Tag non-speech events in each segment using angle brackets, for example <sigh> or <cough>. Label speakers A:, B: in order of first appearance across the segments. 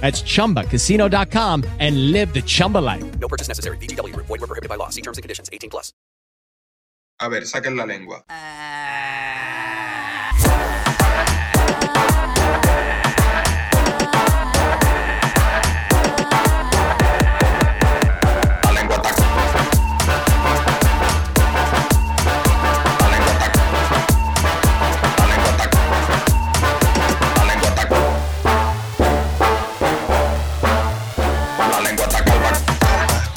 A: That's ChumbaCasino.com and live the Chumba life.
B: No purchase necessary. VGW Group. Void were prohibited by law. See terms and conditions. 18 plus.
C: A ver, saquen la lengua. La lengua taco. La lengua taco. La lengua taco. La lengua taco. La lengua taco.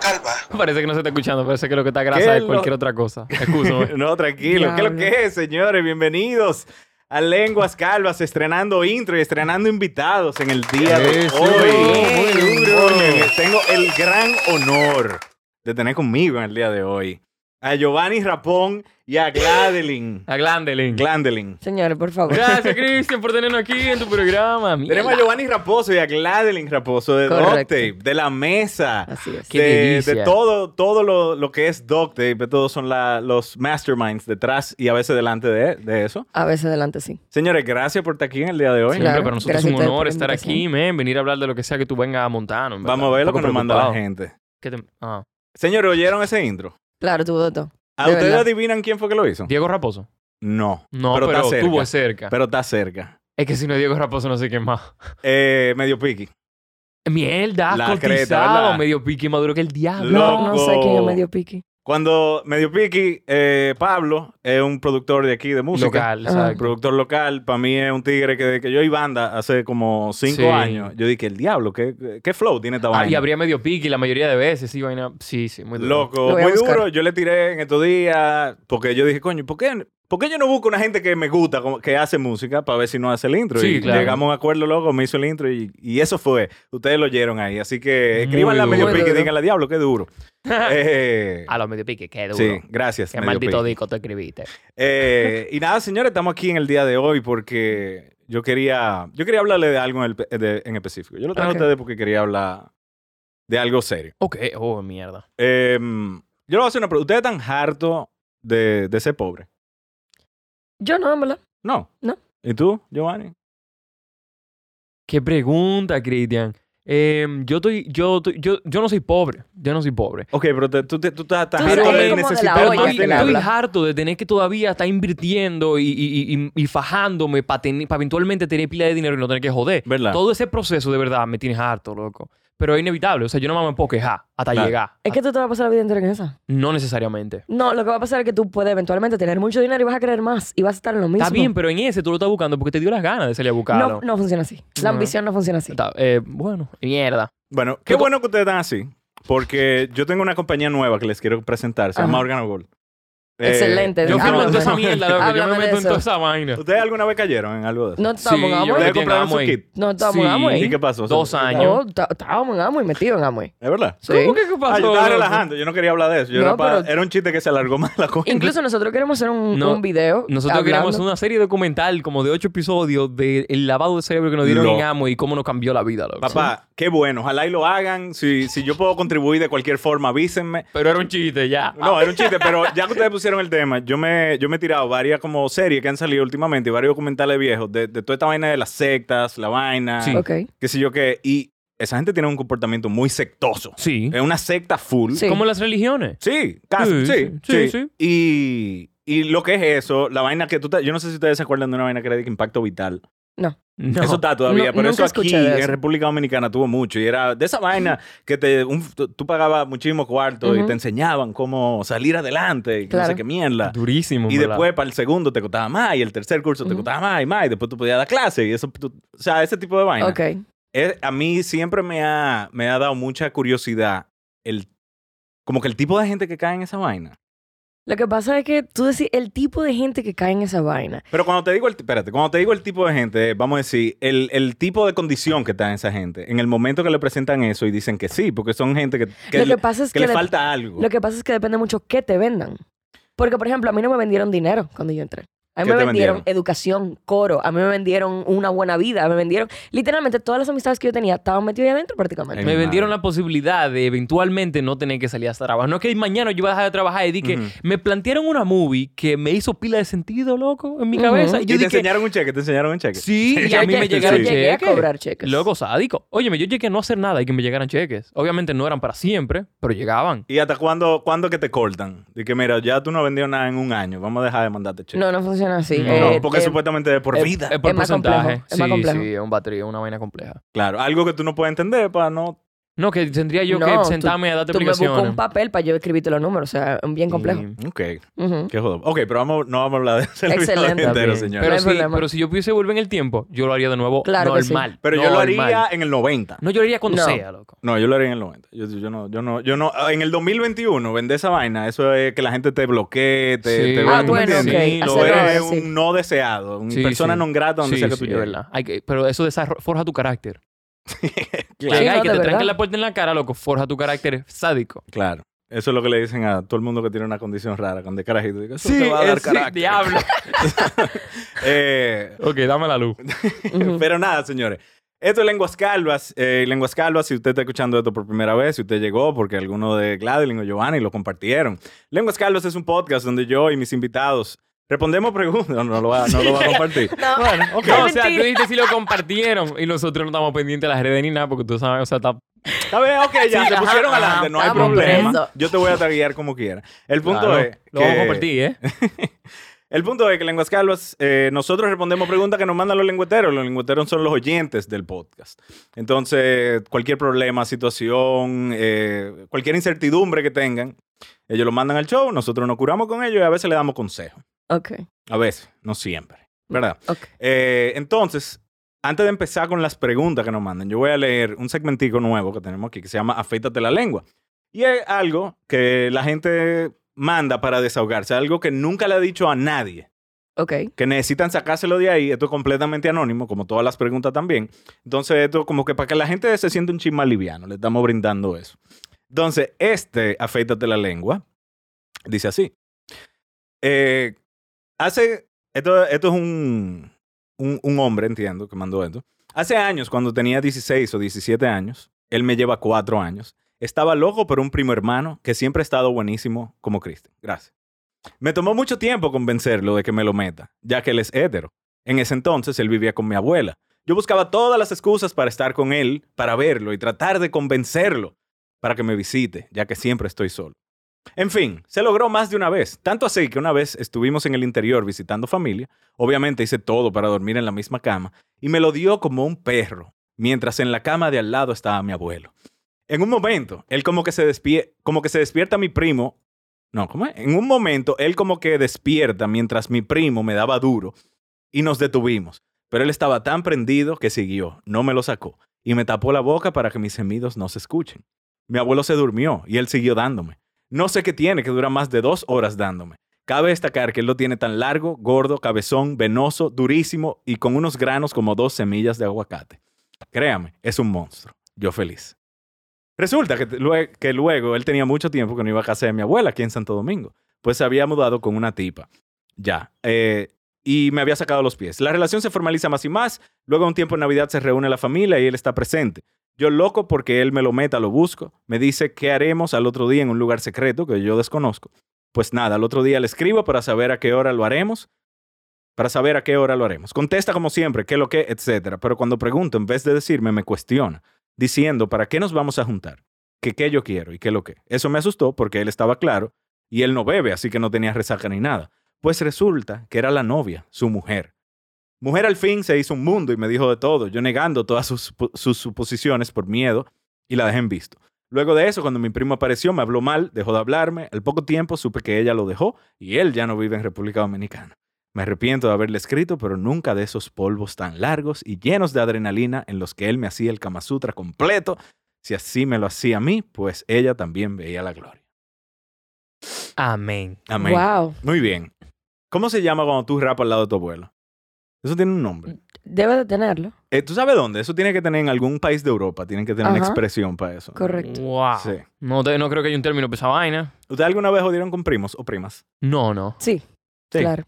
C: Calva.
D: <laughs> Parece que no se está escuchando, parece que lo que está grasa es
E: lo-
D: cualquier otra
E: <laughs>
D: cosa. eh. Excúsame.
E: No, tranquilo. ¿Qué es lo que es, señores? Bienvenidos a Lenguas Calvas, estrenando intro y estrenando invitados en el día de
D: Eso.
E: hoy.
D: Muy duro.
E: Coño, tengo el gran honor de tener conmigo en el día de hoy a Giovanni Rapón y a
F: <laughs>
E: Gladelin.
D: A Glandelin.
E: Glandelin.
F: Señores, por favor.
D: Gracias, Cristian, por tenernos aquí en tu programa. Mierda.
E: Tenemos a Giovanni Raposo y a Gladelin Raposo de
F: Correcto.
E: Duct Tape, de la mesa.
F: Así es.
D: Qué
E: de,
D: delicia.
E: de todo, todo lo, lo que es Duct Tape, de todos son la- los masterminds detrás y a veces delante de- de eso.
F: A veces adelante sí.
E: Señores, gracias por estar aquí en el día de hoy.
D: Siempre
F: Claro.
D: para nosotros
F: Gracias a
D: es un
F: ustedes por
D: honor
F: la
D: estar aquí,
F: invitación.
D: men. Venir a hablar de lo que sea que tú vengas a Montano. en verdad.
E: Vamos a ver lo
D: Un
E: que
D: poco
E: nos manda la
D: preocupado.
E: gente.
D: ¿Qué te- ah.
E: Señores, ¿oyeron ese intro?
F: Claro, tuvo todo.
E: ¿A
F: De
E: ustedes
F: verdad.
E: adivinan quién fue que lo hizo?
D: Diego Raposo.
E: No.
D: No, pero,
E: está cerca.
D: estuvo cerca.
E: Pero está cerca.
D: Es que si no es Diego Raposo, no sé quién más.
E: Eh, medio piqui.
D: Mierda,
E: La
D: cotizado,
E: creta, ¿verdad?
D: medio pique maduro que el diablo.
E: Loco.
F: No sé quién es medio piqui.
E: Cuando medio piqui, eh, Pablo es un productor de aquí de música.
D: Local,
F: Ah.
D: exacto.
E: Productor local, para mí es un tigre que desde que yo y banda hace como cinco
D: Sí.
E: años, yo dije, el diablo, ¿qué, qué flow tiene esta
D: Ah,
E: vaina?
D: y habría medio pique la mayoría de veces. Sí, vaina. Sí, sí, muy duro.
E: Loco,
F: Lo voy a
E: muy
F: buscar.
E: duro. Yo le tiré en estos días porque yo dije, coño, ¿por qué, por qué yo no busco una gente que me gusta, como- que hace música, para ver si no hace el intro?
D: Sí,
E: y
D: claro.
E: llegamos a un acuerdo, loco, me hizo el intro y, y eso fue. Ustedes lo oyeron ahí. Así que
D: Muy
E: escríbanla a
D: duro.
E: medio
F: Muy
E: pique y
F: duro.
E: díganle, diablo,
D: <laughs>
E: qué duro. Eh,
D: A los medio pique, qué duro.
E: sí, gracias.
D: Qué
E: medio
D: maldito
E: pique.
D: disco te escribiste.
E: Eh, y nada, señores, estamos aquí en el día de hoy porque yo quería, yo quería hablarle de algo en, el- de- en específico. Yo lo traje
F: Ok.
E: a ustedes porque quería hablar de algo serio.
D: Ok, oh, mierda.
E: Em, yo le voy a hacer una pregunta. ¿Ustedes están hartos de, de ser pobre?
F: Yo no, en verdad.
E: No.
F: No.
E: ¿Y tú, Giovanni?
D: Qué pregunta, Cristian. Em, yo, estoy, yo, estoy- yo, yo no soy pobre. Yo no soy pobre.
E: Ok, pero te- tú, te- tú estás estás
F: Tú
E: harto
F: eres
E: de
F: como de la
E: necesitar
F: olla
E: más
F: que
D: estoy,
F: le
E: dinero.
D: estoy
F: habla.
D: harto de tener que todavía estar invirtiendo y, y- y- y fajándome para eventualmente tener pila de dinero y no tener que joder.
E: ¿Verdad?
D: Todo ese proceso de verdad me tienes harto, loco. Pero es inevitable. O sea, yo no me puedo quejar hasta
E: Claro.
D: llegar.
F: Es que tú te vas a pasar la vida entera en esa.
D: No necesariamente.
F: No, lo que va a pasar es que tú puedes eventualmente tener mucho dinero y vas a querer más y vas a estar en lo mismo.
D: Está bien, pero en ese tú lo estás buscando porque te dio las ganas de salir a buscarlo.
F: No, no funciona así. La
D: No.
F: ambición no funciona así.
D: Está- eh, bueno, mierda.
E: Bueno, qué
D: Tú-
E: bueno que ustedes están así. Porque yo tengo una compañía nueva que les quiero presentar. Se llama Eh,
F: Ajá.
E: Organogold.
F: Excelente.
D: Yo
F: Háblame
D: me meto en toda
F: de
D: esa
F: eso.
D: mierda, loco. Yo me
F: Háblame de
D: meto en
F: eso.
D: toda esa vaina.
E: ¿Ustedes <laughs> alguna vez cayeron en algo de eso?
F: No estábamos en
D: Sí, yo
F: Amway.
D: creo
E: ¿Ustedes
D: que en
E: compraron su
D: Amway.
E: kit?
F: No estábamos
D: Sí.
F: en Amway.
E: ¿Y qué pasó?
D: Dos
E: ¿Se-
D: años.
F: No, ta- estábamos en Amway, metido en Amway.
E: ¿Es verdad?
F: Sí.
D: ¿Cómo que qué pasó?
E: Ah, yo
D: loco?
E: estaba relajando. Yo no quería hablar de eso. Yo
F: No,
E: era, pa-
F: pero-
E: era un chiste que se alargó <laughs> más la cuenta.
F: Incluso nosotros queremos hacer un,
D: No,
F: un video.
D: Nosotros queríamos
F: hablando.
D: una serie documental como de ocho episodios del lavado de cerebro que nos dieron
E: Loco.
D: en Amo y cómo nos cambió la vida, loco.
E: Papá, qué bueno. Ojalá y lo hagan. Si, si yo puedo contribuir de cualquier forma, avísenme.
D: Pero era un chiste, ya.
E: No, era un chiste, pero ya que ustedes pusieron el tema, yo me, yo me he tirado varias como series que han salido últimamente y varios documentales viejos de, de toda esta vaina de las sectas, la vaina,
D: Sí.
F: Ok.
E: qué sé yo qué. Y esa gente tiene un comportamiento muy sectoso.
D: Sí.
E: Es una secta full.
F: Sí.
D: Como las religiones.
E: Sí,
D: Sí,
E: casi, sí, sí.
D: sí, sí.
E: Y, y lo que es eso, la vaina que tú... te- Yo no sé si ustedes se acuerdan de una vaina que era de que impacto vital.
F: No.
D: No.
E: Eso está todavía,
F: No,
E: pero eso
F: nunca
E: aquí
F: escuché de
E: en
F: eso.
E: República Dominicana tuvo mucho y era de esa vaina que te un- tú tú pagabas muchísimo cuarto y te enseñaban cómo salir adelante y no sé
F: Claro.
E: qué mierda.
D: Durísimo.
E: Y
D: en verdad.
E: después para el segundo te costaba más y el tercer curso te costaba más y más y después tú podías dar clase y eso, tú- o sea, ese tipo de vaina.
F: Ok.
E: Es- a mí siempre me ha, me ha dado mucha curiosidad el, como que el tipo de gente que cae en esa vaina.
F: Lo que pasa es que tú decís el tipo de gente que cae en esa vaina.
E: Pero cuando te digo el, espérate, cuando te digo el tipo de gente, eh, vamos a decir, el, el tipo de condición que está en esa gente, en el momento que le presentan eso y dicen que sí, porque son gente que, que,
F: Lo que
E: le-
F: pasa es
E: que le
F: que le-
E: falta algo.
F: Lo que pasa es que depende mucho qué te vendan. Porque, por ejemplo, a mí no me vendieron dinero cuando yo entré. A mí
E: ¿Qué
F: me
E: te
F: vendieron,
E: vendieron?
F: educación, coro, a mí me vendieron una buena vida, me vendieron... Literalmente todas las amistades que yo tenía estaban metidas ahí adentro prácticamente.
E: Ay,
D: Me
E: mi
D: vendieron
E: madre.
D: la posibilidad de eventualmente no tener que salir a trabajar. No es que mañana yo voy a dejar de trabajar y di que
E: Ujú.
D: me plantearon una movie que me hizo pila de sentido, loco, en mi
F: Ujú.
D: cabeza. Y yo
E: y te
D: dije,
E: enseñaron un cheque, te enseñaron un cheque.
D: sí, y
F: Yo
D: a mí
F: llegué-
D: me
F: yo
D: llegaron
F: llegué a
D: cheques.
F: cobrar cheques.
D: Loco sádico. Óyeme, yo llegué a no hacer nada y que me llegaran cheques. Obviamente no eran para siempre, pero llegaban.
E: ¿Y hasta cuándo, cuándo que te cortan? De que mira, ya tú no has vendido nada en un año, vamos a dejar de mandarte cheque.
F: No, no funciona así.
D: No,
E: No,
F: Eh,
E: porque
F: eh,
E: supuestamente es por vida.
D: Es por
F: Es más
D: porcentaje.
F: complejo, es más
D: sí,
F: complejo.
D: sí, es un batería, una vaina compleja.
E: claro, algo que tú no puedes entender para no...
D: No, que tendría yo
F: No,
D: que
F: tú-
D: sentarme a darte
F: Tú me buscas
D: explicaciones.
F: un papel para yo escribirte los números, o sea, es bien complejo.
D: Sí.
E: Ok,
F: Ujú.
E: qué jodo. Ok, pero vamos, no vamos a hablar de ese olvidado
F: Excelente.
D: Está
E: entero,
D: bien.
E: señor.
D: Pero,
F: No hay
D: si,
F: problema.
D: pero si yo pudiese volver en el tiempo, yo lo haría de nuevo
F: Claro que sí.
D: normal.
E: Pero yo lo
D: normal.
E: haría en el 90.
D: No, yo lo haría cuando
F: No.
D: sea, loco.
E: No, yo lo haría en el 90. Yo, yo no, yo no, yo no. ah, En el 2021, vender esa vaina, eso es que la gente te bloquee, te,
D: Sí.
E: te
D: Ah,
E: ¿tú me
D: bueno,
E: entiendes?
D: ok.
E: Lo
D: Hacerlo
E: eres
F: ahora, sí.
E: un no deseado, una
D: Sí,
E: persona
D: sí.
E: non grata donde
D: sí,
E: sea que
D: sí,
E: tú
D: es
E: llegues.
D: verdad. Hay que- pero eso desarro- forja tu <laughs> carácter. Que
F: Sí,
D: haga
F: no,
D: que
F: de
D: te
F: verdad.
D: tranquen la puerta en la cara, loco. Forja tu carácter sádico.
E: Claro. Eso es lo que le dicen a todo el mundo que tiene una condición rara, con de carajito. Digo, Eso te va a dar carácter.
D: diablo.
E: <laughs> Eh,
D: ok, dame la luz.
E: <laughs> Pero nada, señores. Esto es Lenguas Calvas. Eh, Lenguas Calvas, si usted está escuchando esto por primera vez, si usted llegó porque alguno de Gladeline o Giovanni lo compartieron. Lenguas Calvas es un podcast donde yo y mis invitados respondemos preguntas. No, no lo va, no lo va
D: <laughs>
E: a compartir. Bueno, ok.
D: No, o
F: Es
D: sea, tú
F: mentira.
D: dijiste si lo compartieron y nosotros no estamos pendientes de las redes ni nada porque tú sabes, o sea, está...
E: Está bien, ok, ya,
D: Sí,
E: te
D: ajá,
E: pusieron
D: ajá,
E: adelante, no hay
F: estamos
E: problema.
F: presos.
E: Yo te voy a taguear como quiera. El punto
D: Claro,
E: es
D: Lo vamos a
E: que-
D: compartir, ¿eh?
E: El punto es que Lenguas Calvas, eh, nosotros respondemos preguntas que nos mandan los lengüeteros. Los lengüeteros son los oyentes del podcast. Entonces, cualquier problema, situación, eh, cualquier incertidumbre que tengan, ellos lo mandan al show, nosotros nos curamos con ellos y a veces le damos consejos.
F: Ok,
E: A veces, no siempre. ¿Verdad?
F: ok.
E: Eh, entonces, antes de empezar con las preguntas que nos mandan, yo voy a leer un segmentico nuevo que tenemos aquí que se llama Afeítate la lengua. Y es algo que la gente manda para desahogarse, algo que nunca le ha dicho a nadie,
F: Ok.
E: que necesitan sacárselo de ahí. Esto es completamente anónimo, como todas las preguntas también. Entonces, esto como que para que la gente se sienta un chisme más liviano, le estamos brindando eso. Entonces, este Afeítate la lengua dice así. Eh, hace. Esto, esto es un, un, un hombre, entiendo, que mandó esto. Hace años, cuando tenía 16 o 17 años, él me lleva 4 años. Estaba loco por un primo hermano que siempre ha estado buenísimo como Cristian. Gracias. Me tomó mucho tiempo convencerlo de que me lo meta, ya que él es hétero. En ese entonces él vivía con mi abuela. Yo buscaba todas las excusas para estar con él, para verlo y tratar de convencerlo para que me visite, ya que siempre estoy solo. En fin, se logró más de una vez, tanto así que una vez estuvimos en el interior visitando familia, obviamente hice todo para dormir en la misma cama, y me lo dio como un perro, mientras en la cama de al lado estaba mi abuelo. En un momento, él como que se, despie- como que se despierta mi primo. No, ¿cómo es? En un momento, él como que despierta mientras mi primo me daba duro y nos detuvimos. Pero él estaba tan prendido que siguió, no me lo sacó y me tapó la boca para que mis gemidos no se escuchen. Mi abuelo se durmió y él siguió dándome. No sé qué tiene que dura más de dos horas dándome. Cabe destacar que él lo tiene tan largo, gordo, cabezón, venoso, durísimo y con unos granos como dos semillas de aguacate. Créame, es un monstruo. Yo feliz. Resulta que, te- lue- que luego él tenía mucho tiempo que no iba a casa de mi abuela aquí en Santo Domingo, pues se había mudado con una tipa. Ya. eh, y me había sacado los pies. La relación se formaliza más y más. Luego, a un tiempo en Navidad, se reúne la familia y él está presente. Yo loco porque él me lo meta, lo busco. Me dice qué haremos al otro día en un lugar secreto que yo desconozco. Pues nada, al otro día le escribo para saber a qué hora lo haremos. Para saber a qué hora lo haremos. Contesta como siempre, qué lo que, etcétera. Pero cuando pregunto, en vez de decirme, me cuestiona, diciendo para qué nos vamos a juntar, que qué yo quiero y qué lo que. Eso me asustó porque él estaba claro y él no bebe, así que no tenía resaca ni nada. Pues resulta que era la novia, su mujer. Mujer al fin se hizo un mundo y me dijo de todo, yo negando todas sus, supo- sus suposiciones por miedo y la dejé en visto. Luego de eso, cuando mi primo apareció, me habló mal, dejó de hablarme. Al poco tiempo supe que ella lo dejó y él ya no vive en República Dominicana. Me arrepiento de haberle escrito, pero nunca de esos polvos tan largos y llenos de adrenalina en los que él me hacía el Kama Sutra completo. Si así me lo hacía a mí, pues ella también veía la gloria.
D: Amén.
E: Amén.
F: Wow.
E: Muy bien. ¿Cómo se llama cuando tú rapas al lado de tu abuelo? Eso tiene un
F: Mm.
E: nombre.
F: Debe de tenerlo.
E: Eh, ¿Tú sabes dónde? Eso tiene que tener en algún país de Europa. Tienen que tener una
F: Ajá.
E: expresión para eso.
F: Correcto.
D: Wow.
E: Sí.
D: No, te- no creo que haya un término para esa vaina.
E: ¿Ustedes alguna vez jodieron con primos o primas?
D: No, no.
F: Sí,
E: Sí.
F: claro.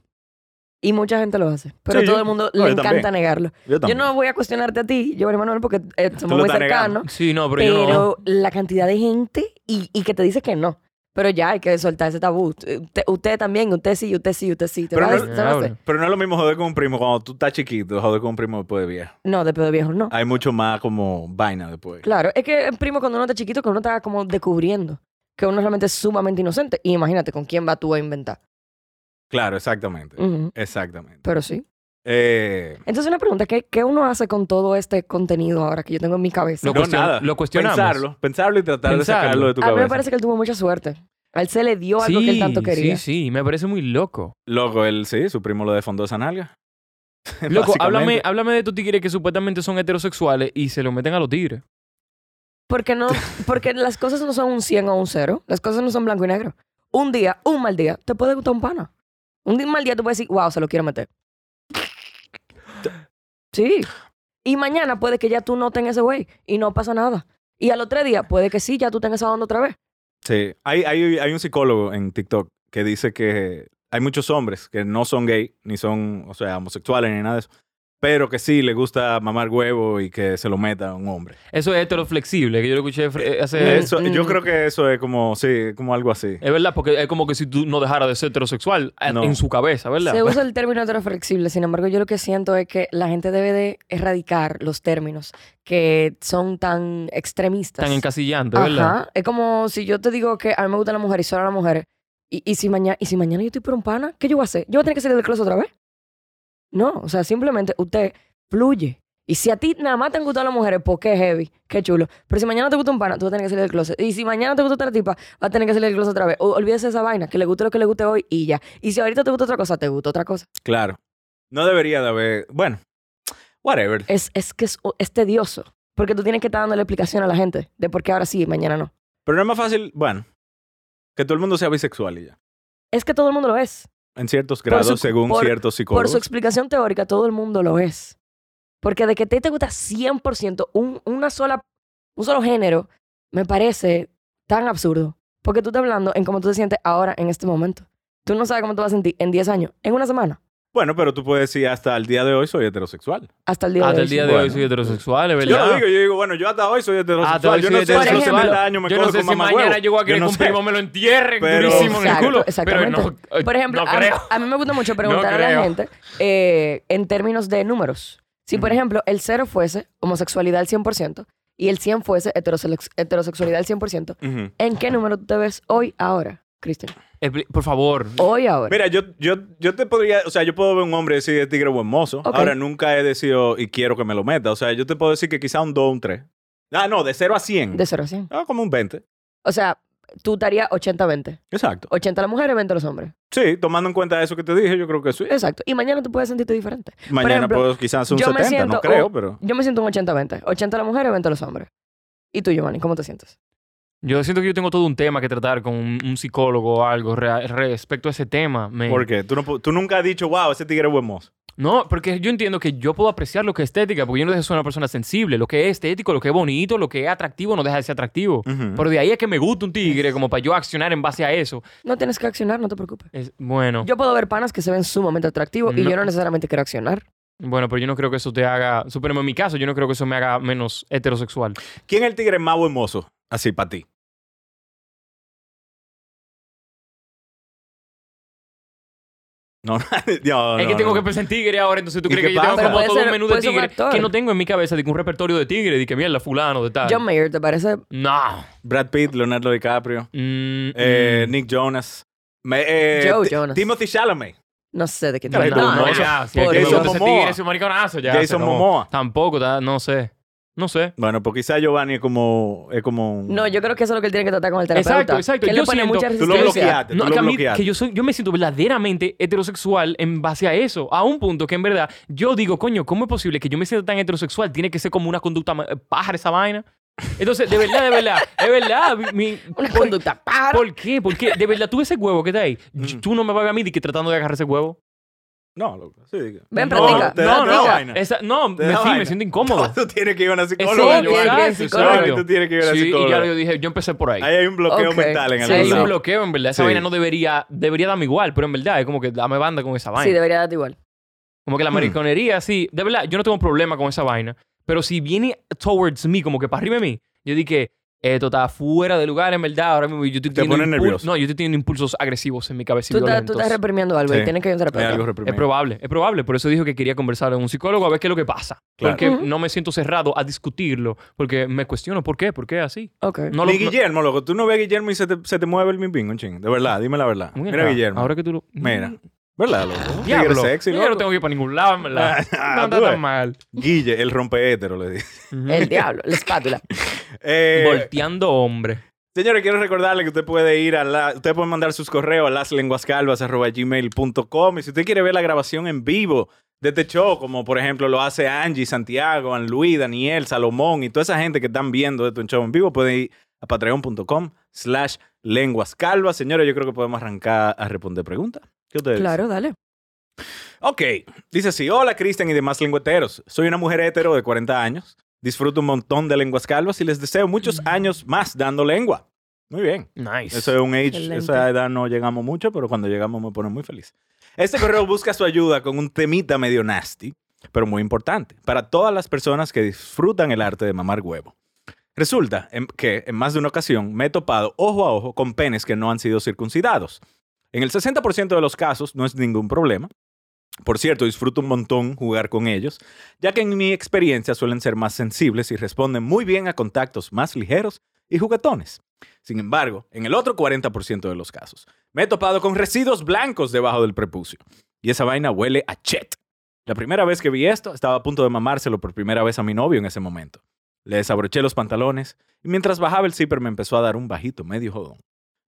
F: Y mucha gente lo hace. Pero
E: Sí,
F: todo
E: yo-
F: el mundo
E: no, yo
F: le encanta
E: también.
F: negarlo.
E: Yo
F: Yo
E: también.
F: no voy a cuestionarte a ti, yo Manuel, porque eh, somos
E: lo
F: muy
E: estás negando.
F: cercanos.
D: Sí, no, pero,
F: Pero,
D: yo no.
F: la cantidad de gente y, y que te dice que no. Pero ya hay que soltar ese tabú. Eh, Usted, usted también, usted sí, usted sí, usted sí. ¿Te
E: Pero
F: vas-
E: no-
F: te vas a hacer?
E: Pero no es lo mismo joder con un primo cuando tú estás chiquito, joder con un primo después de viejo.
F: No, de pedo viejo, no.
E: Hay mucho más como vaina después.
F: Claro, es que el primo cuando uno está chiquito, que uno está como descubriendo. Que uno realmente es sumamente inocente. Y imagínate con quién va tú a inventar.
E: Claro, exactamente.
F: Ujú,
E: Exactamente.
F: Pero sí.
E: Eh,
F: Entonces una pregunta, ¿qué, ¿qué uno hace con todo este contenido ahora que yo tengo en mi cabeza?
D: Lo
E: no,
D: cuestion-
E: nada.
D: lo cuestionamos.
E: Pensarlo, pensarlo y tratar
D: Pensarlo.
E: de sacarlo de tu
F: a mí me
E: cabeza.
F: parece que él tuvo mucha suerte. A él se le dio algo que él tanto quería.
D: sí, sí, me parece muy
E: <laughs>
D: loco.
E: Loco, él sí, su primo lo defondó esa nalga. <laughs>
D: Loco,
E: Básicamente.
D: háblame, háblame de estos tigres que supuestamente son heterosexuales y se lo meten a los tigres.
F: Porque no, porque las cosas no son un 100 o un 0. Las cosas no son blanco y negro. Un día, un mal día, te puede gustar un pana. Un di- mal día tú puedes decir, wow, se lo quiero meter. Sí. Y mañana puede que ya tú no tengas ese güey y no pasa nada. Y a los tres días puede que sí, ya tú tengas esa onda otra vez.
E: Sí, hay, hay, hay un psicólogo en TikTok que dice que hay muchos hombres que no son gay, ni son, o sea, homosexuales, ni nada de eso, pero que sí le gusta mamar huevo y que se lo meta a un hombre.
D: Eso es heteroflexible, que yo lo escuché fre- eh, hace...
E: Eso, Yo
F: mm.
E: creo que eso es como, sí, como algo así.
D: Es verdad, porque es como que si tú no dejaras de ser heterosexual eh,
E: No.
D: en su cabeza, ¿verdad? Pues,
F: Se usa el término heteroflexible, sin embargo, yo lo que siento es que la gente debe de erradicar los términos que son tan extremistas.
D: Tan encasillante, ¿verdad?
F: Ajá. Es como si yo te digo que a mí me gusta la mujer y solo la mujer. Y, y si mañana, y si mañana yo estoy por un pana, ¿qué yo voy a hacer? ¿Yo voy a tener que salir del closet otra vez? No, o sea, simplemente usted fluye. Y si a ti nada más te han gustado las mujeres, pues qué heavy, qué chulo. Pero si mañana te gusta un pana, tú vas a tener que salir del closet. Y si mañana te gusta otra tipa, vas a tener que salir del closet otra vez. O, olvídese de esa vaina, que le guste lo que le guste hoy y ya. Y si ahorita te gusta otra cosa, te gusta otra cosa.
E: Claro. No debería de haber, bueno, whatever.
F: Es, es que es, es tedioso. Porque tú tienes que estar dándole explicación a la gente de por qué ahora sí y mañana no.
E: Pero no es más fácil, bueno, que todo el mundo sea bisexual y ya.
F: Es que todo el mundo lo es.
E: En ciertos
F: Por
E: grados,
F: su-
E: según
F: por-
E: ciertos
F: Por
E: psicólogos.
F: su explicación teórica, todo el mundo lo es. Porque de que te, te gusta 100% un, una sola, un solo género, me parece tan absurdo. Porque tú estás hablando en cómo tú te sientes ahora, en este momento. Tú no sabes cómo te vas a sentir en 10 años, en una semana,
E: Bueno, pero tú puedes decir hasta el día de hoy soy heterosexual.
F: hasta el día de
D: Hasta
F: hoy.
D: el día
F: sí.
D: de hoy
E: Bueno.
D: soy heterosexual, es
E: Yo lo
D: ¿verdad? Ah,
E: digo, yo digo, bueno, yo hasta hoy soy heterosexual.
D: Hasta hoy
E: yo
D: soy
E: no sé si a los
F: heterosexual.
E: 70 años me
D: yo no
E: cojo
D: sé
E: con
D: si mañana
E: mamahuevo.
D: yo voy a querer
E: no
D: que un
E: sé.
D: primo me lo entierren
E: Pero-
D: durísimo en el
F: Exacto,
D: culo. Pero
F: exactamente.
D: no, eh,
F: Por ejemplo,
D: no
F: a,
D: creo.
F: a mí me
D: <laughs>
F: gusta mucho preguntar a
D: creo.
F: la gente eh, en términos de números. Si, por ejemplo, el cero fuese homosexualidad al 100% y el 100 fuese heteroselex- heterosexualidad al 100%,
E: Ujú.
F: ¿En qué número tú te ves hoy, ahora, Cristian?
D: Expli- Por favor.
F: Hoy, ahora.
E: Mira, yo, yo, yo te podría, o sea, yo puedo ver un hombre y decir es tigre buen mozo.
F: Ok.
E: Ahora nunca he decidido y quiero que me lo meta. O sea, yo te puedo decir que quizá un 2, un 3. Ah, no, de 0 a 100.
F: De 0 a 100.
E: Ah, como un 20.
F: O sea, tú estarías 80-20.
E: Exacto.
F: 80 las mujeres, 20 los hombres.
E: Sí, tomando en cuenta eso que te dije, yo creo que sí.
F: Exacto. Y mañana tú puedes sentirte diferente.
E: Mañana
F: Eh, ejemplo,
E: puedo quizás un
F: yo me
E: 70,
F: siento-
E: no creo,
F: oh,
E: pero.
F: Yo me siento un 80-20. 80 las mujeres, 20 los hombres. ¿Y tú, Giovanni, cómo te sientes?
D: Yo siento que yo tengo todo un tema que tratar con un, un psicólogo o algo rea- respecto a ese tema. Me-
E: Porque tú, no, pu- tú nunca has dicho, wow, ese tigre es buen mozo.
D: No, porque yo entiendo que yo puedo apreciar lo que es estética, porque yo no dejo de ser una persona sensible. Lo que es estético, lo que es bonito, lo que es atractivo, no deja de ser atractivo.
E: Ujú.
D: Pero de ahí es que me gusta un tigre, como para yo accionar en base a eso.
F: No tienes que accionar, no te preocupes.
D: Es, bueno,
F: Yo puedo ver panas que se ven sumamente atractivos y
D: No.
F: yo no necesariamente quiero accionar.
D: bueno, pero yo no creo que eso te haga. Suponemos en mi caso, yo no creo que eso me haga menos heterosexual.
E: ¿Quién es el tigre más buen mozo? Así, para ti. No, <laughs> no, no.
D: es que tengo
E: no.
D: que pensar en tigre ahora, entonces tú
E: ¿Y
D: crees
E: qué
D: que yo tengo
E: pasa?
D: como
F: Pero
D: todo
F: puede
D: un
F: ser-
D: menú de
F: puede ser un
D: tigre
F: actor.
D: que no tengo en mi cabeza, de que un repertorio de tigre, de que mierda, fulano, de tal.
F: John Mayer, ¿te parece?
D: No.
E: Brad Pitt, Leonardo DiCaprio,
D: Mm,
E: eh,
D: mm.
E: Nick Jonas, me- eh,
F: Joe
E: Ti-
F: Jonas.
E: Timothy Chalamet.
F: No sé de qué te
E: Caray,
F: hablas.
E: no,
F: Ah,
E: no,
F: eso-
D: ya, si el
F: por
D: que le
F: eso-
D: gusta ese
E: Jason Momoa.
D: tigre es un mariconazo ya.
E: Jason
D: se acabó.
E: Momoa.
D: Tampoco, ta- no sé. No sé.
E: Bueno, pues quizá Giovanni es como. Es como un-
F: No, yo creo que eso es lo que él tiene que tratar con el terapeuta.
D: Exacto, exacto.
F: Que él
D: Yo
F: le pone
D: siento-
F: mucha
E: Tú lo
F: resistencia.
E: bloqueaste.
D: No,
E: tú
D: que,
E: lo
D: a mí-
E: bloqueaste.
D: que yo, soy, yo me siento verdaderamente heterosexual en base a eso. A un punto que en verdad yo digo, coño, ¿cómo es posible que yo me sienta tan heterosexual? Tiene que ser como una conducta ma- pájara esa vaina. Entonces, de verdad, de verdad, de verdad. mi-
E: <laughs>
D: mi-
F: Una
D: por-
F: conducta pájara.
D: ¿Por qué? ¿Por qué? De verdad, tú ese huevo que está ahí.
E: Mm.
D: Tú no me vas a ver a mí de que tratando de agarrar ese huevo.
E: No, loco. Sí. no,
F: Ven, practica,
E: Te da
D: no,
E: te da
F: practica.
D: no.
E: vaina.
D: Esa- no,
E: Te
D: me,
E: da
D: sí,
E: vaina.
D: me siento incómodo.
E: <laughs> Tú tienes que ir a una psicóloga.
F: Exacto,
D: Exacto,
E: Giovanni.
F: tienes que ir a
D: exacto.
F: psicólogo.
E: Tú tienes que ir a
D: Sí,
E: psicólogo.
D: y ya yo dije, yo empecé por ahí.
E: Ahí hay un bloqueo
F: Ok,
E: mental en
F: sí.
E: algún
D: Hay un
E: lado.
D: bloqueo, en verdad. Esa
E: Sí.
D: vaina no debería, debería darme igual, pero en verdad es como que dame banda con esa vaina.
F: Sí, debería darte igual.
D: Como que
E: Mm.
D: la mariconería, sí. De verdad, yo no tengo problema con esa vaina. Pero si viene towards me, como que para arriba de mí, yo dije, esto está fuera de lugar, en verdad. Ahora mismo yo estoy
E: Te
D: teniendo
E: pone
D: impul-
E: nervioso.
D: No, yo estoy teniendo impulsos agresivos en mi cabeza. y
F: Tú, estás- tú
D: violentos.
F: estás reprimiendo algo
E: Sí.
F: y tienes que ir a un
E: Hay
F: terapeuta.
E: algo
D: es
E: reprimido.
D: probable, es probable. Por eso dijo que quería conversar con un psicólogo a ver qué es lo que pasa.
E: Claro.
D: Porque
F: Ujú.
D: no me siento cerrado a discutirlo. Porque me cuestiono, ¿por qué? ¿Por qué así?
F: Ok.
D: No
E: Ni
D: lo no-
E: Guillermo, loco. Tú no ves a Guillermo y se te, se te mueve el mimpín, un ching. De verdad, dime la verdad.
D: Muy
E: Mira,
D: raro.
E: Guillermo.
D: Ahora que tú lo.
E: Mira. ¿Verdad, loco? Un Tigre
D: Diablo.
E: sexy,
D: yo no
E: loco.
D: tengo que ir para ningún lado, en verdad.
E: <laughs> Ah,
D: no
E: tú
D: está
E: ves.
D: tan mal.
E: Guille, el rompehétero, le dije.
F: El diablo,
E: <laughs>
F: la espátula.
E: Eh,
D: Volteando hombre.
E: Señores, quiero recordarle que usted puede ir a la, usted puede mandar sus correos a laslenguascalvas@gmail.com y si usted quiere ver la grabación en vivo de este show, como por ejemplo lo hace Angie, Santiago, Anluí, Daniel, Salomón y toda esa gente que están viendo este show en vivo, puede ir a patreon.com/slash lenguascalvas. Señores, yo creo que podemos arrancar a responder preguntas. ¿Qué ustedes?
F: Claro, dale.
E: Ok, dice así, hola Cristian y demás lengüeteros, soy una mujer hetero de 40 años, disfruto un montón de lenguas calvas y les deseo muchos años más dando lengua. Muy bien,
D: Nice.
E: eso es un age,
F: Excelente.
E: esa edad no llegamos mucho, pero cuando llegamos me pone muy feliz. Este correo busca su ayuda con un temita medio nasty, pero muy importante, para todas las personas que disfrutan el arte de mamar huevo. Resulta en- que en más de una ocasión me he topado ojo a ojo con penes que no han sido circuncidados. En el 60% de los casos no es ningún problema. Por cierto, disfruto un montón jugar con ellos, ya que en mi experiencia suelen ser más sensibles y responden muy bien a contactos más ligeros y juguetones. Sin embargo, en el otro 40% de los casos, me he topado con residuos blancos debajo del prepucio. Y esa vaina huele a chet. La primera vez que vi esto, estaba a punto de mamárselo por primera vez a mi novio en ese momento. Le desabroché los pantalones y mientras bajaba el zipper me empezó a dar un bajito medio jodón.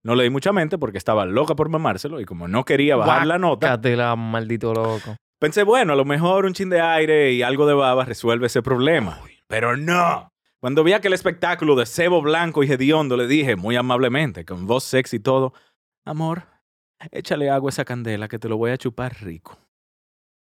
E: No le di mucha mente porque estaba loca por mamárselo y como no quería bajar la nota,
D: Guácatela, maldito loco.
E: Pensé, bueno, a lo mejor un chin de aire y algo de baba resuelve ese problema. Pero no. Cuando vi aquel espectáculo de cebo blanco y hediondo, le dije muy amablemente, con voz sexy y todo, amor, échale agua a esa candela que te lo voy a chupar rico.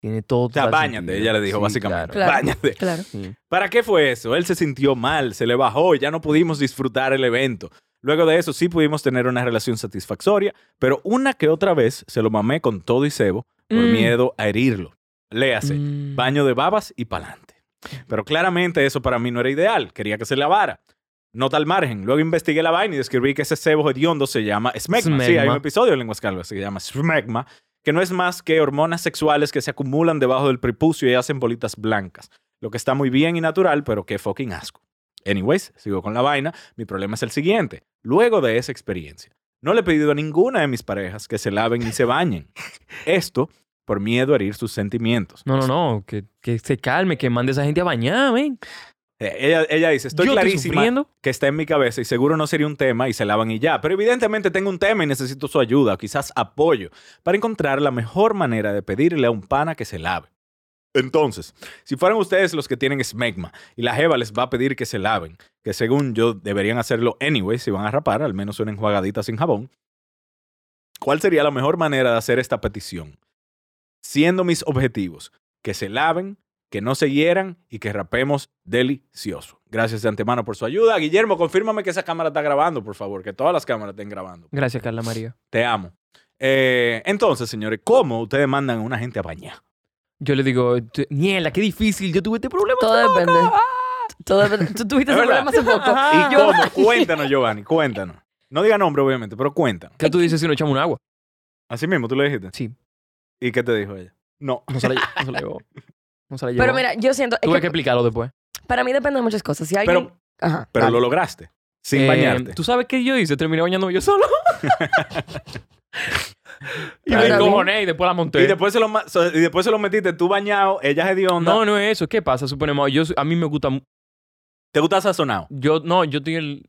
D: Tiene todo.
E: O sea, báñate, ella le dijo básicamente.
F: Claro.
E: Báñate.
F: Claro.
E: ¿Para qué fue eso? Él se sintió mal, se le bajó y ya no pudimos disfrutar el evento. Luego de eso sí pudimos tener una relación satisfactoria, pero una que otra vez se lo mamé con todo y cebo por
D: Mm.
E: miedo a herirlo. Léase,
D: Mm.
E: baño de babas y pa'lante. Pero claramente eso para mí no era ideal, quería que se lavara. Nota al margen. Luego investigué la vaina y descubrí que ese cebo hediondo se llama smegma. Sí, hay
D: Smegma.
E: un episodio de Lenguas Calvas que se llama smegma, que no es más que hormonas sexuales que se acumulan debajo del prepucio y hacen bolitas blancas. Lo que está muy bien y natural, pero qué fucking asco. Anyways, sigo con la vaina. Mi problema es el siguiente. Luego de esa experiencia, no le he pedido a ninguna de mis parejas que se laven ni
D: <laughs>
E: se bañen. Esto por miedo a herir sus sentimientos.
D: No, no, no. Que, que se calme, que mande a esa gente a bañar, ven.
E: Eh, Ella, ella dice, estoy
D: Yo estoy
E: clarísima
D: sufriendo.
E: que está en mi cabeza y seguro no sería un tema y se lavan y ya. Pero evidentemente tengo un tema y necesito su ayuda, o quizás apoyo, para encontrar la mejor manera de pedirle a un pana que se lave. Entonces, si fueran ustedes los que tienen smegma y la jeva les va a pedir que se laven, que según yo deberían hacerlo anyway si van a rapar, al menos una enjuagadita sin jabón, ¿cuál sería la mejor manera de hacer esta petición? Siendo mis objetivos, que se laven, que no se hieran y que rapemos delicioso. Gracias de antemano por su ayuda. Guillermo, confírmame que esa cámara está grabando, por favor, que todas las cámaras estén grabando.
D: Gracias, Carla María.
E: Te amo. Eh, entonces, señores, ¿cómo ustedes mandan a una gente a bañar?
D: Yo le digo, "Te- Niela, qué difícil. Yo tuve este problema.
F: Todo depende. Todo depende. Tú tuviste
E: Es
F: ese
E: verdad.
F: problema hace poco.
D: Ah, <laughs>
E: ¿Y cómo? Cuéntanos, Giovanni, cuéntanos. No diga nombre, obviamente, pero cuéntanos.
D: ¿Qué tú dices si no echamos un agua?
E: Así mismo, tú le dijiste.
D: Sí.
E: ¿Y qué te dijo ella? No.
D: No se la, no se la llevó. No se la llevó.
F: Pero mira, yo siento. es
D: tuve que,
F: que
D: explicarlo después.
F: para mí depende de muchas cosas. Si alguien.
E: Pero,
F: Ajá.
E: pero
F: dale.
E: lo lograste. Sin
D: Eh,
E: bañarte.
D: ¿Tú sabes qué yo hice? Terminé bañándome yo solo.
E: Y,
D: Me
E: después-
F: Ahora bien.
D: encojoné y después la monté.
E: y después se lo, ma- so- y después se lo metiste tú bañado, ella es de onda.
D: No, no es eso. ¿Qué pasa? Suponemos, yo, a mí me gusta. mu-
E: ¿Te gusta sazonado?
D: Yo, no, yo estoy el.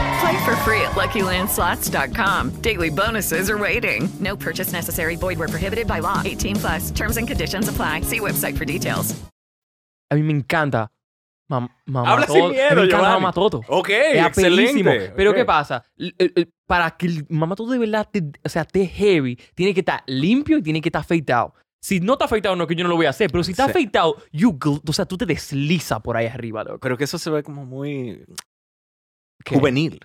G: Play for free at LuckyLandSlots.com. Daily bonuses are waiting. No purchase necessary. Void were prohibited by law. 18 plus. Terms and conditions apply. See website for details.
D: A mí me encanta. Mam, mamá
E: Habla sin miedo,
D: me encanta
E: Giovanni.
D: Mamá Toto.
E: Ok,
D: Es
E: excelente.
D: apelísimo. Pero
E: Ok.
D: ¿qué pasa? L- el- el- para que el Mamá Toto de verdad te, o sea, te heavy, tiene que estar limpio y tiene que estar afeitado. Si no está afeitado, no, que yo no lo voy a hacer. Pero si está
E: Sí.
D: afeitado, you gl- o sea, tú te deslizas por ahí arriba, loco.
E: Pero que eso se ve como muy
D: ¿Qué?
E: juvenil.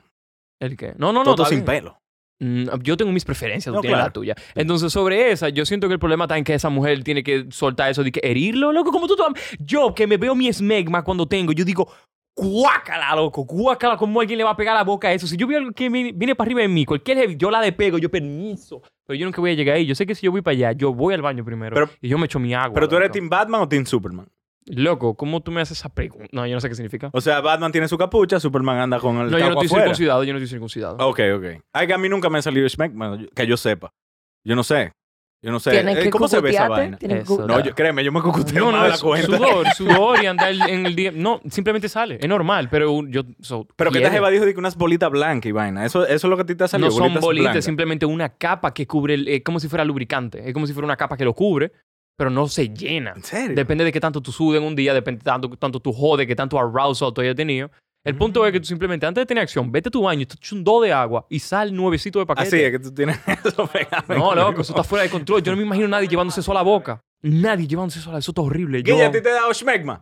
D: ¿El qué? No, no, no.
E: Todo
D: está
E: sin
D: bien.
E: pelo.
D: Mm, yo tengo mis preferencias, tú
E: No,
D: tienes la
E: claro.
D: tuya. Entonces, sobre esa, yo siento que el problema está en que esa mujer tiene que soltar eso de que herirlo, loco, como tú. tam- Yo, que me veo mi esmegma cuando tengo, yo digo, guácala, loco, guácala, como alguien le va a pegar la boca a eso. Si yo veo algo que viene, viene para arriba de mí, cualquier heavy, yo la despego, yo permiso. Pero yo nunca voy a llegar ahí. Yo sé que si yo voy para allá, yo voy al baño primero
E: Pero-
D: y yo me echo mi agua.
E: Pero tú eres
D: loco.
E: Team Batman o Team Superman.
D: Loco, ¿cómo tú me haces esa pregunta? No, yo no sé qué significa.
E: O sea, Batman tiene su capucha, Superman anda con el
D: No, yo no
E: taco
D: estoy
E: afuera.
D: circuncidado, yo no estoy circuncidado.
E: Ok, ok. Ay, que a mí nunca me ha salido Schmeckman, que yo sepa. Yo no sé. Yo no sé.
F: Tienes
E: Eh,
F: que
E: ¿Cómo se ve esa
F: cucutearte,
E: vaina?
F: tienes que
D: Eso,
F: cucutearte.
E: No, yo, créeme, yo me cocuteo
D: No,
E: más
D: no,
E: de
D: es
E: la cuenta.
D: sudor, sudor y andar en el día. No, simplemente sale. Es normal, pero yo. so,
E: <laughs> Pero que
D: quiere.
E: te jeva dijo de que unas bolitas blancas y vaina. Eso, eso es lo que a ti te ha salido.
D: No son bolitas,
E: blancas.
D: simplemente una capa que cubre. el- Es como si fuera lubricante. Es como si fuera una capa que lo cubre, pero no se llena.
E: ¿En serio?
D: Depende de qué tanto tú sudes en un día, depende de tanto, tanto tú jodes, qué tanto arousal tú hayas tenido. El punto es que tú
E: Mm.
D: simplemente, antes de tener acción, vete a tu baño, te echa un do de agua y sal nuevecito de paquete.
E: Así Ah, es que tú tienes <laughs> eso pegado. <laughs>
D: No, loco, eso está fuera de control. Yo no me imagino nadie llevándose eso a la boca. Nadie llevándose eso a la Eso está horrible. Yo...
E: Guille, ¿a ti te ha dado Schmeckman?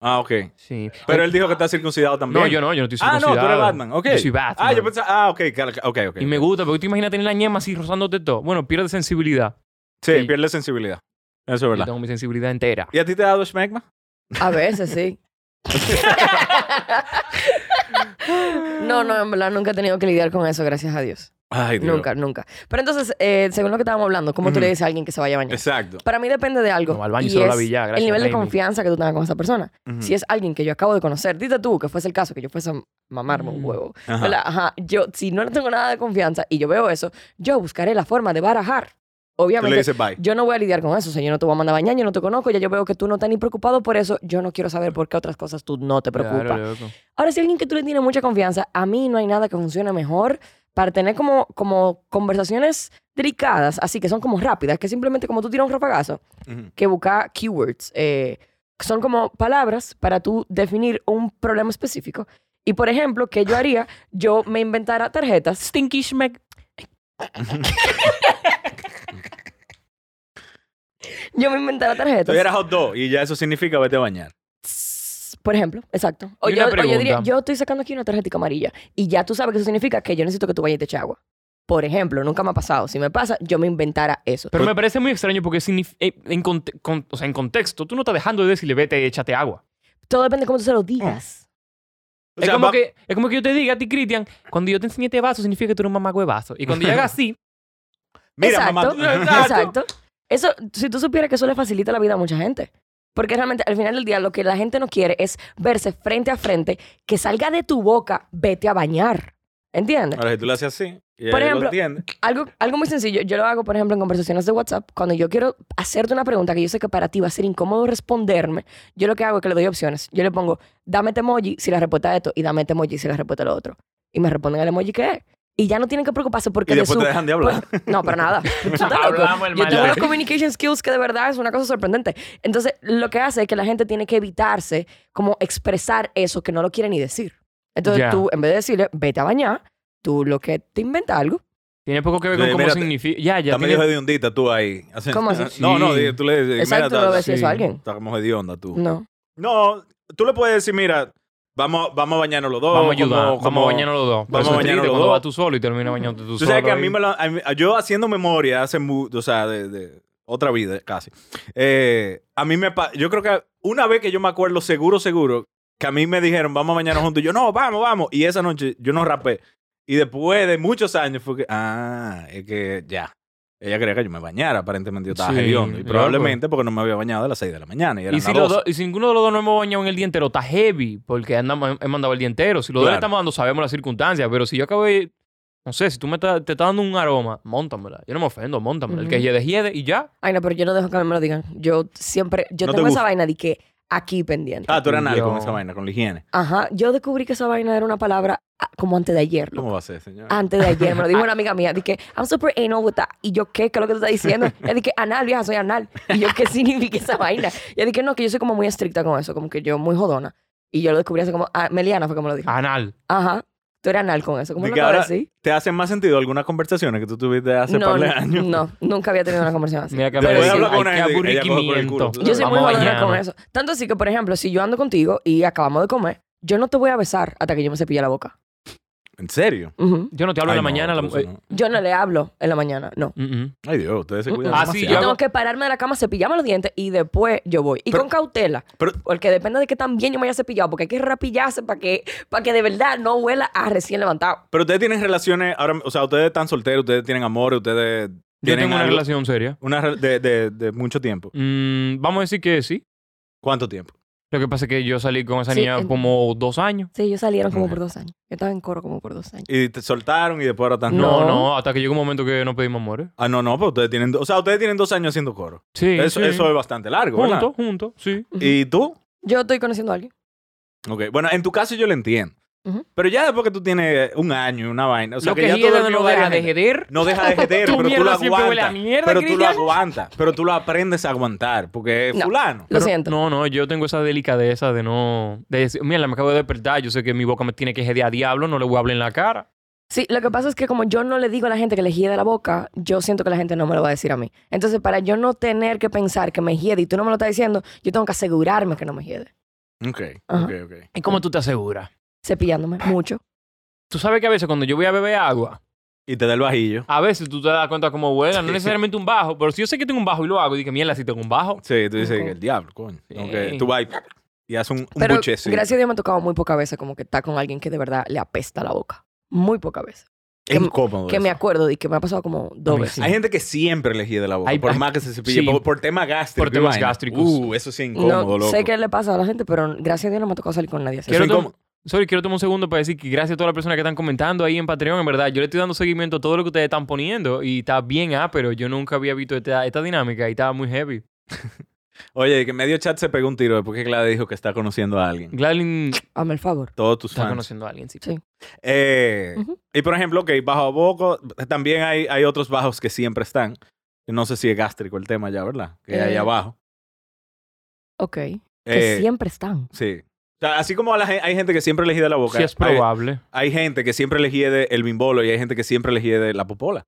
E: Ah, ok.
D: Sí.
E: Pero él dijo que está circuncidado también.
D: No, yo no, yo no estoy
E: Ah, no,
D: circuncidado.
E: tú eres Batman. Ok.
D: Yo soy Batman.
E: Ah, yo pensaba. Ah, ok, cal- ok, ok.
D: Y me gusta, porque tú imaginas tener la ñema así rozándote todo. Bueno, pierde sensibilidad.
E: Sí,
D: Sí.
E: pierde sensibilidad. Eso es
D: Yo
E: verdad.
D: tengo mi sensibilidad entera.
E: ¿Y a ti te ha dado Schmegma?
F: A
E: <laughs>
F: veces sí. no, no, en verdad nunca he tenido que lidiar con eso, gracias a Dios.
E: Ay,
F: Nunca, nunca. Pero entonces, eh, según lo que estábamos hablando, ¿cómo tú le
E: Ujú.
F: dices a alguien que se vaya a bañar?
E: Exacto.
F: Para mí depende de algo.
D: No, al baño
F: y
D: solo la
F: es
D: vi ya, gracias,
F: El nivel de
D: Amy.
F: confianza que tú tengas con esa persona.
E: Ujú.
F: Si es alguien que yo acabo de conocer, dite tú que fuese el caso, que yo fuese a mamarme
D: Mm.
F: un huevo.
E: Ajá.
F: ¿verdad? Ajá. Yo, si no le tengo nada de confianza y yo veo eso, yo buscaré la forma de barajar.
E: Tú le
F: Obviamente,
E: dices bye.
F: yo no voy a lidiar con eso, o sea, yo no te voy a mandar a bañar, yo no te conozco, ya yo veo que tú no estás ni preocupado por eso, yo no quiero saber por qué otras cosas tú no te preocupas.
D: Claro, loco.
F: Ahora, si alguien que tú le tienes mucha confianza, a mí no hay nada que funcione mejor para tener como, como conversaciones delicadas, así que son como rápidas, que simplemente como tú tiras un rafagazo,
E: Ujú.
F: que busca keywords, eh, que son como palabras para tú definir un problema específico. Y por ejemplo, ¿qué yo haría? Yo me inventara tarjetas.
D: Stinky schmeck.
F: Yo me inventara
E: Tú
F: tarjetas.
E: eras hot dog y ya eso significa vete a bañar.
F: Por ejemplo, exacto. O
D: Y
F: yo,
D: una
F: o yo diría,
D: pregunta.
F: yo estoy sacando aquí una tarjetita amarilla. Y ya tú sabes que eso significa que yo necesito que tú vayas y te eches agua. Por ejemplo, nunca me ha pasado. Si me pasa, yo me inventara eso.
E: Pues-
D: Pero me parece muy extraño porque signif- eh, en, conte- con- o sea, en contexto, tú no estás dejando de decirle vete y échate agua.
F: Todo depende de cómo tú se lo digas.
E: Mm. O
D: es,
E: sea,
D: como
E: va-
D: que, es como que yo te diga a ti, Cristian, cuando yo te enseñé este vaso, significa que tú eres un mamagüe vaso. Y cuando yo
E: <laughs>
D: haga así,
E: Mira,
F: exacto,
E: mamá.
F: <laughs>
E: tú-
F: Exacto. Eso, si tú supieras que eso le facilita la vida a mucha gente. Porque realmente al final del día lo que la gente no quiere es verse frente a frente, que salga de tu boca, vete a bañar. ¿Entiendes?
E: Ahora, si tú lo haces así y
F: Por
E: él
F: ejemplo,
E: lo entiende.
F: Algo, algo muy sencillo, yo lo hago, por ejemplo, en conversaciones de WhatsApp. Cuando yo quiero hacerte una pregunta que yo sé que para ti va a ser incómodo responderme, yo lo que hago es que le doy opciones. Yo le pongo, dame este emoji si la respuesta es esto y dame este emoji si la respuesta es lo otro. Y me responden el emoji que es. Y ya no tienen que preocuparse porque
E: Y después
F: su-
E: te dejan de hablar.
F: pues, no,
E: <laughs>
F: para nada. Tú estás loco.
E: Hablamos el
F: Yo tengo
E: mal
F: unos
E: de-
F: communication skills que de verdad es una cosa sorprendente. Entonces, lo que hace es que la gente tiene que evitarse como expresar eso que no lo quiere ni decir. Entonces,
D: Ya.
F: tú, en vez de decirle, vete a bañar, tú lo que te inventa algo.
D: Tiene poco que ver con
E: Sí,
D: cómo
E: mírate.
D: significa. Ya, ya.
E: Está medio
D: tiene-
E: hediondita tú ahí. Así-
F: ¿Cómo así?
E: No, no,
D: Sí.
E: di- tú le dices.
F: Exacto,
E: mira,
F: no le
E: estás-
F: decías eso a alguien.
E: Está como hedionda tú.
F: No.
E: No, tú le puedes decir, mira, vamos, vamos a bañarnos los dos.
D: Vamos a ayudar,
E: como-
D: vamos
E: como-
D: a bañarnos los dos. Pero
E: Vamos
D: eso
E: a
D: es
E: bañarnos
D: triste
E: los
D: cuando
E: dos.
D: vas tú solo y terminas bañándote tú
E: Tú sabes
D: solo
E: que a
D: ahí.
E: mí me lo- a mí- yo haciendo memoria hace mu- o sea, de, de otra vida casi. Eh, a mí me pa- yo creo que una vez que yo me acuerdo seguro seguro que a mí me dijeron, "Vamos a bañarnos juntos." Y yo, "No, vamos, vamos." Y esa noche yo no rapé. Y después de muchos años fue que, "Ah, es que ya ella creía que yo me bañara, aparentemente yo estaba
D: Sí,
E: hediondo. Y
D: loco.
E: probablemente porque no me había bañado a las 6 de la mañana. Y, eran
D: Y si,
E: las
D: los
E: 12.
D: dos- y si ninguno de los dos no hemos bañado en el día entero, está heavy, porque andamos, hemos andado el día entero. Si los dos
E: Claro.
D: le estamos dando, sabemos las circunstancias, pero si yo acabo de. No sé, si tú me estás- te estás dando un aroma, montamela. Yo no me ofendo, montamela. El que
F: Ujú.
D: hiede, hiede y ya.
F: Ay, no, pero yo no dejo que a mí me lo digan. Yo siempre, yo
D: No te
F: tengo esa
D: gusta.
F: vaina de que aquí pendiente.
E: Ah, tú eras anal con
D: Yo-
E: esa vaina, con la higiene.
F: Ajá, yo descubrí que esa vaina era una palabra ah, como antes de ayer. loco.
E: ¿Cómo va a ser, señor?
D: Ah.
F: Antes de ayer, me lo dijo una amiga mía. Dije, I'm super anal with that. Y yo, ¿qué? ¿Qué es lo que tú estás diciendo? Ella dije, anal, vieja, soy anal. Y yo, ¿qué <laughs> significa esa vaina? Y ella dije, no, que yo soy como muy estricta con eso, como que yo muy jodona. Y yo lo descubrí hace como, ah, Meliana fue como lo dijo.
D: Anal.
F: Ajá, tú eres anal con eso. ¿Cómo
E: Di
F: lo
E: que
F: acabas
E: ahora
F: de decir?
E: ¿Te hacen más sentido algunas conversaciones que tú tuviste hace
F: no,
E: par de
F: no,
E: años?
F: no, nunca había tenido una conversación así.
D: Mira que me
E: Después de
D: decía,
E: hablar con
D: "Ay,
E: una
D: qué
E: gente, ella coge por el
D: aburrimiento.
E: culo.
F: Yo soy muy
D: Vamos a
F: jodona con
D: bañarnos.
F: eso. Tanto así que, por ejemplo, si yo ando contigo y acabamos de comer, yo no te voy a besar hasta que yo me cepille la boca.
E: ¿En serio?
F: Ujú.
D: Yo no te hablo
E: Ay,
D: en la
E: no,
D: mañana. la-
E: pero eso
D: eh,
F: Yo no le hablo en la mañana, no.
D: mm, mm.
E: Ay, Dios, ustedes se cuidan
D: Ah, sí,
E: demasiado.
F: Yo
D: hago-
F: tengo que pararme de la cama, cepillarme los dientes y después yo voy. Y
E: Pero-
F: con cautela.
E: pero-
F: porque depende de qué tan bien yo me haya cepillado. Porque hay que rapillarse para que, para que de verdad no huela a recién levantado.
E: Pero ustedes tienen relaciones ahora, o sea, ustedes están solteros, ustedes tienen amor, ustedes
D: Yo
E: tienen
D: tengo una
E: algo-
D: relación seria.
E: una re- de, de- de mucho tiempo.
D: Mm, vamos a decir que sí.
E: ¿Cuánto tiempo?
D: Lo que pasa es que yo salí con esa
F: Sí,
D: niña
F: en-
D: como dos años.
F: Sí, ellos salieron como por dos años. Yo estaba en coro como por dos años.
E: Y te soltaron y después ahora están.
D: No,
F: No.
D: no, hasta que llegó un momento que no pedimos amores.
E: Ah, no, no, pero ustedes tienen, do- o sea, ustedes tienen dos años haciendo coro.
D: Sí,
E: eso,
D: sí.
E: eso es bastante largo, ¿verdad?
D: Juntos, juntos, sí.
E: ¿Y tú?
F: Yo estoy conociendo a alguien.
E: Ok, bueno, en tu caso yo lo entiendo.
F: Ujú.
E: Pero ya después que tú tienes un año, una vaina, o sea,
D: Lo
E: que,
D: que
E: ya
D: hiede
E: todo el
D: no
E: mundo
D: deja
E: vaina-
D: de jeder.
E: No deja de
D: <laughs>
E: jeder,
D: Tu
E: pero tú lo
D: mierda siempre huele a
E: aguantas.
D: mierda,
E: pero tú lo
D: Cristian.
E: aguantas, pero tú lo aprendes a aguantar, porque es
F: No.
E: fulano.
F: lo siento.
D: No, no, yo tengo esa delicadeza de no. De decir, mira, me acabo de despertar, yo sé que mi boca me tiene que jedear a diablo, no le voy a hablar en la cara.
F: Sí, lo que pasa es que como yo no le digo a la gente que le gíe de la boca, yo siento que la gente no me lo va a decir a mí. Entonces, para yo no tener que pensar que me hiede y tú no me lo estás diciendo, yo tengo que asegurarme que no me hiede.
E: Ok,
F: Ajá.
E: ok, ok.
D: ¿Y cómo tú te aseguras?
F: Cepillándome mucho.
D: Tú sabes que a veces cuando yo voy a beber agua,
E: Y te da el bajillo.
D: a veces tú te das cuenta como huele, <laughs> no necesariamente un bajo, pero si yo sé que tengo un bajo y lo hago, dije, mierda, si tengo un bajo.
E: Sí, tú dices
F: Ok.
E: el diablo, coño.
D: Sí.
E: Ok, tú vas y, y haces un, un
F: Pero
E: buchecito.
F: gracias a Dios me ha tocado muy pocas veces como que está con alguien que de verdad le apesta la boca. Muy pocas veces.
E: Es
F: que-
E: incómodo.
F: Que me
E: eso.
F: acuerdo y que me ha pasado como
D: A
F: dos
D: mí
F: veces.
D: sí.
E: Hay gente que siempre le de la boca,
D: Hay-
E: por
D: hay-
E: más que se cepille,
D: sí.
E: por, por tema gástrico.
D: Por
E: y
D: temas
E: vaina.
D: gástricos.
E: Uh, eso sí es
F: No
E: incómodo, loco.
F: sé qué le pasa a la gente, pero gracias a Dios no me ha tocado salir con nadie. así.
E: Eso
D: Quiero
E: es
D: tom-
E: incómodo.
D: Sorry, quiero tomar un segundo para decir que gracias a todas las personas que están comentando ahí en Patreon. En verdad, yo le estoy dando seguimiento a todo lo que ustedes están poniendo y está bien, ah, pero yo nunca había visto esta, esta dinámica y estaba muy heavy.
E: Oye, que medio chat se pegó un tiro después que Gladys dijo que está conociendo a alguien.
D: Gladlin
F: Hazme el favor.
E: Todos tus
D: está
E: fans.
D: conociendo a alguien, sí.
F: Sí.
E: Eh,
F: Ujú.
E: Y por ejemplo, ok, bajo a boco, también hay, hay otros bajos que siempre están. No sé si es gástrico el tema ya, ¿verdad? Que hay
F: Eh,
E: abajo.
F: Ok.
E: Eh,
F: Que siempre están.
E: Sí. O sea, así como a la gen- hay gente que siempre elegida la boca.
D: Sí, es
E: hay-
D: probable.
E: Hay gente que siempre elegía de el bimbolo y hay gente que siempre elegía de la popola.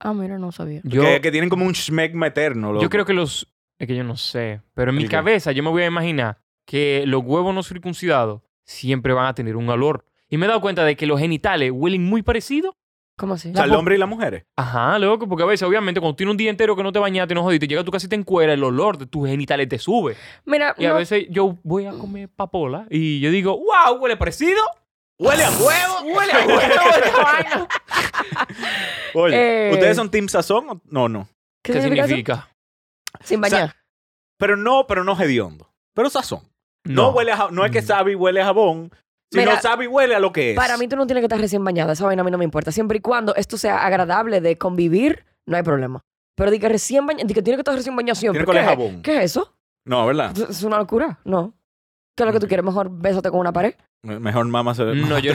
F: Ah, mira, no sabía.
D: Yo,
E: que, que tienen como un schmegma eterno.
D: yo creo que los. Es que yo no sé, pero en mi
E: ¿El qué?
D: cabeza yo me voy a imaginar que los huevos no circuncidados siempre van a tener un olor. Y me he dado cuenta de que los genitales huelen muy parecido.
F: ¿Cómo así?
E: O sea, el
D: la po-
E: hombre y las mujeres.
D: Ajá, loco, porque a veces, obviamente, cuando tienes un día entero que no te bañaste, no jodiste, llega tú casi te encuera, el olor de tus genitales te sube.
F: Mira,
D: Y a
F: no-
D: veces yo voy a comer papola y yo digo, wow, huele parecido. Huele a huevo, <laughs> huele a huevo, esta vaina.
E: Oye,
F: Eh.
E: ¿ustedes son Team Sazón? o- No, no.
F: ¿qué,
D: ¿Qué
F: significa, eso?
D: significa?
F: Sin
E: sea,
F: bañar.
E: Pero no, pero no hediondo. Pero Sazón. No, huele a ja- No es
D: Mm.
E: que Sabi huele a jabón, sino
F: Mira,
E: Sabi huele a lo que es.
F: Para mí tú no tienes que estar recién bañada, esa vaina a mí no me importa. Siempre y cuando esto sea agradable de convivir, no hay problema. Pero di que recién bañada, di que tiene que estar recién bañada siempre.
E: Tiene que Ah.
F: ¿qué
E: oler
F: es-
E: jabón.
F: ¿Qué es eso?
E: No, ¿verdad?
F: Es una locura. No. ¿Qué es lo que tú
E: Mm.
F: quieres? Mejor bésate con una pared.
E: Me- Mejor mamas
D: No, yo no-
E: mámate
D: yo-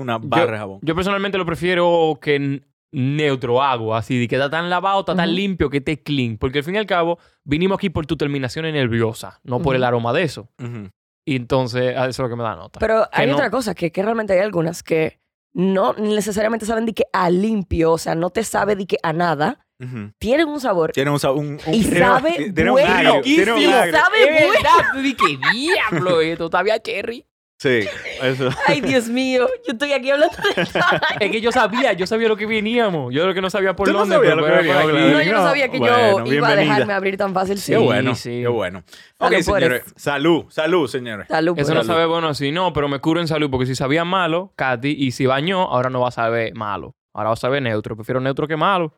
E: una
D: yo-
E: barra de jabón.
D: Yo personalmente lo prefiero que n- neutro agua, así de que está tan lavado, está tan
E: Ujú.
D: limpio, que esté clean. Porque al fin y al cabo, vinimos aquí por tu terminación nerviosa, no por
F: Ujú.
D: el aroma de eso. Y entonces, ah, eso es lo que me da nota.
F: Pero
D: Que
F: hay
D: no-
F: otra cosa, que, que realmente hay algunas que no necesariamente saben de que a limpio, o sea, no te sabe de que a nada.
E: Ujú.
F: Tienen un sabor.
E: Tiene un, sa- un, un-
F: Y
E: tiene-
F: sabe
E: tiene un
F: bueno.
E: agrio, tiene un
F: Y
E: agrio. Eh.
F: sabe <laughs>
D: Es
F: bueno.
D: verdad, tú di que diablo esto, todavía cherry.
E: Sí,
D: <laughs>
E: eso.
F: Ay, Dios mío, yo estoy aquí hablando de
E: <laughs>
D: es que yo sabía, yo sabía lo que veníamos. Yo lo que no sabía por
E: ¿Tú no
D: dónde.
E: sabías
D: pero
E: lo que
D: era por
E: veníamos,
D: aquí.
E: Gladys?
F: No, yo no sabía que
E: Bueno,
F: yo iba a
E: bienvenida.
F: dejarme abrir tan fácil. Sí.
E: Qué bueno,
D: sí.
E: qué bueno. Ok,
F: Salud por
E: señores. Salud, salud, señores.
F: Salud,
D: Eso
F: pues.
D: no sabe bueno así, no, pero me curo en salud porque si sabía malo, Katy, y si bañó, ahora no va a saber malo. Ahora va a saber neutro. Prefiero neutro que malo.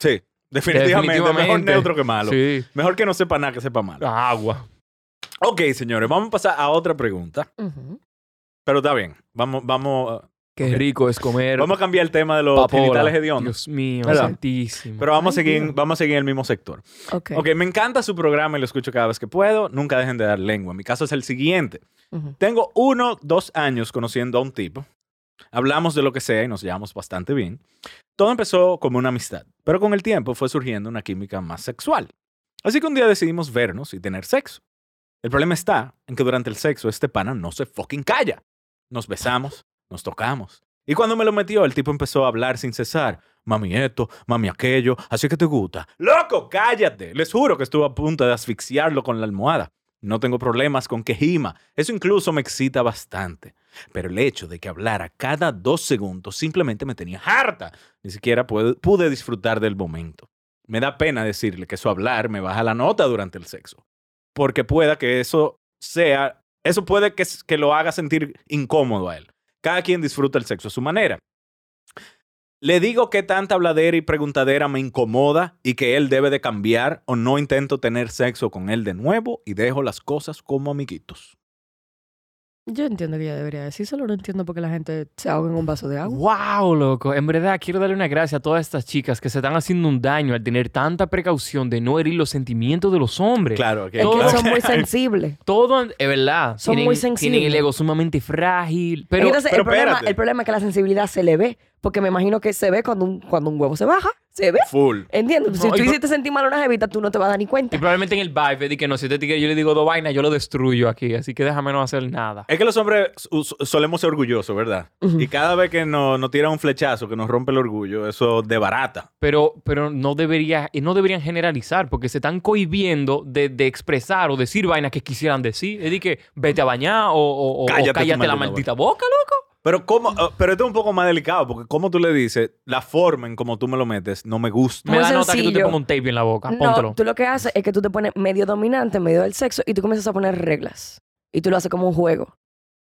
E: Sí, definitivamente, Mejor
D: Definitivamente.
E: neutro que malo.
D: Sí. Ah.
E: Mejor que no sepa nada que sepa malo.
D: Agua.
E: Ok, señores, vamos a pasar a otra pregunta.
F: Ujú.
E: Pero está bien. Vamos, vamos.
D: Qué rico es comer.
E: Vamos a cambiar el tema de los
D: papola.
E: genitales hediondos.
D: Dios mío,
E: ¿Verdad?
D: santísimo.
E: Pero vamos a
D: Ay,
E: seguir,
D: Dios.
E: vamos a seguir en el mismo sector.
F: Ok.
E: Ok, me encanta su programa y lo escucho cada vez que puedo. Nunca dejen de dar lengua. Mi caso es el siguiente.
F: Ujú.
E: Tengo uno, dos años conociendo a un tipo. Hablamos de lo que sea y nos llevamos bastante bien. Todo empezó como una amistad, pero con el tiempo fue surgiendo una química más sexual. Así que un día decidimos vernos y tener sexo. El problema está en que durante el sexo este pana no se fucking calla. Nos besamos, nos tocamos. Y cuando me lo metió, el tipo empezó a hablar sin cesar. Mami esto, mami aquello, así que te gusta. ¡Loco, cállate! Les juro que estuve a punto de asfixiarlo con la almohada. No tengo problemas con que gima. Eso incluso me excita bastante. Pero el hecho de que hablara cada dos segundos simplemente me tenía harta. Ni siquiera pude, pude disfrutar del momento. Me da pena decirle que su hablar me baja la nota durante el sexo. Porque pueda que eso sea, eso puede que, s- que lo haga sentir incómodo a él. Cada quien disfruta el sexo a su manera. Le digo que tanta habladera y preguntadera me incomoda y que él debe de cambiar o no intento tener sexo con él de nuevo y dejo las cosas como amiguitos.
F: Yo entiendo que ya debería decir, solo no entiendo por qué la gente se ahoga en un vaso de agua.
D: Wow, loco. En verdad, quiero darle una gracia a todas estas chicas que se están haciendo un daño al tener tanta precaución de no herir los sentimientos de los hombres.
E: Claro, que
F: Es que
D: Todo- <laughs>
F: son muy sensibles.
D: Todo an- es verdad.
F: Son
D: tienen,
F: muy
D: Tienen
F: sensibles.
D: el ego sumamente frágil. Pero,
F: Entonces,
D: pero
F: el, problema,
D: espérate.
F: el problema es que la sensibilidad se le ve, porque me imagino que se ve cuando un, cuando un huevo se baja, se ve.
E: Full.
F: Entiendo. Si
D: No, y
F: tú
D: pro-
F: hiciste sentir mal a una jevita, tú no te vas a dar ni cuenta.
D: Y probablemente en el vibe, de que no, si este tigre yo le digo dos vainas, yo lo destruyo aquí. Así que déjame no hacer nada.
E: Es que los hombres su- su- solemos ser orgullosos, ¿verdad?
D: Ujú.
E: Y cada vez que nos, nos tiran un flechazo, que nos rompe el orgullo, eso debarata.
D: Pero, pero no, debería, y no deberían generalizar, porque se están cohibiendo de, de expresar o decir vainas que quisieran decir. Es de que vete a bañar o, o- o- o cállate,
E: Cállate tu
D: la
E: maldita
D: maldita boca, loco.
E: Pero cómo, eh, pero esto es un poco más delicado, porque como tú le dices, la forma en como tú me lo metes no me gusta.
D: Me
F: Muy
D: da nota que tú te
F: sencillo.
D: pongas un tape en la boca.
F: No,
D: Póntelo.
F: tú lo que haces es que tú te pones medio dominante en medio del sexo y tú comienzas a poner reglas. Y tú lo haces como un juego.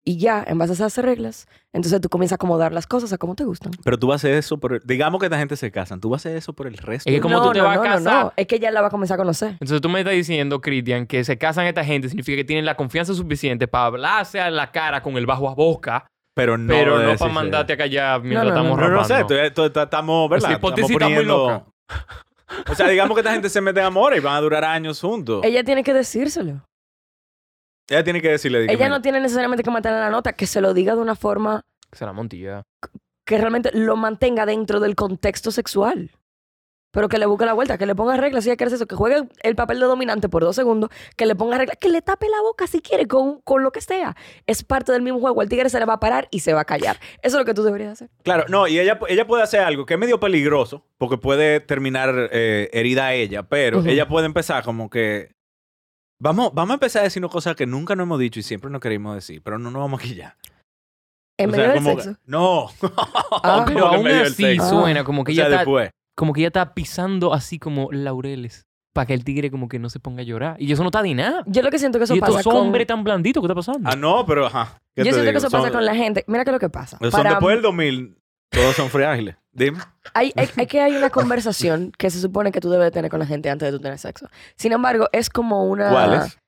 F: Y ya, en base a esas reglas, entonces tú comienzas a acomodar las cosas a como te gustan.
E: Pero tú vas a hacer eso por el- digamos que esta gente se casan, tú vas a hacer eso por el resto.
D: Es que como tú te vas a casar.
F: Es que ya la va a comenzar a conocer.
D: Entonces tú me estás diciendo, Cristian, que se casan esta gente significa que tienen la confianza suficiente para hablarse a la cara con el bajo a boca,
E: Pero no,
D: pero no
E: decirse-
D: para mandarte a callar mientras
E: No, no,
D: estamos
E: no, no, no sé,
D: rapando.
E: esto- esto- esto- estamos, ¿verdad?
D: Esa
E: Estamos
D: hipótesis está muy
E: poniendo-
D: loca.
E: O sea, digamos que esta gente se mete en amor y van a durar años juntos. Ella,
F: Ella tiene que decírselo.
E: tiene que decirle. di que,
F: Ella
E: mira,
F: no tiene necesariamente que mantener la nota, que se lo diga de una forma
D: Se la
E: <laughs>
D: montilla.
F: que realmente lo mantenga dentro del contexto sexual. Pero que le busque la vuelta, que le ponga reglas si ella quiere hacer eso, que juegue el papel de dominante por dos segundos, que le ponga reglas, que le tape la boca si quiere, con, con lo que sea. Es parte del mismo juego. El tigre se le va a parar y se va a callar. Eso es lo que tú deberías hacer.
E: Claro, no, y ella, ella puede hacer algo que es medio peligroso, porque puede terminar eh, herida a ella, pero
F: Ujú.
E: ella puede empezar como que. Vamos, vamos a empezar a decirnos cosas que nunca nos hemos dicho y siempre nos queremos decir, pero no nos vamos a quillar.
F: En
E: O
F: medio
E: sea,
F: del
E: como que- <laughs>
F: sexo.
E: No. Como
F: Ah.
D: Pero
E: que en
D: aún
E: medio del
D: así
E: sexo.
D: suena como que
E: O sea,
D: ella está-
E: después.
D: como que ella está pisando así como laureles para que el tigre como que no se ponga a llorar. Y eso no está de nada.
F: Yo lo que siento que eso
D: y
F: pasa
D: estos
F: con...
D: hombres tan blanditos, ¿qué está pasando?
E: Ah, no, pero ajá. ¿Qué
F: Yo
E: te
F: siento que
E: digo?
F: eso pasa
E: Son-
F: con la gente. Mira qué es lo que pasa.
E: son
F: Para-
E: después del 2000, todos son frágiles. Dime.
F: Hay, hay- hay que
E: <laughs>
F: hay una conversación que se supone que tú debes tener con la gente antes de tú tener sexo. Sin embargo, es como una...
E: ¿Cuál es?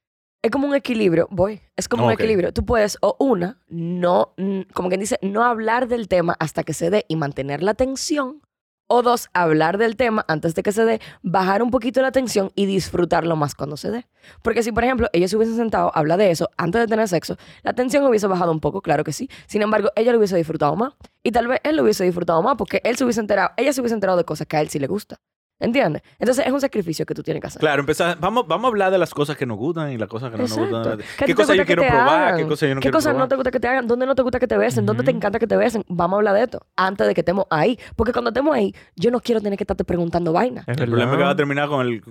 F: Es como un equilibrio, voy. Es como un
E: Ok.
F: equilibrio. Tú puedes, o una, no, mm, como quien dice, no hablar del tema hasta que se dé y mantener la tensión. O dos, hablar del tema antes de que se dé, bajar un poquito la tensión y disfrutarlo más cuando se dé. Porque si, por ejemplo, ellos se hubiesen sentado a hablar de eso antes de tener sexo, la tensión hubiese bajado un poco, claro que sí. Sin embargo, ella lo hubiese disfrutado más. Y tal vez él lo hubiese disfrutado más porque él se hubiese enterado, ella se hubiese enterado de cosas que a él sí le gusta. ¿Entiendes? Entonces es un sacrificio que tú tienes que hacer.
E: Claro, empezar, vamos, vamos a hablar de las cosas que nos gustan y las cosas que Ah, no nos
F: Exacto.
E: gustan.
F: te
E: ¿Qué cosas
F: gusta
E: yo
F: que
E: quiero
F: te
E: probar?
F: hagan?
E: ¿Qué cosas yo no quiero
F: cosas
E: probar?
F: no te gusta que te hagan? ¿Dónde no te gusta que te besen? ¿Dónde te encanta que te besen? Vamos a hablar de esto antes de que estemos ahí. Porque cuando estemos ahí, yo no quiero tener que estarte preguntando vaina.
E: El problema es que va a terminar con el.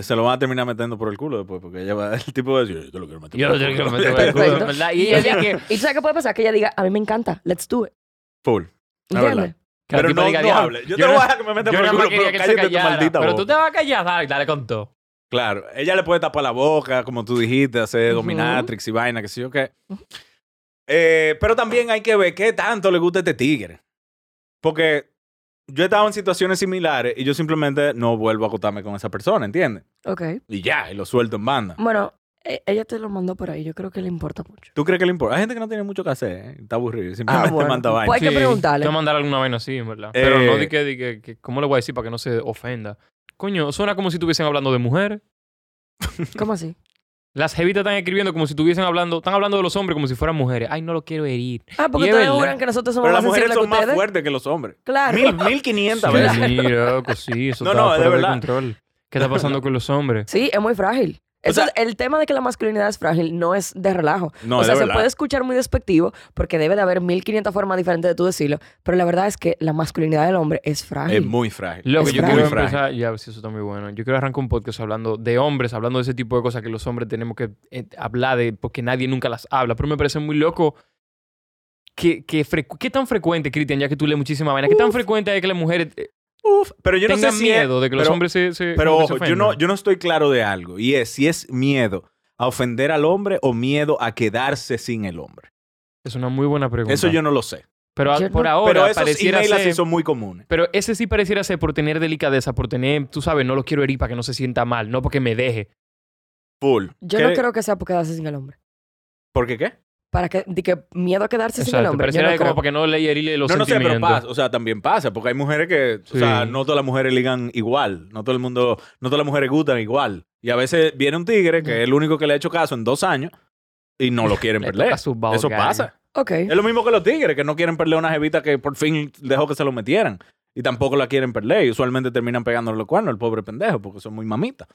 E: Se lo van a terminar metiendo por el culo después, porque ella va- <laughs> el tipo va a decir, yo te lo quiero meter.
D: Yo
E: por
D: te lo <laughs>
E: el
D: quiero
E: culo".
D: meter por el culo, ¿verdad? Y ella dice que.
F: <laughs> Y tú sabes qué puede pasar? Que ella diga, a mí me encanta, let's do it.
E: <laughs> Full. Es
F: ¿Entiendes?
E: verdad.
D: Que la
E: Pero
D: tipa
E: no,
D: diga,
E: no
D: "Diablo,
E: hable. Yo, te lo voy a dejar que me meta
D: yo
E: por
D: nada
E: el
D: más
E: culo,
D: quería
E: pero
D: que se
E: cállate tu
D: callara.
E: maldita
D: Pero tú
E: boca.
D: te vas a callar, dale, dale con todo.
E: Claro, ella le puede tapar la boca, como tú dijiste, hacer dominatrix y vaina, que sé yo qué. Eh, pero también hay que ver qué tanto le gusta este tigre. Porque yo he estado en situaciones similares y yo simplemente no vuelvo a acotarme con esa persona, ¿entiendes?
F: Ok.
E: Y ya, y lo suelto en banda.
F: Bueno, e- ella te lo mandó por ahí. Yo creo que le importa mucho.
E: ¿Tú crees que le importa? Hay gente que no tiene mucho que hacer, ¿eh? está aburrido. y Simplemente
F: Ah,
E: <laughs>
F: bueno.
E: manda vaina.
F: Pues hay que Sí. preguntarle.
D: Te voy a mandar alguna vaina así, en verdad. Pero
E: Eh.
D: no di que, di que, que- ¿cómo le voy a decir para que no se ofenda? Coño, suena como si estuviesen hablando de mujeres.
F: ¿Cómo así?
D: Las jevitas están escribiendo como si estuviesen hablando, están hablando de los hombres como si fueran mujeres. Ay, no lo quiero herir.
F: Ah, porque
D: Y es
F: ustedes
D: verdad.
F: juran que nosotros somos
E: Pero las
F: más
E: mujeres
F: sensibles
E: son
F: que
E: más
F: ustedes.
E: fuertes que los hombres.
F: Claro.
E: Mil, mil quinientas
D: Sí,
E: veces.
D: loco, sí, eso
E: <laughs> No,
D: está
E: no, de
D: fuera de
E: verdad.
D: control. ¿Qué está pasando con los hombres?
F: Sí, es muy frágil. Eso es- el tema de que la masculinidad es frágil no es de relajo.
D: No,
F: o
D: es
F: sea,
D: de
F: se
D: verdad.
F: puede escuchar muy despectivo porque debe de haber 1500 formas diferentes de tú decirlo, pero la verdad es que la masculinidad del hombre es frágil.
E: Es muy frágil.
D: Loco,
E: Es
D: yo
E: muy
D: quiero
E: frágil.
D: empezar. Ya, sí, eso está muy bueno. Yo quiero arrancar un podcast hablando de hombres, hablando de ese tipo de cosas que los hombres tenemos que eh, hablar de, porque nadie nunca las habla. Pero me parece muy loco. que que frecu- ¿Qué tan frecuente, Cristian, ya que tú lees muchísima vaina, qué tan frecuente es que las mujeres eh,
E: Uf, pero yo no sé
D: tengan
E: si
D: miedo
E: es-
D: de que los
E: pero-
D: hombres se, se-
E: Pero
D: como que se
E: ojo, yo no,
D: ofendan?
E: yo no estoy claro de algo. Y es si es miedo a ofender al hombre o miedo a quedarse sin el hombre.
D: Es una muy buena pregunta.
E: Eso yo no lo sé.
D: Pero a-
E: Yo
D: por
E: no-
D: ahora
E: Pero esos
D: pareciera
E: emails
D: ser-
E: así son muy comunes.
D: Pero ese sí pareciera ser por tener delicadeza, por tener, tú sabes, no lo quiero herir para que no se sienta mal, no porque me deje.
E: Full.
F: Yo no creo que sea por quedarse sin el hombre.
E: ¿Por qué qué?
F: Para que, de que miedo a quedarse sin el
D: Exacto,
F: hombre. Yo
D: pareciera
F: no
D: que como
F: creo.
D: para que no le herirle los
E: no, no sé,
D: sentimientos.
E: pero pasa. O sea, también pasa. Porque hay mujeres que... O
D: Sí.
E: sea, no todas las mujeres ligan igual. No todo el mundo... No todas las mujeres gustan igual. Y a veces viene un tigre que es el único que le ha hecho caso en dos años y no lo quieren
D: Mm. <laughs> Le
E: perder.
D: toca su eh.
E: Eso
D: baugar.
E: pasa.
F: Ok.
E: Es lo mismo que los tigres, que no quieren perder una jevita que por fin dejó que se lo metieran. Y tampoco la quieren perder. Y usualmente terminan pegándole los cuernos, el pobre pendejo, porque son muy mamitas.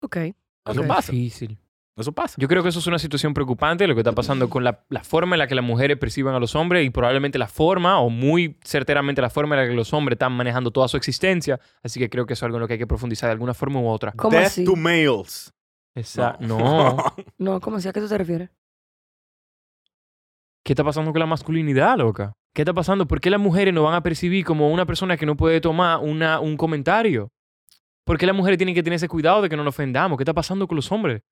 F: Ok.
E: Eso
D: Ok.
E: pasa.
D: Difícil.
E: Eso pasa.
D: Yo creo que eso es una situación preocupante, lo que está pasando con la, la forma en la que las mujeres perciben a los hombres y probablemente la forma, o muy certeramente la forma en la que los hombres están manejando toda su existencia. Así que creo que eso es algo en lo que hay que profundizar de alguna forma u otra.
F: ¿Cómo Death así? to
E: males.
D: Exacto. No.
F: No, ¿cómo así? ¿A qué tú te refieres?
D: ¿Qué está pasando con la masculinidad, loca? ¿Qué está pasando? ¿Por qué las mujeres no van a percibir como una persona que no puede tomar una, un comentario? ¿Por qué las mujeres tienen que tener ese cuidado de que no nos ofendamos? ¿Qué está pasando con los hombres?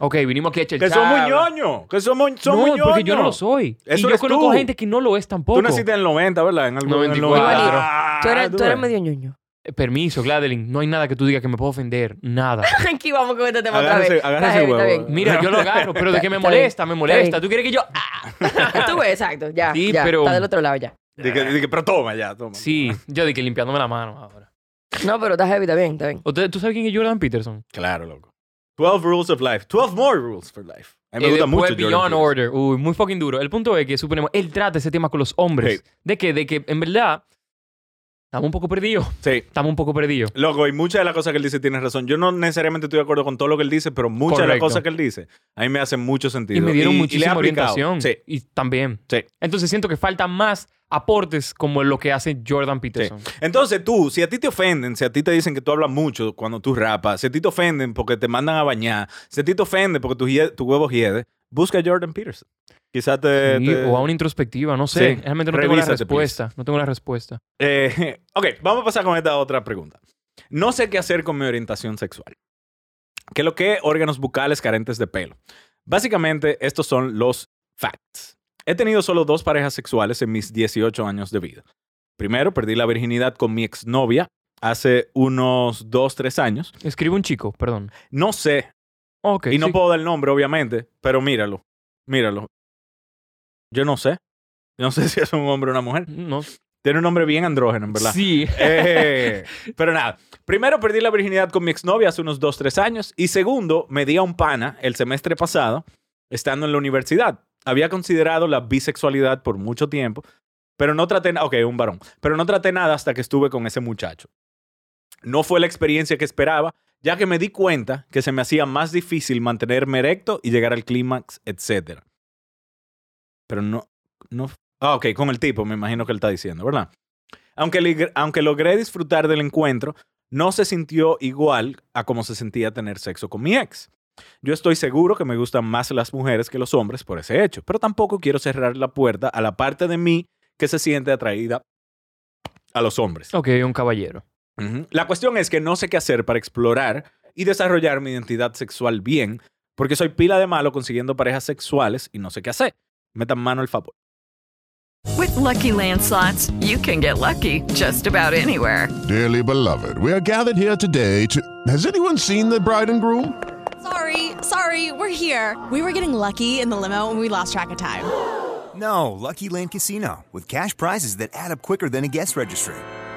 D: Ok, vinimos aquí a
E: Que
D: chelchar.
E: son muy ñoños. Que son muy, son
D: no,
E: muy
D: porque yo no lo
E: ñoños.
D: soy.
E: Eso
D: y yo
E: eres
D: conozco
E: tú.
D: gente que no lo es tampoco.
E: Tú naciste en el 90, ¿verdad? En algún en el
D: 94.
E: 90.
F: tú eres,
E: Ah, tú
F: tú
E: ves.
F: eres medio ñoño.
D: Eh, Permiso, Gladeline. No hay nada que tú digas que me pueda ofender. Nada.
F: Aquí vamos con este tema
E: Agárrese-
F: otra vez.
E: agárrese
F: Está bien,
E: huevo.
F: está bien.
D: Mira, yo lo agarro, pero de que me
F: Está bien,
D: molesta, me
F: está
D: molesta.
F: bien.
D: ¿Tú quieres que yo...? Ah,
F: <laughs> tú ves, exacto. Ya,
D: Sí,
F: ya.
D: pero-
F: Está del otro lado ya.
E: Dije, dije, pero toma ya, toma.
D: Sí, yo dije limpiándome la mano ahora.
F: No, pero está heavy, está bien, está
D: <laughs>
F: bien.
D: ¿Usted- ¿Tú sabes quién es Jordan Peterson?
E: Claro, loco. 12 rules of life. 12 more rules for life. A mí
D: Y
E: me gusta
D: Eh, después
E: mucho Jordan
D: Beyond
E: Peterson.
D: Order. Uy, muy fucking duro. El punto es que suponemos, él trata ese tema con los hombres. De que, de que, en verdad, estamos un poco perdidos.
E: Sí.
D: Estamos un poco perdidos.
E: Loco, y muchas de las cosas que él dice tienes razón. Yo no necesariamente estoy de acuerdo con todo lo que él dice, pero muchas de las
D: Correcto.
E: cosas que él dice a mí me hacen mucho sentido.
D: Y me dieron
E: y le he
D: muchísima
E: aplicado.
D: orientación.
E: Sí.
D: Y también.
E: Sí.
D: Entonces siento que faltan más aportes como lo que hace Jordan Peterson.
E: Entonces tú, si a ti te ofenden, si a ti te dicen que tú hablas mucho cuando tú rapas, si a ti te ofenden porque te mandan a bañar, si a ti te ofenden porque tu, hie- tu huevo hiede, busca a Jordan Peterson. Quizás te,
D: Sí,
E: Eh, te-
D: O a una introspectiva, no sé.
E: Sí.
D: Realmente no tengo la
E: Revísate, pues.
D: respuesta. No tengo la respuesta.
E: Eh, <laughs> ok, vamos a pasar con esta otra pregunta. No sé qué hacer con mi orientación sexual. ¿Qué es lo que es órganos bucales carentes de pelo? Básicamente, estos son los facts. He tenido solo dos parejas sexuales en mis 18 años de vida. Primero, perdí la virginidad con mi exnovia hace unos 2, 3 años.
D: Escribe un chico, perdón.
E: No sé.
D: Ok.
E: y no
D: sí.
E: puedo dar el nombre, obviamente, pero míralo. <laughs> Míralo. Yo no sé. No sé si es un hombre o una mujer.
D: No.
E: Tiene un nombre bien andrógeno, en verdad.
D: Sí.
E: Eh, <laughs> pero nada. Primero, perdí la virginidad con mi exnovia hace unos 2, 3 años. Y segundo, me di a un pana el semestre pasado, estando en la universidad. Había considerado la bisexualidad por mucho tiempo, pero no traté nada. Ok, un varón. Pero no traté nada hasta que estuve con ese muchacho. No fue la experiencia que esperaba, ya que me di cuenta que se me hacía más difícil mantenerme erecto y llegar al clímax, etc. Pero no, no. Ah, ok, con el tipo, me imagino que él está diciendo, ¿verdad? Aunque, lig- aunque logré disfrutar del encuentro, no se sintió igual a como se sentía tener sexo con mi ex. Yo estoy seguro que me gustan más las mujeres que los hombres por ese hecho, pero tampoco quiero cerrar la puerta a la parte de mí que se siente atraída a los hombres.
D: Ok, un caballero.
E: Ujú. La cuestión es que no sé qué hacer para explorar y desarrollar mi identidad sexual bien, porque soy pila de malo consiguiendo parejas sexuales y no sé qué hacer. Metan mano al favor. <laughs>
G: With Lucky Land slots, you can get lucky just about anywhere.
H: Dearly beloved, we are gathered here today to. Has anyone seen the bride and groom?
I: Sorry, sorry, we're here. We were getting lucky in the limo and we lost track of time.
J: No, Lucky Land Casino, with cash prizes that add up quicker than a guest
E: <laughs>
J: registry.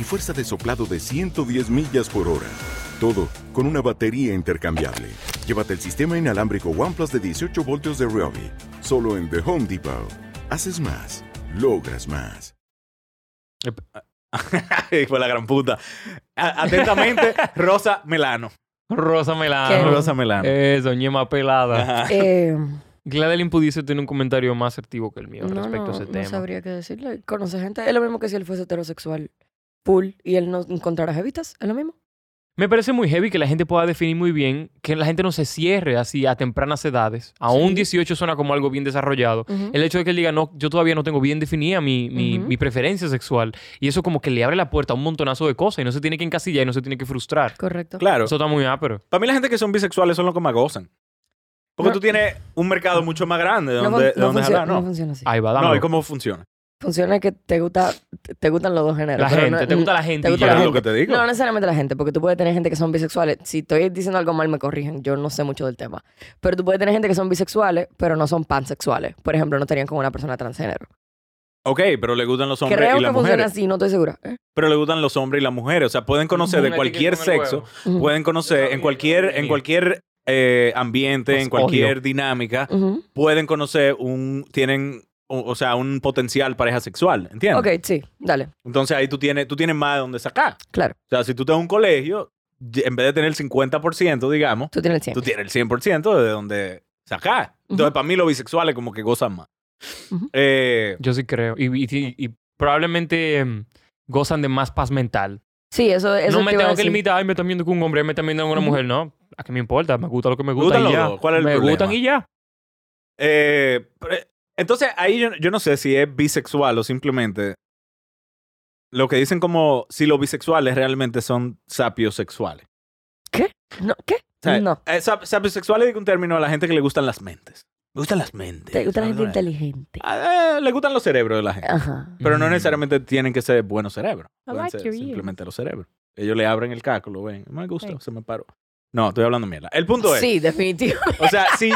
K: Y fuerza de soplado de 110 millas por hora. Todo con una batería intercambiable. Llévate el sistema inalámbrico OnePlus de 18 voltios de Ryobi solo en The Home Depot. Haces más, logras más.
E: Fue la gran puta. A-
F: <laughs>
E: atentamente, Rosa Melano.
D: Rosa Melano.
E: ¿Qué? Rosa Melano.
D: Eso, ñema pelada.
F: Eh,
D: Gladeline pudiese tener un comentario más asertivo que el mío
F: no,
D: respecto
F: no,
D: a ese
F: no
D: tema.
F: sabría qué decirle. Conoce gente. Es lo mismo que si él fuese heterosexual full y él no encontrara jevitas. Es lo mismo.
D: Me parece muy heavy que la gente pueda definir muy bien que la gente no se cierre así a tempranas edades. Aún
F: Sí.
D: 18 suena como algo bien desarrollado.
F: Ujú.
D: El hecho de que él diga, no, yo todavía no tengo bien definida mi, mi-
F: Ujú.
D: mi preferencia sexual. Y eso como que le abre la puerta a un montonazo de cosas y no se tiene que encasillar y no se tiene que frustrar.
F: Correcto.
E: Claro.
D: Eso está muy ah, ápero.
E: Para mí, la gente que son bisexuales son los que más gozan. Porque
F: No.
E: tú tienes un mercado mucho más grande de
F: No
E: donde,
F: fun-
E: de
F: no
E: donde
F: funciona-
E: jalar, ¿no?
F: no funciona así.
D: Ahí va,
E: No,
D: dámelo.
E: ¿y cómo funciona?
F: Funciona que te gusta, te- te gustan los dos géneros.
D: La
F: pero
D: gente,
F: no-
D: te gusta la gente
F: te
D: y
F: gusta
D: ya.
F: la
D: Es
E: lo
F: gente.
E: que te digo.
F: No, no necesariamente la gente, porque tú puedes tener gente que son bisexuales. Si estoy diciendo algo mal, me corrigen. Yo no sé mucho del tema. Pero tú puedes tener gente que son bisexuales, pero no son pansexuales. Por ejemplo, no estarían con una persona transgénero.
E: Ok, pero le gustan los hombres
F: Creo
E: y
F: que
E: las
F: funciona
E: mujeres.
F: así, no estoy segura. ¿eh?
E: Pero le gustan los hombres y las mujeres. O sea, pueden conocer de
D: Una
E: cualquier
D: etiqueta en el
E: sexo,
F: Ujú.
E: pueden conocer en cualquier, en cualquier eh, ambiente,
D: Los
E: en cualquier
D: odio.
E: dinámica,
F: Ujú.
E: pueden conocer un, tienen, o, o sea, un potencial pareja sexual, ¿entiendes?
F: Ok, sí, dale,
E: Entonces ahí tú tienes, tú tienes más de dónde sacar.
F: claro.
E: O sea, si tú estás en un colegio, y- en vez de tener el 50%, digamos,
F: Tú tienes el 100.
E: tú tienes el 100% de donde sacar. Entonces, para mí los bisexuales como que gozan más.
F: Ujú.
E: Eh,
D: Yo sí creo. Y, y- y- y probablemente em, gozan de más paz mental.
F: Sí, eso, eso
D: no me
F: te iba a
D: tengo que
F: decir.
D: limitar, ay, me están viendo con un hombre, me están viendo con una
F: Ujú.
D: mujer, ¿no? ¿A qué me importa? Me gusta lo que me
E: Me
D: gusta
E: gustan
D: y
E: los
D: ya.
E: dos. ¿Cuál es el
D: me
E: problema?
D: gustan y ya.
E: eh, pero- entonces, ahí yo, yo no sé si es bisexual o simplemente lo que dicen como si los bisexuales realmente son sapiosexuales.
F: No, ¿Qué?
E: O sea,
F: No.
E: eh, sap- sapiosexuales es un término a la gente que le gustan las mentes. Me gustan las mentes.
F: Te gusta la
E: ¿no?
F: gente inteligente.
E: Ah, eh, le gustan los cerebros de la gente.
F: Ajá.
E: Pero no
D: Mm.
E: necesariamente tienen que ser buenos cerebros.
F: I
E: Pueden
F: like
E: ser
F: your ears.
E: simplemente los cerebros. Ellos le abren el caco, lo ven. Me gusta, se me paró. No, estoy hablando mierda. El punto es,
F: Sí, definitivo.
E: o sea, si,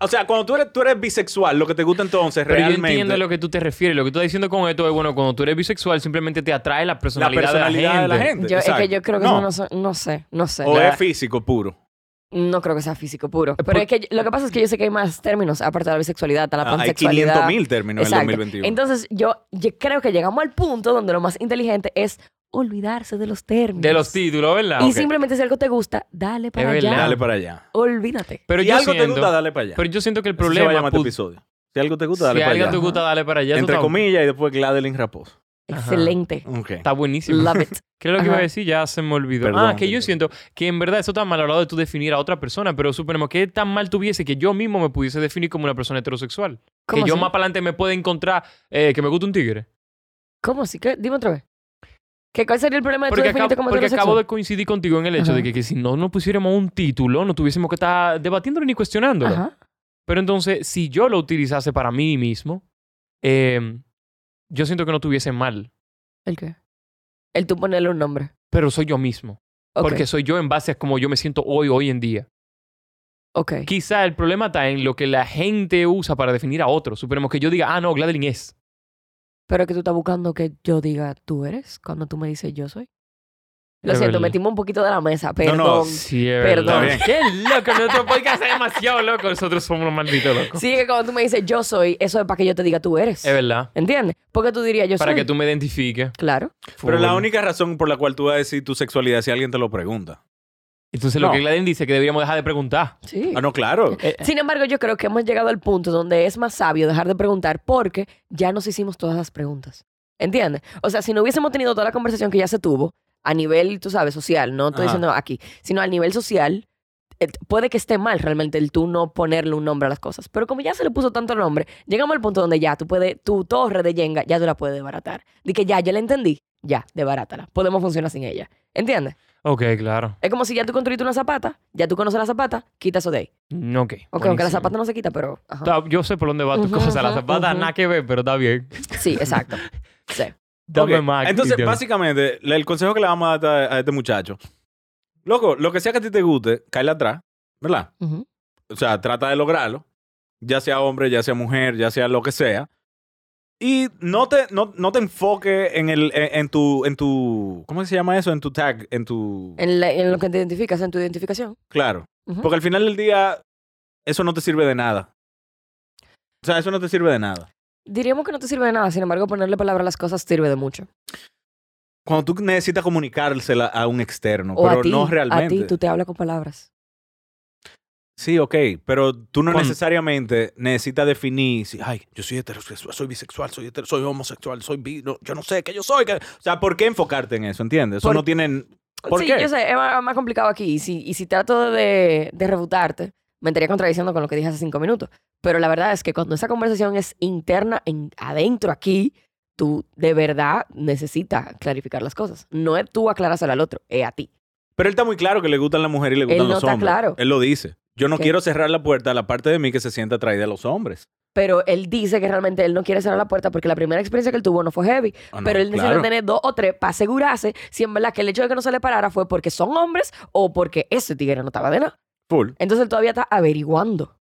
E: o sea, cuando tú eres, tú eres bisexual, lo que te gusta entonces
D: Pero yo
E: realmente
D: entiendo a lo que tú te refieres. Lo que tú estás diciendo con esto es, bueno, cuando tú eres bisexual, simplemente te atrae la
E: la
D: personalidad,
E: personalidad de la gente.
F: Yo, es
E: exacto.
F: que yo creo que
E: no.
F: eso no, son- no sé, no sé.
E: O
F: La-
E: es físico puro.
F: No creo que sea físico puro. Pero
D: Eh, por-
F: es que yo- lo que pasa es que yo sé que hay más términos, aparte de la bisexualidad, está la
E: Ah, hay
F: pansexualidad.
E: 500 mil términos
F: Exacto.
E: en el 2021.
F: Entonces, yo, yo creo que llegamos al punto donde lo más inteligente es olvidarse de los términos.
D: De los títulos, ¿verdad?
F: Y
D: Ok.
F: simplemente si algo te gusta, dale para
D: verdad.
F: allá.
E: Dale para allá.
F: Olvídate.
D: Pero
E: si
D: yo
E: algo te
D: siento-
E: gusta, dale para allá.
D: Pero yo siento que el
E: Así se va a
D: problema...
E: llamar este
D: pu-
E: episodio. Si algo te gusta, dale
D: si
E: para
D: algo
E: allá.
D: te gusta, dale para allá. Eso
E: Entre
D: está-
E: comillas y después Gladeline Raposo.
F: Excelente.
E: Ok.
D: Está buenísimo.
F: Love it.
D: ¿Qué es lo <laughs> que iba a
F: Ajá.
D: decir? Ya se me olvidó.
E: Perdón,
D: ah, que yo
E: perdón.
D: siento que en verdad eso está mal hablado de tú definir a otra persona, pero suponemos que tan mal tuviese que yo mismo me pudiese definir como una persona heterosexual. Que
F: ¿Cómo
D: yo
F: así?
D: más para adelante me pueda encontrar eh, que me gusta un tigre.
F: ¿Cómo así? ¿Qué? Dime otra vez. ¿Qué, ¿Cuál sería el problema de tu
D: Porque,
F: definirte
D: acabo,
F: como
D: porque
F: heterosexual?
D: acabo de coincidir contigo en el hecho
F: Ajá.
D: de que, que si no nos pusiéramos un título, no tuviésemos que estar debatiéndolo ni cuestionándolo.
F: Ajá.
D: Pero entonces, si yo lo utilizase para mí mismo, eh, yo siento que no tuviese mal,
F: ¿El qué? El tú ponerle un nombre.
D: pero soy yo mismo.
F: Ok.
D: Porque soy yo en base a cómo yo me siento hoy, hoy en día.
F: Ok.
D: Quizá el problema está en lo que la gente usa para definir a otros. Suponemos que yo diga, ah, no, Gladeline es.
F: Pero que tú estás buscando que yo diga tú eres cuando tú me dices yo soy. Lo
D: Es
F: siento,
D: verdad.
F: metimos un poquito de la mesa, perdón.
D: Sí, es
F: perdón.
D: verdad. Qué loco, nuestro podcast es demasiado loco. Nosotros somos los malditos locos.
F: Sí, que cuando tú me dices yo soy, eso es para que yo te diga tú eres.
D: Es verdad.
F: ¿Entiendes? Porque tú dirías yo
D: Para
F: soy.
D: que tú me identifiques.
F: Claro.
E: Pero la única razón por la cual tú vas a decir tu sexualidad es si alguien te lo pregunta.
D: Entonces lo
E: No.
D: que Gladen dice es que deberíamos dejar de preguntar.
F: Sí.
E: Ah, no, claro.
D: Eh,
F: Sin embargo, yo creo que hemos llegado al punto donde es más sabio dejar de preguntar porque ya nos hicimos todas las preguntas. ¿Entiendes? O sea, si no hubiésemos tenido toda la conversación que ya se tuvo a nivel, tú sabes, social, no estoy
L: Ajá.
F: diciendo aquí, sino al nivel social, eh, puede que esté mal realmente el tú no ponerle un nombre a las cosas. Pero como ya se le puso tanto nombre, llegamos al punto donde ya tú puedes, tu torre de Jenga, ya tú la puedes desbaratar. Di que ya, ya la entendí, ya, desbarátala. Podemos funcionar sin ella. ¿Entiendes?
D: Ok, claro.
F: Es como si ya tú construiste una zapata, ya tú conoces la zapata, quita eso de ahí.
D: Mm, Ok.
F: Ok, aunque la
D: buenísimo.
F: zapata no se quita, pero. ajá.
D: Está- Yo sé por dónde va tu
F: Ujú,
D: cosa. La
F: ujú,
D: zapata
F: ujú.
D: nada que ver, pero está bien.
F: Sí,
E: <laughs>
F: exacto. Sí.
D: Dame
E: Ok,
D: más.
E: Entonces,
D: Cristian.
E: básicamente, le- el consejo que le vamos a dar a este muchacho. Loco, lo que sea que a ti te guste, cáele atrás, ¿verdad?
F: Ujú.
E: O sea, trata de lograrlo. Ya sea hombre, ya sea mujer, ya sea lo que sea. Y no te, no, no te enfoques en el, en, en tu, en tu, ¿cómo se llama eso? En tu tag, en tu,
F: En, la- en lo que te identificas, en tu identificación.
E: claro.
F: Ujú.
E: Porque al final del día, eso no te sirve de nada. O sea, eso no te sirve de nada.
F: Diríamos que no te sirve de nada, sin embargo, ponerle palabra a las cosas sirve de mucho.
E: Cuando tú necesitas comunicársela a un externo,
F: o
E: pero
F: a ti,
E: no realmente.
F: A ti, tú te hablas con palabras.
E: Sí, ok, pero tú no
D: Con-
E: necesariamente necesitas definir si, ay, yo soy heterosexual, soy bisexual, soy, hetero- soy homosexual, soy bi, no, yo no sé qué yo soy. que-". O sea, ¿por qué enfocarte en eso? ¿Entiendes? Eso
F: Por-
E: no tienen. ¿Por
F: sí,
E: qué?
F: yo sé, es más, más complicado aquí. Y si, y si trato de, de refutarte, me estaría contradiciendo con lo que dije hace cinco minutos. Pero la verdad es que cuando esa conversación es interna, en, adentro aquí, tú de verdad necesitas clarificar las cosas. No es tú aclararse al otro, es a ti.
E: Pero él está muy claro que le gustan las mujeres y le gustan
F: no
E: los
F: está
E: hombres.
F: claro.
E: Él lo dice. Yo no
F: Ok.
E: quiero cerrar la puerta a la parte de mí que se sienta atraída a los hombres.
F: pero él dice que realmente él no quiere cerrar la puerta porque la primera experiencia que él tuvo no fue heavy.
E: Ah, no,
F: pero él necesita
E: claro.
F: tener dos o tres para asegurarse si en verdad que el hecho de que no se le parara fue porque son hombres o porque ese tigre no estaba de nada.
E: Full.
F: Entonces él todavía está averiguando.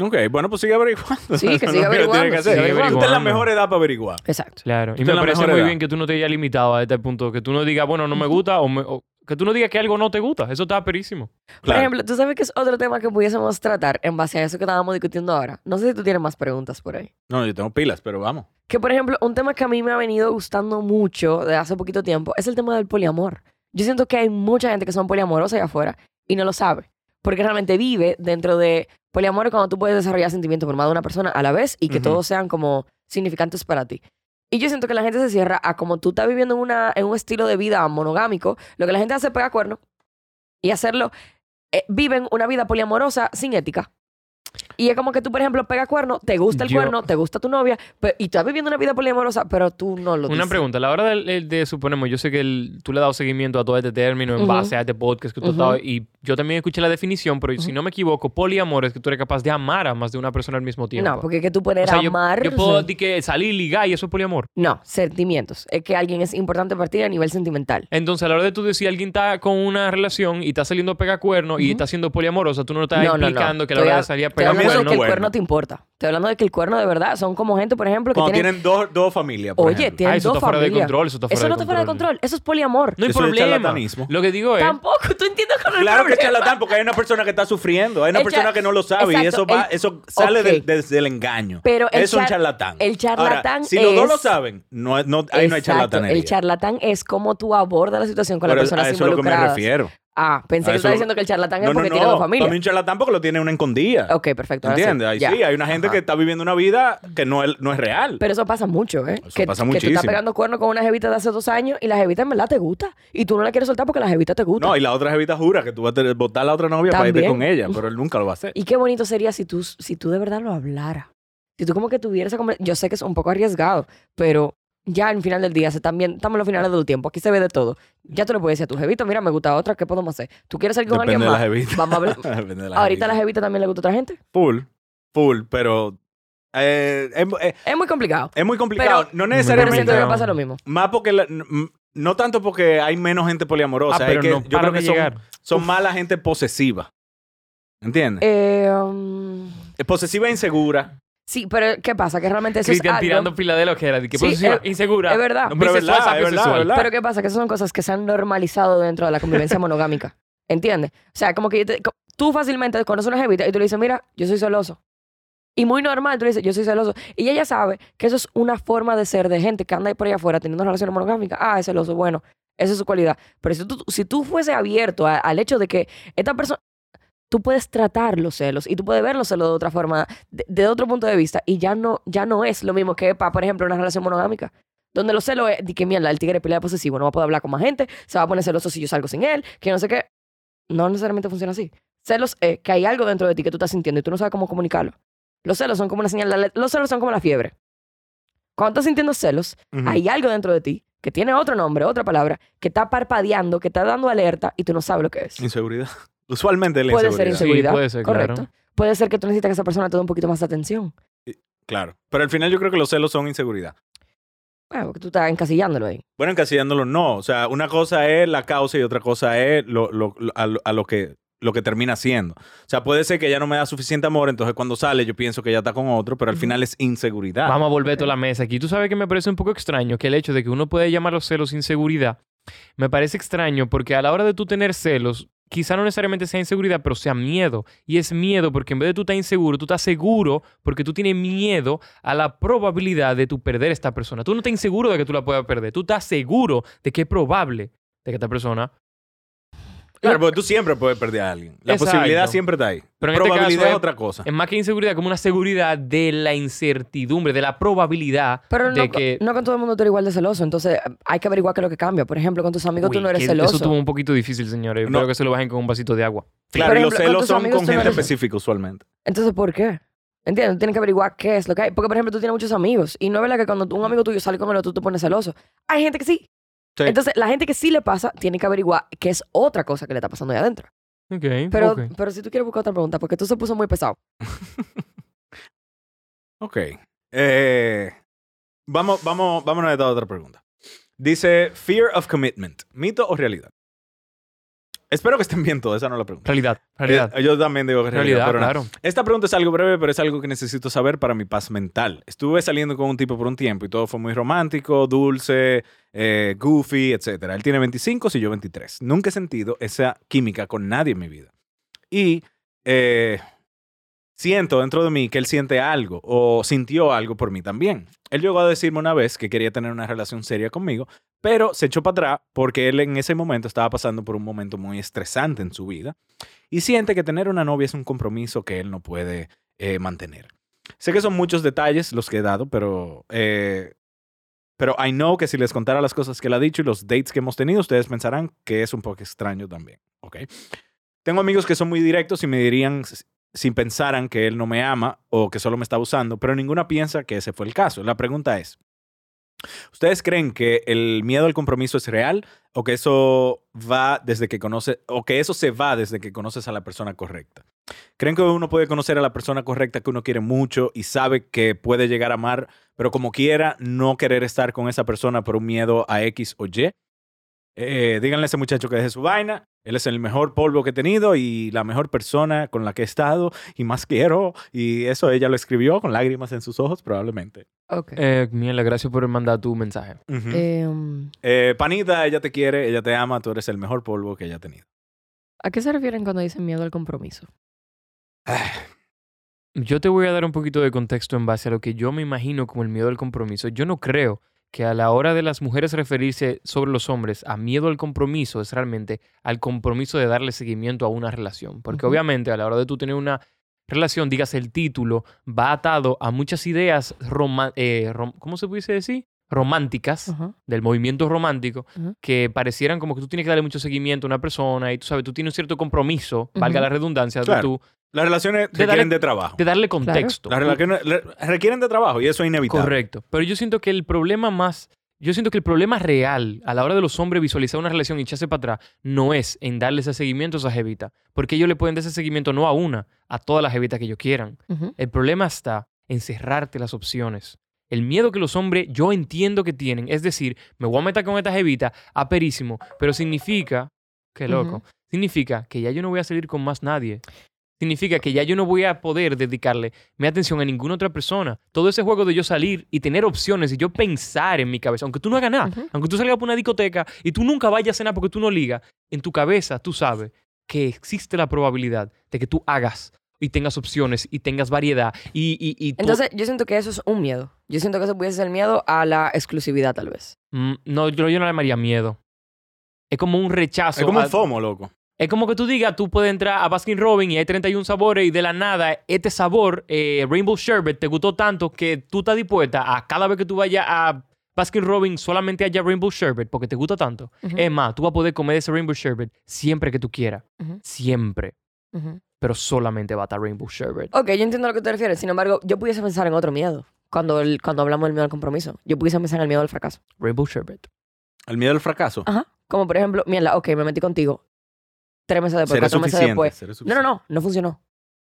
E: Ok, bueno, pues sigue averiguando. <laughs>
F: Sí, que
E: Eso es
F: sigue
E: lo tiene
F: averiguando,
E: que hacer.
F: sigue
E: Esta es la
D: averiguando.
E: mejor edad para averiguar.
F: Exacto.
D: Claro. Y
E: Esta
D: me
E: es la
D: parece
E: mejor
D: muy
E: edad.
D: bien que tú no te hayas limitado a este punto. Que tú no digas, bueno, no me gusta o, me- o- que tú no digas que algo no te gusta. Eso está perísimo.
F: Por ejemplo, tú sabes que es otro tema que pudiésemos tratar en base a eso que estábamos discutiendo ahora. No sé si tú tienes más preguntas por ahí.
E: No, yo tengo pilas, pero vamos.
F: Que, por ejemplo, un tema que a mí me ha venido gustando mucho de hace poquito tiempo es el tema del poliamor. Yo siento que hay mucha gente que son poliamorosas allá afuera y no lo sabe. Porque realmente vive dentro de poliamor cuando tú puedes desarrollar sentimientos por más de una persona a la vez y que
L: Ujú.
F: todos sean como significantes para ti. Y yo siento que la gente se cierra a como tú estás viviendo en una, en un estilo de vida monogámico, lo que la gente hace es pegar cuernos y hacerlo. eh, viven una vida poliamorosa sin ética. Y es como que tú, por ejemplo, pegas cuerno, te gusta el
D: Yo-
F: cuerno, te gusta tu novia, pe- y tú estás viviendo una vida poliamorosa, pero tú no lo
D: Una
F: dices.
D: pregunta. A la hora del- del- de, suponemos, yo sé que el- tú le has dado seguimiento a todo este término en
F: Ujú.
D: base a este podcast que tú has
F: Ujú.
D: dado, Y yo también escuché la definición, pero si no me equivoco, poliamor es que tú eres capaz de amar a más de una persona al mismo tiempo.
F: No, porque es que tú puedes
D: O sea, yo-
F: amar.
D: Yo,
F: o
D: puedo
F: sea,
D: di que salir, ligar y eso es poliamor.
F: No, sentimientos. Es que alguien es importante para ti a nivel sentimental.
D: Entonces, a la hora de tú decir alguien está con una relación y está saliendo a pegar cuerno y está siendo poliamorosa, tú no estás
F: No, no, no.
D: explicando que a la
F: Estoy
D: hora
F: a-
D: de salir a
F: estoy
D: pegar
F: hablando de
D: cuerno.
F: que el cuerno te importa. Estoy hablando de que el cuerno de verdad son como gente, por ejemplo, que
E: Cuando
F: tienen.
E: tienen dos, dos familias. por
F: Oye,
E: ejemplo.
F: tienen
E: Ah, eso
F: dos
E: está fuera de
F: familias.
E: control, eso está fuera de
F: no está fuera de control. Eso es poliamor.
E: No hay Eso es problema. charlatanismo.
D: Lo que digo es.
F: Tampoco, tú entiendes con el
E: Claro
F: <laughs>
E: que es
F: problema.
E: charlatán, porque hay una persona que está sufriendo, hay una
F: El
E: persona
F: cha-
E: que no lo sabe y
F: Exacto,
E: eso va,
F: el-
E: eso sale
F: Ok.
E: del- desde el engaño.
F: Pero el
E: es un
F: char-
E: charlatán.
F: el charlatán
E: Ahora, si los dos
F: es-
E: lo saben, no, no, ahí no hay
F: Exacto.
E: charlatanería.
F: El charlatán es como tú abordas la situación con
E: Pero
F: las personas
E: a eso es lo que me
F: involucradas.
E: refiero.
F: Ah, pensé
E: A eso-
F: que estaba diciendo que el charlatán es
E: No, no,
F: porque
E: no.
F: tiene dos
E: Para mí
F: familias.
E: un charlatán porque lo tiene una escondida.
F: Ok, perfecto. ahora sí.
E: ¿Entiendes? Ahí
F: Ya.
E: sí, hay una gente que está viviendo una vida que no es, no es real.
F: Pero eso pasa mucho, ¿eh? que,
E: pasa
F: que tú estás
E: muchísimo.
F: pegando cuerno con una jevita de hace dos años y la jevita en verdad te gusta. Y tú no la quieres soltar porque la jevita te gusta.
E: No, y la otra jevita jura que tú vas a tener- botar a la otra novia para irte
F: También.
E: con ella, pero él nunca lo va a hacer. <laughs>
F: Y qué bonito sería si tú, si tú de verdad lo hablara. Si tú como que tuvieras esa conver- Yo sé que es un poco arriesgado, pero ya al final del día, se también, estamos en los finales del tiempo, aquí se ve de todo. Ya tú le puedes decir a tu jevita, mira, me gusta otra, ¿qué podemos hacer? ¿Tú quieres salir con
E: Depende de
F: alguien
E: la
F: más?
E: jevita.
F: Vamos a hablar-
E: Depende de <laughs> la
F: Ahorita
E: jevita.
F: a la jevita también le gusta otra gente.
E: Full, full, pero. eh, es,
F: es muy complicado.
E: Es muy complicado.
F: Pero-
E: no necesariamente.
F: Pero siento que pasa lo mismo.
E: Más porque. la- n- m- no tanto porque hay menos gente poliamorosa.
D: Ah, pero
E: es que
D: no
E: yo
D: paran
E: creo que
D: de
E: son,
D: llegar.
E: son más la gente posesiva. ¿Entiendes?
F: Eh, um,
E: posesiva e insegura.
F: sí, pero ¿qué pasa? Que realmente eso es
D: Cristian
F: algo-
D: tirando pila de lo que era. de que
F: Sí,
D: posesiva,
F: es-
D: insegura.
F: Es verdad.
D: No, bisexual, sapiosexual.
F: Pero ¿qué pasa? Que esas son cosas que se han normalizado dentro de la convivencia monogámica. ¿Entiendes? O sea, como que yo te- co- tú fácilmente conoces una jevita y tú le dices, mira, yo soy celoso. Y muy normal, tú le dices, yo soy celoso. Y ella sabe que eso es una forma de ser de gente que anda ahí por allá afuera teniendo relaciones monogámicas. Ah, es celoso, bueno, esa es su cualidad. Pero si tú, si tú fuese abierto a- al hecho de que esta persona, tú puedes tratar los celos y tú puedes ver los celos de otra forma, de, de otro punto de vista, y ya no, ya no es lo mismo que para, por ejemplo, una relación monogámica. Donde los celos es, di que mierda, el tigre es pila de posesivo, no va a poder hablar con más gente, se va a poner celoso si yo salgo sin él, que no sé qué. No necesariamente funciona así. Celos es que hay algo dentro de ti que tú estás sintiendo y tú no sabes cómo comunicarlo. Los celos son como una señal, de alerta- los celos son como la fiebre. Cuando estás sintiendo celos,
L: Ujú.
F: hay algo dentro de ti que tiene otro nombre, otra palabra, que está parpadeando, que está dando alerta y tú no sabes lo que es.
E: Inseguridad. <laughs> Usualmente la
F: Puede
E: inseguridad.
F: ser inseguridad. correcto. Puede ser que tú necesitas que esa persona te dé un poquito más de atención.
E: Claro. Pero al final yo creo que los celos son inseguridad.
F: Bueno, porque tú estás encasillándolo ahí.
E: Bueno, encasillándolo no. O sea, una cosa es la causa y otra cosa es lo, lo- lo- a, lo- a lo que lo que termina siendo. O sea, puede ser que ella no me da suficiente amor, entonces cuando sale yo pienso que ella está con otro, pero al final es inseguridad.
D: Vamos a volver toda la mesa aquí. Tú sabes que me parece un poco extraño que el hecho de que uno puede llamar los celos inseguridad, me parece extraño porque a la hora de tú tener celos, quizá no necesariamente sea inseguridad, pero sea miedo. Y es miedo porque en vez de tú estar inseguro, tú estás seguro porque tú tienes miedo a la probabilidad de tú perder a esta persona. Tú no estás inseguro de que tú la puedas perder. Tú estás seguro de que es probable de que esta persona...
E: Claro, porque tú siempre puedes perder a alguien. La
D: Exacto.
E: posibilidad siempre está ahí.
D: Pero en este
E: Probabilidad
D: caso
E: es otra cosa.
D: Es más que inseguridad, como una seguridad de la incertidumbre, de la probabilidad
F: Pero
D: de
F: no, co-
D: que...
F: no con todo el mundo tú eres igual de celoso, entonces eh, hay que averiguar qué es lo que cambia. Por ejemplo, con tus amigos tú
D: Uy,
F: no eres
D: que
F: celoso.
D: Eso estuvo un poquito difícil, señores. Yo Espero que se lo bajen con un vasito de agua.
E: Claro,
F: Por
E: y los
F: ejemplo, con
E: celos
F: tus
E: son
F: amigos
E: con
F: tú no
E: gente
F: eres-
E: específica usualmente.
F: Entonces, ¿por qué? ¿Entiendes? Tú tienes que averiguar qué es lo que hay. Porque, por ejemplo, tú tienes muchos amigos y no es verdad que cuando tú- un amigo tuyo sale con el otro tú te pones celoso. Hay gente que sí.
E: Sí.
F: Entonces, la gente que sí le pasa tiene que averiguar qué es otra cosa que le está pasando ahí adentro.
D: Ok,
F: Pero,
D: ok.
F: pero si tú quieres buscar otra pregunta, porque tú se puso muy pesado.
E: Ok. Eh, vamos, vamos, vámonos a esta otra pregunta. Dice, fear of commitment, ¿mito o realidad? Espero que estén bien todos, esa no es la pregunta.
D: Realidad, realidad.
E: Eh, yo también digo que realidad,
D: Realidad,
E: pero no.
D: claro.
E: Esta pregunta es algo breve, pero es algo que necesito saber para mi paz mental. Estuve saliendo con un tipo por un tiempo y todo fue muy romántico, dulce, eh, goofy, etc. Él tiene 25, si yo 23. Nunca he sentido esa química con nadie en mi vida. Y eh, siento dentro de mí que él siente algo o sintió algo por mí también. Él llegó a decirme una vez que quería tener una relación seria conmigo, pero se echó para atrás porque él en ese momento estaba pasando por un momento muy estresante en su vida y siente que tener una novia es un compromiso que él no puede eh, mantener. Sé que son muchos detalles los que he dado, pero eh, pero I know que si les contara las cosas que él ha dicho y los dates que hemos tenido, ustedes pensarán que es un poco extraño también, ¿ok? Tengo amigos que son muy directos y me dirían s- si pensaran que él no me ama o que solo me está usando, pero ninguna piensa que ese fue el caso. La pregunta es, ¿ustedes creen que el miedo al compromiso es real o que eso va desde que conoce o que eso se va desde que conoces a la persona correcta? ¿Creen que uno puede conocer a la persona correcta que uno quiere mucho y sabe que puede llegar a amar, pero como quiera no querer estar con esa persona por un miedo a X o Y? Eh, díganle a ese muchacho que deje su vaina. Él es el mejor polvo que he tenido y la mejor persona con la que he estado y más quiero. Y eso ella lo escribió con lágrimas en sus ojos, probablemente.
F: Ok.
D: Eh, Miela, gracias por mandar tu mensaje.
E: Ujú.
F: Eh, um,
E: Eh, panita, ella te quiere, ella te ama, tú eres el mejor polvo que ella ha tenido.
F: ¿A qué se refieren cuando dicen miedo al compromiso?
D: Yo te voy a dar un poquito de contexto en base a lo que yo me imagino como el miedo al compromiso. Yo no creo que a la hora de las mujeres referirse sobre los hombres a miedo al compromiso es realmente al compromiso de darle seguimiento a una relación. Porque
M: Ujú.
D: obviamente a la hora de tú tener una relación, digas el título, va atado a muchas ideas, roma- eh, rom- ¿cómo se pudiese decir? Románticas, del movimiento romántico,
M: Ujú.
D: que parecieran como que tú tienes que darle mucho seguimiento a una persona y tú sabes, tú tienes un cierto compromiso,
M: Ujú.
D: valga la redundancia, de
M: Claro.
D: tú
E: Las relaciones
D: De
E: requieren
D: darle-
F: e-
E: de trabajo.
D: de darle contexto.
E: Las relaciones le- requieren de trabajo y eso es inevitable.
D: Correcto. Pero yo siento que el problema más. Yo siento que el problema real a la hora de los hombres visualizar una relación y echarse para atrás no es en darle ese seguimiento a esa jevita. Porque ellos le pueden dar ese seguimiento no a una, a todas las jevitas que ellos quieran.
F: Ujú.
D: El problema está en cerrarte las opciones. El miedo que los hombres, yo entiendo que tienen, es decir, me voy a meter con esta jevita a perísimo, pero significa, qué loco,
L: Ujú.
D: significa que ya yo no voy a salir con más nadie. Significa que ya yo no voy a poder dedicarle mi atención a ninguna otra persona. Todo ese juego de yo salir y tener opciones y yo pensar en mi cabeza, aunque tú no hagas nada, aunque tú salgas por una discoteca y tú nunca vayas a cenar porque tú no ligas, en tu cabeza tú sabes que existe la probabilidad de que tú hagas y tengas opciones y tengas variedad y, y, y tú-
F: Entonces, yo siento que eso es un miedo. Yo siento que eso pudiese ser miedo a la exclusividad, tal vez.
D: Mm, no, yo, yo no le llamaría miedo. Es como un rechazo.
E: Es como un
D: a-
E: FOMO, loco.
D: Es como que tú digas, tú puedes entrar a Baskin Robin y hay 31 sabores y de la nada este sabor, eh, Rainbow Sherbet, te gustó tanto que tú estás dispuesta a cada vez que tú vayas a Baskin Robin solamente haya Rainbow Sherbet porque te gusta tanto.
L: Ujú.
D: Es más, tú vas a poder comer ese Rainbow Sherbet siempre que tú quieras.
F: Ujú.
D: Siempre.
F: Ujú.
D: Pero solamente va a estar Rainbow Sherbet.
F: Ok, yo entiendo a lo que te refieres. Sin embargo, yo pudiese pensar en otro miedo. Cuando, el- cuando hablamos del miedo al compromiso, yo pudiese pensar en el miedo al fracaso.
D: Rainbow Sherbet.
E: El miedo al fracaso.
F: Ajá. Como por ejemplo, mierda, ok, me metí contigo. Tres meses después,
E: Seré
F: cuatro meses
E: suficiente,
F: después.
E: seré
F: No, no, no, no funcionó.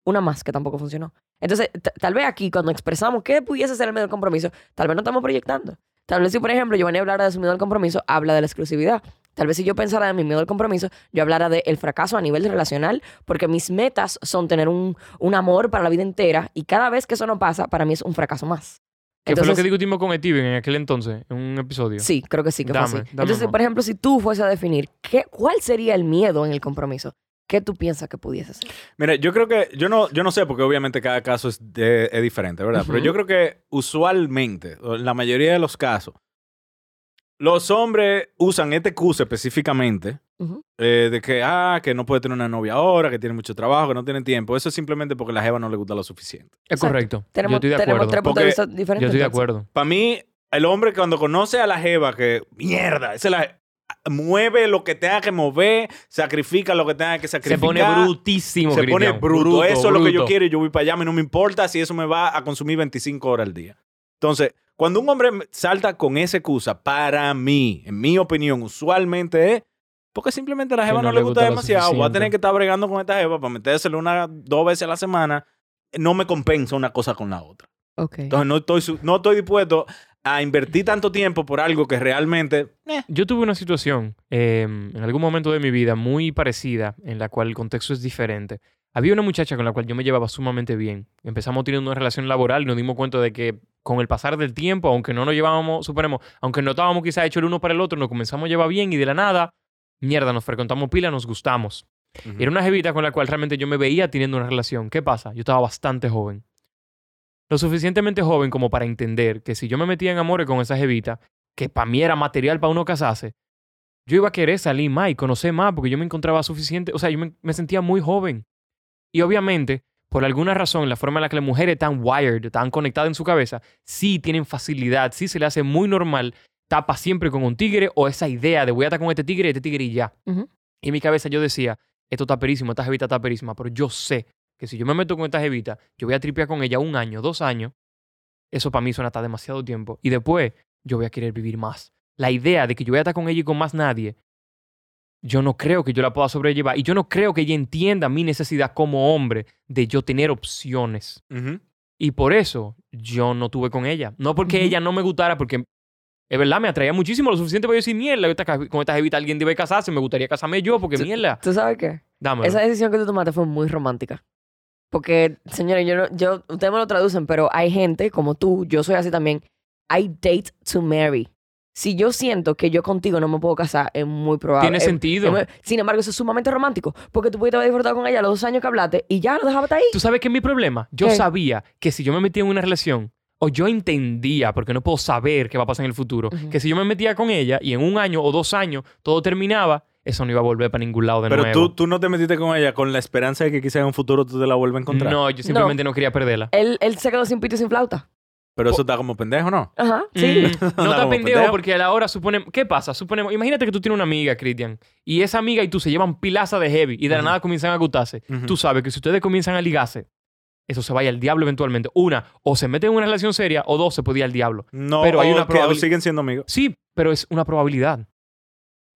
F: Una más que tampoco funcionó. Entonces, ta- tal vez aquí, cuando expresamos qué pudiese ser el miedo al compromiso, tal vez no estamos proyectando. Tal vez si, por ejemplo, Giovanni hablara de su miedo al compromiso, habla de la exclusividad. Tal vez si yo pensara de mi miedo al compromiso, yo hablara del fracaso a nivel relacional, porque mis metas son tener un, un amor para la vida entera y cada vez que eso no pasa, para mí es un fracaso más.
D: Que fue lo que discutimos con Steven en aquel entonces, en un episodio.
F: Sí, creo que sí, que fue
D: Dame,
F: así.
D: dame
F: Entonces,
D: más.
F: por ejemplo, si tú fuese a definir qué, cuál sería el miedo en el compromiso, ¿qué tú piensas que pudiese ser?
E: Mira, yo creo que, yo no, yo no sé, porque obviamente cada caso es, de- es diferente, ¿verdad? Pero yo creo que usualmente, o en la mayoría de los casos, los hombres usan este excusa específicamente
F: Ujú.
E: eh, de que, ah, que no puede tener una novia ahora, que tiene mucho trabajo, que no tiene tiempo. Eso es simplemente porque la jeva no le gusta lo suficiente.
D: Es correcto.
F: Tenemos-
D: yo estoy de
F: tenemos
D: acuerdo.
F: tres puntos de vista diferentes, Yo estoy de entonces.
D: acuerdo.
E: Para mí, el hombre cuando conoce a la jeva que, mierda, esa es la... Mueve lo que tenga que mover, sacrifica lo que tenga que
D: Se
E: sacrificar.
D: pone brutísimo,
E: Se pone
D: Cristian.
E: bruto. Eso es lo que yo
D: bruto.
E: quiero y yo voy para allá. A mí no me importa si eso me va a consumir 25 horas al día. Entonces, cuando un hombre salta con esa excusa, para mí, en mi opinión, usualmente es porque simplemente a la
D: Que
E: jeva
D: no
E: no,
D: le
E: le
D: gusta
E: gusta,
D: lo
E: demasiado. Voy a
D: suficiente.
E: tener que estar bregando con esta jeva para metérselo una, dos veces a la semana. No me compensa una cosa con la otra.
F: Ok.
E: Entonces, no estoy, su- no estoy dispuesto a invertir tanto tiempo por algo que realmente eh.
D: Yo tuve una situación eh, en algún momento de mi vida muy parecida, en la cual el contexto es diferente. Había una muchacha con la cual yo me llevaba sumamente bien. Empezamos teniendo una relación laboral y nos dimos cuenta de que con el pasar del tiempo, aunque no nos llevábamos, suponemos, aunque no estábamos quizá hechos el uno para el otro, nos comenzamos a llevar bien y de la nada, mierda, nos frecuentamos pila, nos gustamos.
E: Ujú.
D: Era una jevita con la cual realmente yo me veía teniendo una relación. ¿Qué pasa? Yo estaba bastante joven lo suficientemente joven como para entender que si yo me metía en amores con esa jevita, que para mí era material para uno casarse, yo iba a querer salir más y conocer más porque yo me encontraba suficiente, o sea, yo me, me sentía muy joven. Y obviamente, por alguna razón, la forma en la que las mujeres están wired, están conectadas en su cabeza, sí tienen facilidad, sí se le hace muy normal tapa siempre con un tigre o esa idea de voy a estar con este tigre, este tigre y ya.
F: Ujú.
D: Y en mi cabeza yo decía, esto está perísimo, esta jevita está perísima, pero yo sé que si yo me meto con esta jevita, yo voy a tripear con ella un año, dos años. Eso para mí suena hasta demasiado tiempo. Y después yo voy a querer vivir más. La idea de que yo voy a estar con ella y con más nadie, yo no creo que yo la pueda sobrellevar. Y yo no creo que ella entienda mi necesidad como hombre de yo tener opciones. Y por eso yo no tuve con ella. No porque ella no me gustara, porque es verdad, me atraía muchísimo lo suficiente para yo decir, mierda, esta ca- con esta jevita alguien debe casarse, me gustaría casarme yo, porque mierda.
F: ¿Tú sabes qué?
D: Dámelo.
F: Esa decisión que tú tomaste fue muy romántica. Porque, señores, yo, no- yo, ustedes me lo traducen, pero hay gente como tú, yo soy así también. I date to marry. Si yo siento que yo contigo no me puedo casar, es muy probable.
D: Tiene
F: es-
D: sentido.
F: es muy- sin embargo, eso es sumamente romántico. Porque tú pudiste haber disfrutado con ella los dos años que hablaste y ya lo dejabas ahí.
D: ¿Tú sabes qué es mi problema? Yo
F: ¿Qué?
D: sabía que si yo me metía en una relación, o yo entendía, porque no puedo saber qué va a pasar en el futuro, que si yo me metía con ella y en un año o dos años todo terminaba, eso no iba a volver para ningún lado de
E: Pero
D: nuevo.
E: tú, tú no te metiste con ella con la esperanza de que quizás en un futuro tú te la vuelvas a encontrar.
F: Eh,
D: No, yo simplemente no, quería perderla.
F: Él, él se quedó sin pito y sin flauta.
E: Pero eso está como pendejo, <laughs> ¿no?
F: Ajá,
D: Mm,
E: Está
D: no está
E: como
D: pendejo porque a la hora suponemos. ¿Qué pasa? Suponemos. Imagínate que tú tienes una amiga, Cristian, y esa amiga y tú se llevan pilaza de heavy y de la nada comienzan a gustarse.
E: Ujú.
D: Tú sabes que si ustedes comienzan a ligarse, eso se vaya al diablo eventualmente. Una, o se meten en una relación seria, o dos, se puede ir al diablo.
E: No,
D: pero hay
E: o
D: una
E: que- o
D: probabilidad.
E: siguen siendo amigos.
D: Sí, pero es una probabilidad.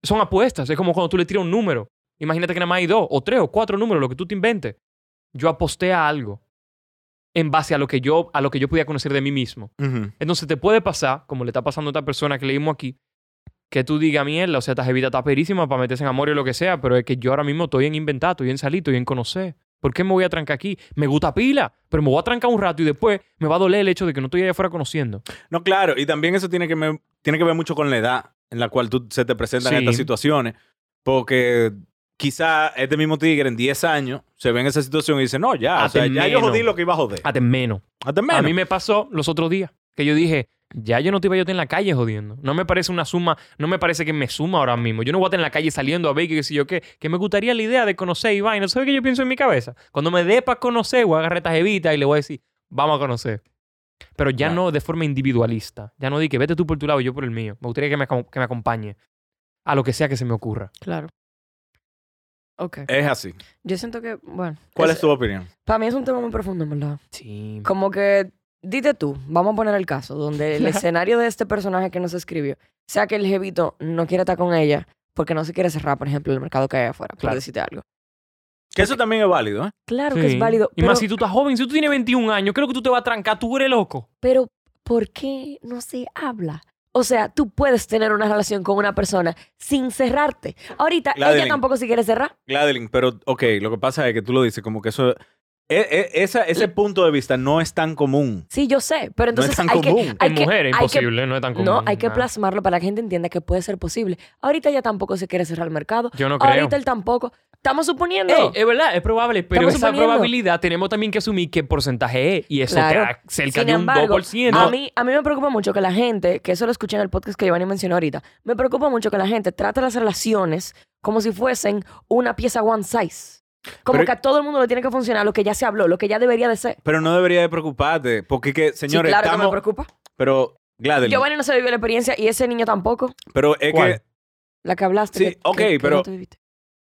D: Son apuestas. Es como cuando tú le tiras un número. Imagínate que nada más hay dos, o tres, o cuatro números, lo que tú te inventes. Yo aposté a algo en base a lo que yo, a lo que yo podía conocer de mí mismo.
E: Ujú.
D: Entonces te puede pasar, como le está pasando a esta persona que leímos aquí, que tú digas mierda, o sea, esta jevita está perísima para meterse en amor y lo que sea, pero es que yo ahora mismo estoy en inventar, estoy en salir, estoy en conocer. ¿Por qué me voy a trancar aquí? Me gusta pila, pero me voy a trancar un rato y después me va a doler el hecho de que no estoy allá afuera conociendo.
E: No, claro, y también eso tiene que, me- tiene que ver mucho con la edad en la cual tú se te presentan
D: Sí.
E: estas situaciones, porque quizá este mismo tigre en 10 años se ve en esa situación y dice, no, ya, o
D: Hazte
E: sea, ya yo
D: menos.
E: jodí lo que iba a joder.
D: Hazte menos.
E: menos.
D: A mí me pasó los otros días que yo dije, ya yo no te iba a estar en la calle jodiendo. No me parece una suma, no me parece que me suma ahora mismo. Yo no voy a estar en la calle saliendo a ver que qué sé yo qué, que me gustaría la idea de conocer y vaina. ¿Sabes qué yo pienso en mi cabeza? Cuando me dé para conocer, voy a agarrar esta jevita y le voy a decir, vamos a conocer. Pero ya no de forma individualista. Ya no di que vete tú por tu lado y yo por el mío. Me gustaría que me, acom- que me acompañe a lo que sea que se me ocurra.
F: <laughs> Claro. Ok.
E: Es así.
F: Yo siento que, bueno.
E: ¿Cuál es, tu opinión?
F: Para mí es un tema muy profundo, en verdad.
D: Sí.
F: Como que, dite tú, vamos a poner el caso, donde el escenario de este personaje que nos escribió sea que el jevito no quiere estar con ella porque no se quiere cerrar, por ejemplo, el mercado que hay afuera, por
E: Claro.
F: decirte algo.
E: Que eso también es válido, ¿eh?
F: Claro que es válido.
D: Y
F: pero-
D: más si tú estás joven, si tú tienes 21 años, creo que tú te vas a trancar, tú eres loco.
F: pero ¿por qué no se habla? O sea, tú puedes tener una relación con una persona sin cerrarte. Ahorita
E: La
F: ella
E: del-
F: tampoco se quiere cerrar.
E: Gladeline, pero ok, lo que pasa es que tú lo dices como que eso... e- e- esa- ese punto de vista no es tan común.
F: Sí, yo sé, pero
E: No es
F: entonces
E: tan
F: hay que-
E: común.
F: hay
D: En
F: que,
D: mujeres,
F: hay que-
D: imposible, no es tan
F: No,
D: común,
F: hay que
D: nada.
F: plasmarlo para que la gente entienda que puede ser posible. Ahorita ella tampoco se quiere cerrar el mercado.
D: Yo no
F: Ahorita
D: creo.
F: él tampoco. Estamos suponiendo.
D: Ey, eh, es verdad, es probable, pero
F: Estamos
D: esa
F: suponiendo.
D: probabilidad tenemos también que asumir qué porcentaje es y eso
F: Claro.
D: te da cerca
F: Sin
D: de un
F: embargo,
D: 2%.
F: A mí, a mí me preocupa mucho que la gente, que eso lo escuché en el podcast que Giovanni mencionó ahorita, me preocupa mucho que la gente trata las relaciones como si fuesen una pieza one size. Como
E: Pero-
F: que a todo el mundo le tiene que funcionar lo que ya se habló, lo que ya debería de ser.
E: Pero no debería de preocuparte, porque que,
F: Sí,
E: señores,
F: claro que me
E: estamos...
F: preocupa.
E: pero, Gladeline,
F: Giovanni no se vivió la experiencia y ese niño tampoco,
E: pero es
F: ¿Cuál?
E: que...
F: la que hablaste.
E: Sí,
F: que-
E: ok,
F: que- que
E: pero-
F: no te viviste.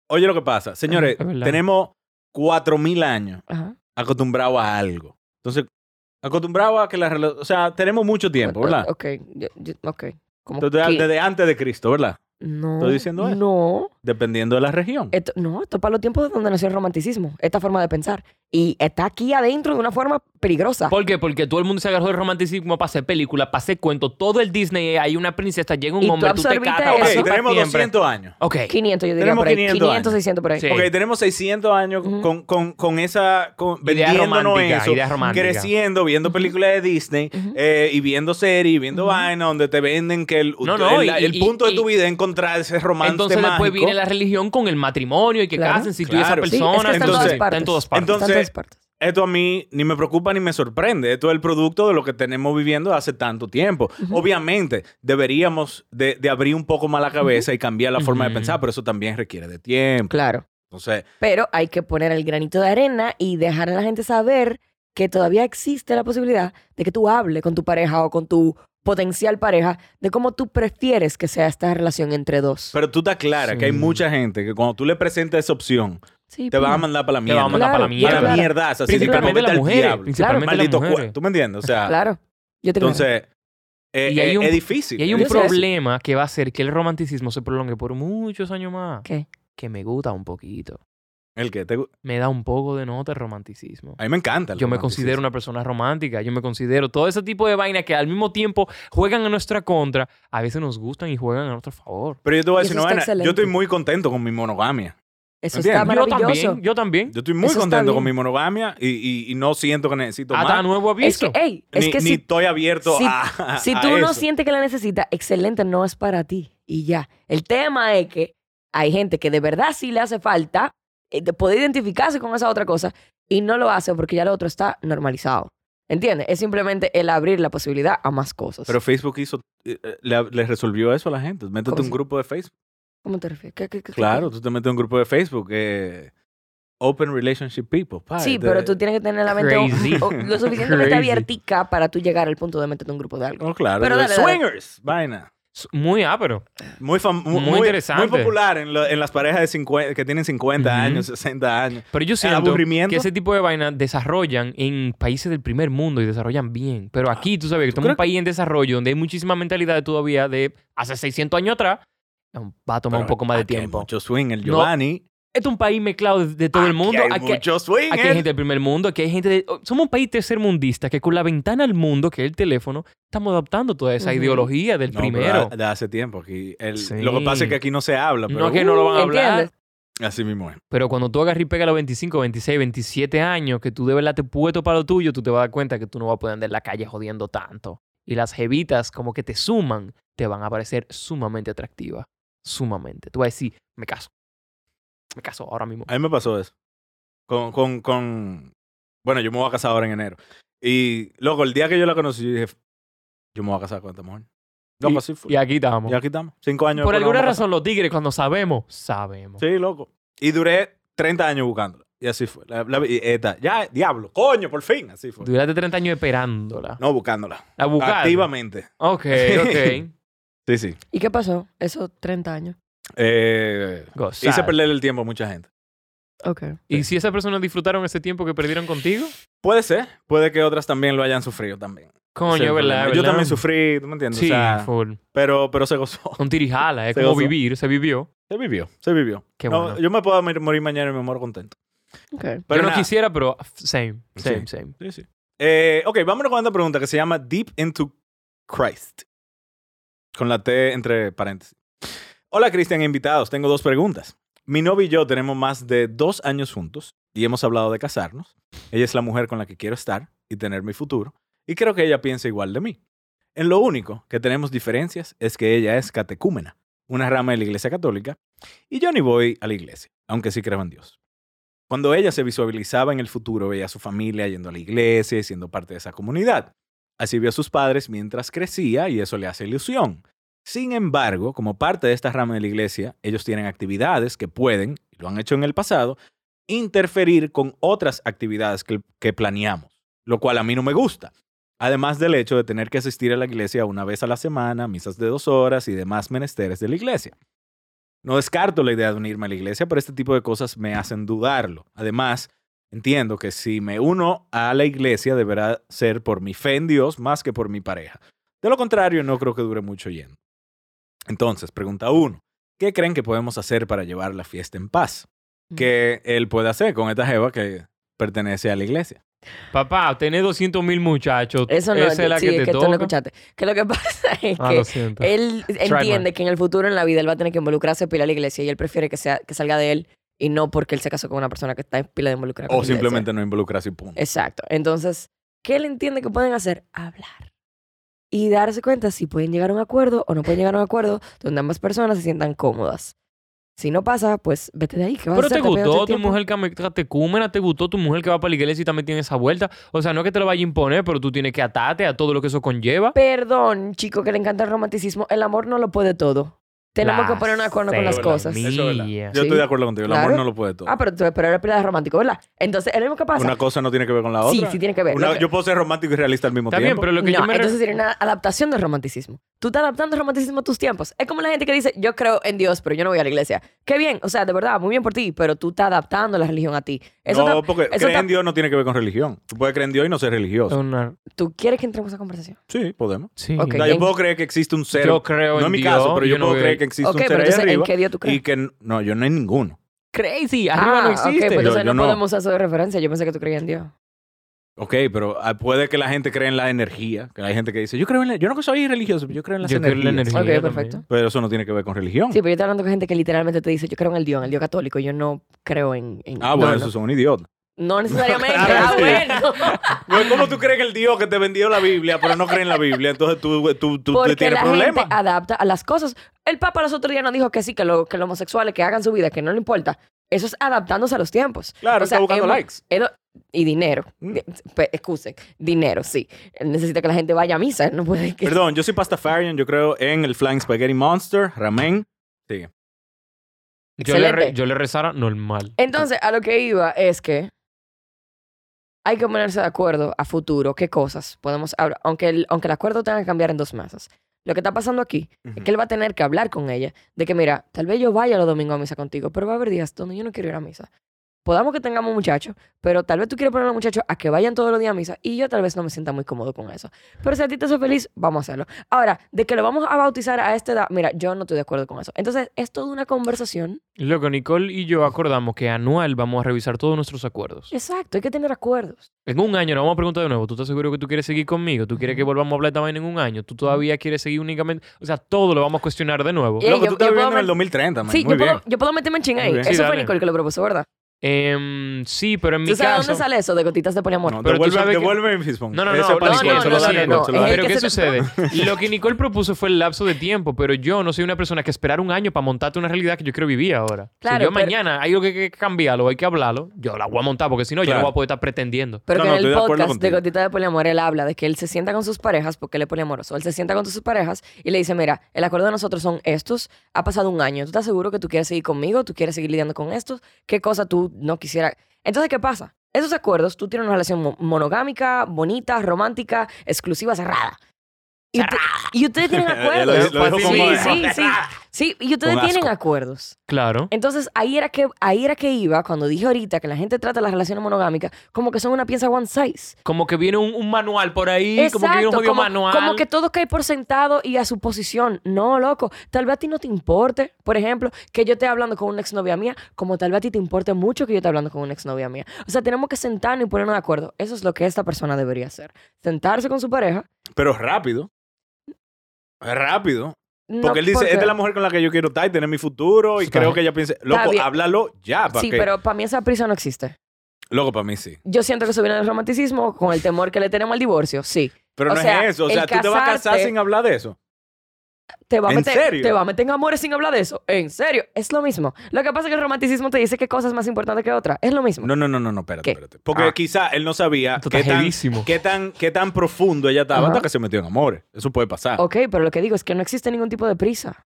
E: Oye lo que pasa. Señores,
D: Ajá, es verdad.
E: tenemos 4.000 años
F: Ajá.
E: acostumbrados a algo. Entonces, acostumbrados a que la relación... O sea, tenemos mucho tiempo, ¿verdad?
F: Ok, yo- yo- ok. Como
E: Entonces,
F: que-
E: desde antes de Cristo, ¿verdad?
F: no,
E: ¿Estoy diciendo eso?
F: No.
E: Dependiendo de la región.
F: Esto- no, esto es para los tiempos de donde nació el romanticismo, esta forma de pensar. Y está aquí adentro de una forma peligrosa.
D: ¿Por qué? Porque todo el mundo se agarró del romanticismo para hacer películas, para hacer cuentos. Todo el Disney, hay una princesa, llega
F: Y
D: un
F: tú
D: hombre, tú, te
F: absorbiste
D: casas.
E: Ok,
D: pasó para
E: tenemos
D: siempre.
E: 200 años.
D: Ok.
F: 500, yo diría
E: Tenemos
F: por ahí.
E: 500
F: 500,
E: años.
F: 600 por ahí.
D: Sí.
E: Ok, tenemos 600 años con, con, con esa...
D: Idea
E: Con, vendiéndonos
D: romántica,
E: eso.
D: idea romántica.
E: Creciendo, viendo películas de Disney eh, y viendo series y viendo vaina donde te venden que el,
D: No, no,
E: el,
D: y-
E: el
D: y-
E: punto de
D: y-
E: tu vida es encontrar ese romance
D: Entonces
E: mágico.
D: después viene la religión con el matrimonio y que
F: Claro.
D: casen si tú
E: Claro.
D: y
E: Sí,
D: esa
E: es que
D: persona.
E: está en todas
D: entonces,
F: partes.
D: está en todas partes.
F: Está en todas
E: Entonces,
F: partes.
E: esto a mí ni me preocupa ni me sorprende. Esto es el producto de lo que tenemos viviendo hace tanto tiempo. Obviamente, deberíamos de, de abrir un poco más la cabeza y cambiar la forma de pensar, pero eso también requiere de tiempo.
F: Claro.
E: Entonces,
F: Pero hay que poner el granito de arena y dejar a la gente saber que todavía existe la posibilidad de que tú hables con tu pareja o con tu potencial pareja de cómo tú prefieres que sea esta relación entre dos.
E: pero tú estás clara que hay mucha gente que cuando tú le presentas esa opción,
F: Sí, pues,
E: te van a
F: pero-
E: mandar para la
D: Te van
E: mierda.
D: a mandar para la
F: Claro,
D: mierda.
E: Para la
F: claro.
E: mierda. Así,
D: Principalmente las mujeres, principalmente las
E: Maldito cua-
D: mujeres.
E: ¿Tú me entiendes? O sea,
F: Claro. Yo te
E: entonces, eh,
D: Y hay
E: eh,
D: un-
E: es difícil.
D: Y hay
E: es
D: un
E: difícil.
D: problema que va a hacer que el romanticismo se prolongue por muchos años más.
F: ¿Qué?
D: Que me gusta un poquito.
E: El que te... A
D: Me da un poco de nota el romanticismo.
E: mí me encanta. el
D: Yo me
E: romanticismo.
D: considero una persona romántica, yo me considero todo ese tipo de vainas que al mismo tiempo juegan a nuestra contra, a veces nos gustan y juegan a nuestro favor.
E: Pero yo te voy a
F: Y
E: decir
F: eso
E: una
F: está
E: vaina. Yo
F: excelente.
E: estoy muy contento con mi monogamia.
F: Eso está
E: Entiendo.
D: Yo
F: maravilloso.
D: también, yo también.
E: Yo estoy muy
F: Eso está
E: contento con mi
F: bien.
E: monogamia y, y- y no siento que necesito
D: Hasta
E: más.
D: nuevo
F: Es
D: aviso.
F: que, ey, es
E: ni,
F: que
E: ni
F: si
E: estoy abierto
F: si,
E: a, a-
F: si
E: a
F: tú no
E: eso.
F: sientes que la necesitas, excelente, no es para ti. Y ya. El tema es que hay gente que de verdad sí le hace falta eh, de poder identificarse con esa otra cosa y no lo hace porque ya lo otro está normalizado. ¿Entiendes? Es simplemente el abrir la posibilidad a más cosas.
E: Pero Facebook hizo, eh, eh, le, le resolvió eso a la gente. Métete
F: ¿Cómo
E: un
F: se-
E: grupo de Facebook.
F: ¿Cómo te refieres? ¿Qué- qué- qué- qué-
E: Claro, tú te metes en un grupo de Facebook. eh, open relationship people. padre.
F: Sí,
E: De-
F: pero tú tienes que tener la mente o-
E: Crazy.
F: o lo suficientemente
E: Crazy.
F: abiertica para tú llegar al punto de meterte en un grupo de algo.
E: No, Oh, claro.
F: Pero
E: de
F: dale, dale.
E: swingers, vaina.
D: Muy ah, ápero.
E: Muy, fam- mu-
D: Muy interesante.
E: Muy popular en, lo- en las parejas de 50 que tienen 50 años, 60 años.
D: Pero yo
E: El
D: siento
E: aburrimiento.
D: que ese tipo de vainas desarrollan en países del primer mundo y desarrollan bien. Pero aquí, tú sabes, que estamos en un país en desarrollo donde hay muchísima mentalidad todavía de hace 600 años atrás. Va a tomar un poco más de tiempo.
E: Mucho swing, el
D: No.
E: Giovanni.
D: Este es un país mezclado de, de todo el mundo.
E: hay ¿eh? muchos swingers.
D: Aquí hay gente del primer mundo, aquí hay gente de... oh, Somos un país tercermundista que con la ventana al mundo, que es el teléfono, estamos adaptando toda esa
E: Ujú.
D: ideología del
E: No, pero
D: primero.
E: a- De hace tiempo. Aquí el-
D: Sí.
E: Lo que pasa es que aquí no se habla. Pero, uh,
D: No es que no lo van a hablar. ¿Entiendes?
E: Así mismo es.
D: Pero cuando tú agarras y pegas a los 25, 26, 27 años, que tú de verdad te puesto para lo tuyo, tú te vas a dar cuenta que tú no vas a poder andar en la calle jodiendo tanto. Y las jevitas, como que te suman, te van a parecer sumamente atractivas. Sumamente. Tú vas a decir, me caso. Me caso ahora mismo.
E: A mí me pasó eso. Con, con, con... Bueno, yo me voy a casar ahora en enero. Y, loco, el día que yo la conocí, yo dije, yo me voy a casar con esta mujer. Loco,
D: Y-
E: así fue.
D: Y aquí estamos.
E: Y aquí estamos. Cinco años.
D: Por
E: después nos
D: alguna
E: vamos a
D: razón, los tigres, cuando sabemos, sabemos.
E: Sí, loco. Y duré 30 años buscándola. Y así fue. La, la- y esta, ya, diablo, coño, por fin. Así fue.
D: Duraste 30 años esperándola.
E: No, buscándola.
D: La buscaste.
E: Activamente.
D: Ok,
E: <laughs>
D: ok.
E: Sí, sí.
F: ¿Y qué pasó? Esos 30 años.
E: Eh,
D: Gozada.
E: hice perder el tiempo a mucha gente.
F: Ok.
D: ¿Y si esas personas disfrutaron ese tiempo que perdieron contigo?
E: Puede ser. Puede que otras también lo hayan sufrido también.
D: Coño,
E: Ese es el
D: verdad,
E: problema. Yo
D: verdad.
E: también sufrí, ¿tú me entiendes?
D: Sí,
E: o sea,
D: full.
E: pero, pero se gozó.
D: Un tirijala, es
E: Se
D: como
E: gozó.
D: vivir, se vivió.
E: Se vivió, se vivió.
D: Qué
E: No,
D: bueno.
E: Yo me puedo mor- morir mañana y me muero contento.
F: Okay.
E: Pero
D: Pero no
E: nada.
D: quisiera, pero same, same,
E: Sí.
D: same.
E: Sí, sí. Eh, ok, vámonos con esta pregunta que se llama Deep into Christ. Con la T entre paréntesis. Hola, Cristian, e invitados. Tengo dos preguntas. Mi novio y yo tenemos más de dos años juntos y hemos hablado de casarnos. Ella es la mujer con la que quiero estar y tener mi futuro. Y creo que ella piensa igual de mí. En lo único que tenemos diferencias es que ella es catecúmena, una rama de la iglesia católica, y yo ni voy a la iglesia, aunque sí creo en Dios. Cuando ella se visualizaba en el futuro, veía a su familia yendo a la iglesia y siendo parte de esa comunidad. Así vio a sus padres mientras crecía y eso le hace ilusión. Sin embargo, como parte de esta rama de la iglesia, ellos tienen actividades que pueden, y lo han hecho en el pasado, interferir con otras actividades que, que planeamos, lo cual a mí no me gusta. Además del hecho de tener que asistir a la iglesia una vez a la semana, misas de dos horas y demás menesteres de la iglesia. No descarto la idea de unirme a la iglesia, pero este tipo de cosas me hacen dudarlo. Además, entiendo que si me uno a la iglesia deberá ser por mi fe en Dios más que por mi pareja. De lo contrario, no creo que dure mucho yendo. Entonces, pregunta uno. ¿Qué creen que podemos hacer para llevar la fiesta en paz? ¿Qué él puede hacer con esta jeva que pertenece a la iglesia?
D: Papá, tenés 200 mil muchachos.
F: Eso no,
D: Esa es la
F: sí,
D: que
F: es
D: te
F: que tú no
D: toca.
F: escuchaste. Que lo que pasa es
D: Ah,
F: que eh,
D: lo siento.
F: él
D: Trademark.
F: entiende que en el futuro en la vida él va a tener que involucrarse pila a la iglesia y él prefiere que sea que salga de él y no porque él se casó con una persona que está en pila de involucrar. con
E: O
F: la iglesia.
E: simplemente no involucrarse y punto.
F: Exacto. Entonces, ¿qué él entiende que pueden hacer? Hablar. Y darse cuenta si pueden llegar a un acuerdo o no pueden llegar a un acuerdo donde ambas personas se sientan cómodas. Si no pasa, pues vete de ahí. ¿Qué vas a
D: Pero
F: hacer?
D: te
F: ¿Te pegas todo
D: gustó
F: el
D: tu
F: tiempo?
D: mujer catecúmena, te gustó tu mujer que va para la iglesia y también tiene esa vuelta. O sea, no es que te lo vaya a imponer, pero tú tienes que atarte a todo lo que eso conlleva.
F: Perdón, chico, que le encanta el romanticismo. El amor no lo puede todo.
D: La
F: Tenemos que poner un acuerdo con las
D: cebolla
F: cosas.
D: mía.
E: Eso es verdad. Yo
F: Sí.
E: estoy de acuerdo contigo. El amor
F: Claro.
E: no lo puede todo.
F: Ah, pero tú pero eres pila de romántico, ¿verdad? Entonces, ¿es lo mismo que pasa?
E: Una cosa no tiene que ver con la
F: Sí,
E: otra.
F: sí tiene que ver.
E: Una-
F: Lo que-
E: Yo puedo ser romántico y realista al mismo
D: Está bien,
E: tiempo.
D: pero lo que
F: no,
D: yo me re-
F: entonces sería una adaptación del romanticismo. Tú estás adaptando el romanticismo a tus tiempos. Es como la gente que dice, yo creo en Dios, pero yo no voy a la iglesia. Qué bien, o sea, de verdad, muy bien por ti, pero tú estás adaptando la religión a ti. Eso
E: no,
F: está-
E: porque
F: eso
E: creer
F: está-
E: en Dios no tiene que ver con religión. Tú puedes creer en Dios y no ser religioso.
F: ¿Tú quieres que entremos a conversación?
E: Sí, podemos.
D: Sí.
F: Ok.
E: O sea, yo puedo creer que existe un ser.
D: Yo creo
E: no
D: en
E: es mi
D: Dios,
E: caso, pero yo,
D: yo no
E: puedo
D: veo-
E: creer que existe
F: Ok,
E: un ser
F: pero
E: ahí
F: entonces, ¿en
E: arriba.
F: qué Dios tú crees?
E: Y que n- no, yo no hay ninguno.
D: Crazy, arriba no
F: Ah, ok,
D: existe.
F: pues
E: Yo-
F: entonces
E: yo
F: no,
E: no.
F: podemos hacer de referencia. Yo pensé que tú creías en Dios.
E: Ok, pero ah, puede que la gente cree en la energía. Que hay gente que dice, yo creo en la... Yo no soy religioso, pero yo creo en las
D: Yo creo en
E: energías.
D: la energía también.
F: Ok, perfecto.
E: Pero eso no tiene que ver con religión.
F: Sí, pero yo estoy hablando con gente que literalmente te dice, yo creo en el Dios, en el Dios católico. Yo no creo en... en-
E: Ah, bueno,
F: no,
E: eso es un idiota. <laughs>
F: no, no necesariamente.
E: Ah,
F: ah,
E: sí.
F: bueno.
E: Pero Pues, ¿Cómo <laughs> tú crees que el Dios que te vendió la Biblia, pero no cree en la Biblia? Entonces tú, tú, tú, tú
F: Porque
E: tienes
F: la
E: problemas.
F: gente adapta a las cosas. El Papa los otros días nos dijo que sí, que, lo- que los homosexuales que hagan su vida, que no le importa. Eso es adaptándose a los tiempos.
E: Claro, está buscando
F: hemos-
E: likes. Mm.
F: hemos- y dinero. Di- pe- Excusen, dinero, sí. Él Necesita que la gente vaya a misa. él No puede que...
E: Perdón, yo soy pastafarian. Yo creo en el Flying Spaghetti Monster, ramen. Sigue.
D: Yo le, re-
F: Excelente. Eh,
D: yo le rezara normal.
F: Entonces, a lo que iba es que hay que ponerse de acuerdo a futuro qué cosas podemos hablar, aunque el, aunque el acuerdo tenga que cambiar en dos mesas. Lo que está pasando aquí es que él va a tener que hablar con ella de que, mira, tal vez yo vaya los domingos a misa contigo, pero va a haber días donde yo no quiero ir a misa. Podamos que tengamos muchachos, pero tal vez tú quieres poner a los muchachos a que vayan todos los días a misa y yo tal vez no me sienta muy cómodo con eso. Pero si a ti te hace feliz, vamos a hacerlo. Ahora, de que lo vamos a bautizar a esta edad, mira, yo no estoy de acuerdo con eso. Entonces, es toda una conversación.
D: Loco, Nicole y yo acordamos que anual vamos a revisar todos nuestros acuerdos.
F: Exacto, hay que tener acuerdos.
D: En un año nos vamos a preguntar de nuevo, ¿tú estás seguro que tú quieres seguir conmigo? ¿Tú quieres que volvamos a hablar también en un año? ¿Tú todavía quieres seguir únicamente? O sea, todo lo vamos a cuestionar de nuevo.
F: Ey, Loco, yo- tú estás yo puedo viviendo en el met-
E: 2030,
F: Sí, yo puedo, yo puedo meterme en ching ahí.
D: Muy bien. Sí,
F: Eso fue
D: dale.
F: Nicole que lo propuso, ¿verdad?
D: Em, sí, pero en mi
F: ¿Tú sabes
D: caso...
F: dónde sale eso de gotitas de poliamor?
D: Pero tú sabes que- No, no, no, no, no, no, no, no, eh, no,
F: es el
D: Pero
F: que
D: ¿qué
F: se-
D: sucede?
F: <laughs>
D: Lo que Nicole propuso fue el lapso de tiempo, pero yo no soy una persona que esperar un año para montarte una realidad que yo quiero vivir ahora.
F: Claro,
D: si yo
F: pero-
D: mañana hay algo que, que cambiarlo, hay que hablarlo, yo la voy a montar porque si no, yo
E: Claro.
D: no voy a poder estar pretendiendo.
F: Pero que en el podcast de, Gotitas de Poliamor él habla de que él se sienta con sus parejas, porque él es poliamoroso, él se sienta con sus parejas y le dice, mira, el acuerdo de nosotros son estos, ha pasado un año, ¿tú estás seguro que tú quieres seguir conmigo? ¿Tú quieres seguir lidiando con estos? ¿Qué cosa tú no quisieras? Entonces, ¿qué pasa? Esos acuerdos, tú tienes una relación mo- monogámica, bonita, romántica, exclusiva, cerrada. Y, usted- y ustedes
D: <laughs>
F: tienen
D: Ya lo-
F: acuerdos.
D: lo dijo
F: sí,
D: como-
F: sí, sí. Sí, y ustedes
D: Con asco.
F: tienen acuerdos.
D: Claro.
F: Entonces, ahí era, que, ahí era que iba cuando dije ahorita que la gente trata las relaciones monogámicas como que son una pieza one size.
D: Como que viene un, un manual por ahí, como que viene un jodido
F: como,
D: manual.
F: como que todo cae por sentado y a su posición. No, loco. Tal vez a ti no te importe, por ejemplo, que yo esté hablando con una exnovia mía, como tal vez a ti te importe mucho que yo esté hablando con una exnovia mía. O sea, tenemos que sentarnos y ponernos de acuerdo. Eso es lo que esta persona debería hacer. Sentarse con su pareja.
E: Pero rápido. Rápido.
F: No,
E: Porque él dice,
F: porque-
E: esta es la mujer con la que yo quiero estar y tener mi futuro. Y creo que ella piensa, loco,
F: bien.
E: háblalo ya. ¿para
F: sí,
E: qué?
F: pero para mí esa prisa no existe.
E: Loco, para mí sí.
F: Yo siento que eso viene del romanticismo con el temor que le tenemos al divorcio, sí.
E: Pero
F: O
E: no
F: sea,
E: es eso. O
F: el
E: sea, tú te vas a casar
F: casarte-
E: sin hablar de eso.
F: Te va, a
E: ¿En
F: meter,
E: serio?
F: te va a meter en amores sin hablar de eso. En serio, es lo mismo. Lo que pasa es que el romanticismo te dice qué cosa es más importante que otra. Es lo mismo.
E: No, no, no, no, no espérate,
F: ¿Qué?
E: espérate. Porque
F: Ah.
E: quizá él no sabía qué
D: estás
E: tan,
D: heavísimo.
E: qué, tan, qué tan profundo ella estaba
F: Ajá.
E: hasta que se metió en amores. Eso puede pasar.
F: Ok, pero lo que digo es que no existe ningún tipo de prisa.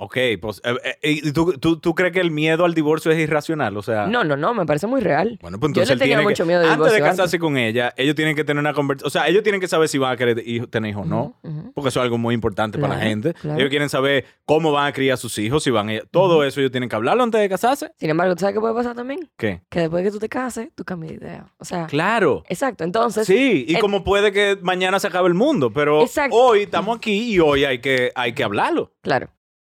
E: Ok, pues. eh, eh, ¿y tú, tú, tú crees que el miedo al divorcio es irracional? O sea.
F: No, no, no, me parece muy real.
E: Bueno, pues
F: Yo
E: entonces
F: le
E: él
F: tenía
E: tiene
F: mucho
E: que-
F: miedo de
E: Antes de
F: divorcio
E: casarse con ella, ellos tienen que tener una conversación. O sea, ellos tienen que saber si van a querer hij- tener hijos o no. Porque eso es algo muy importante para la
F: Claro,
E: gente.
F: claro.
E: Ellos quieren saber cómo van a criar a sus hijos, si van a... Todo eso ellos tienen que hablarlo antes de casarse.
F: Sin embargo, ¿tú sabes qué puede pasar también?
E: ¿Qué?
F: Que después de que tú te cases, tú cambias de idea. O sea,
E: Claro.
F: exacto. Entonces,
E: Sí, y
F: el-
E: como puede que mañana se acabe el mundo, pero
F: Exacto.
E: hoy estamos aquí y hoy hay que, hay que hablarlo.
F: Claro.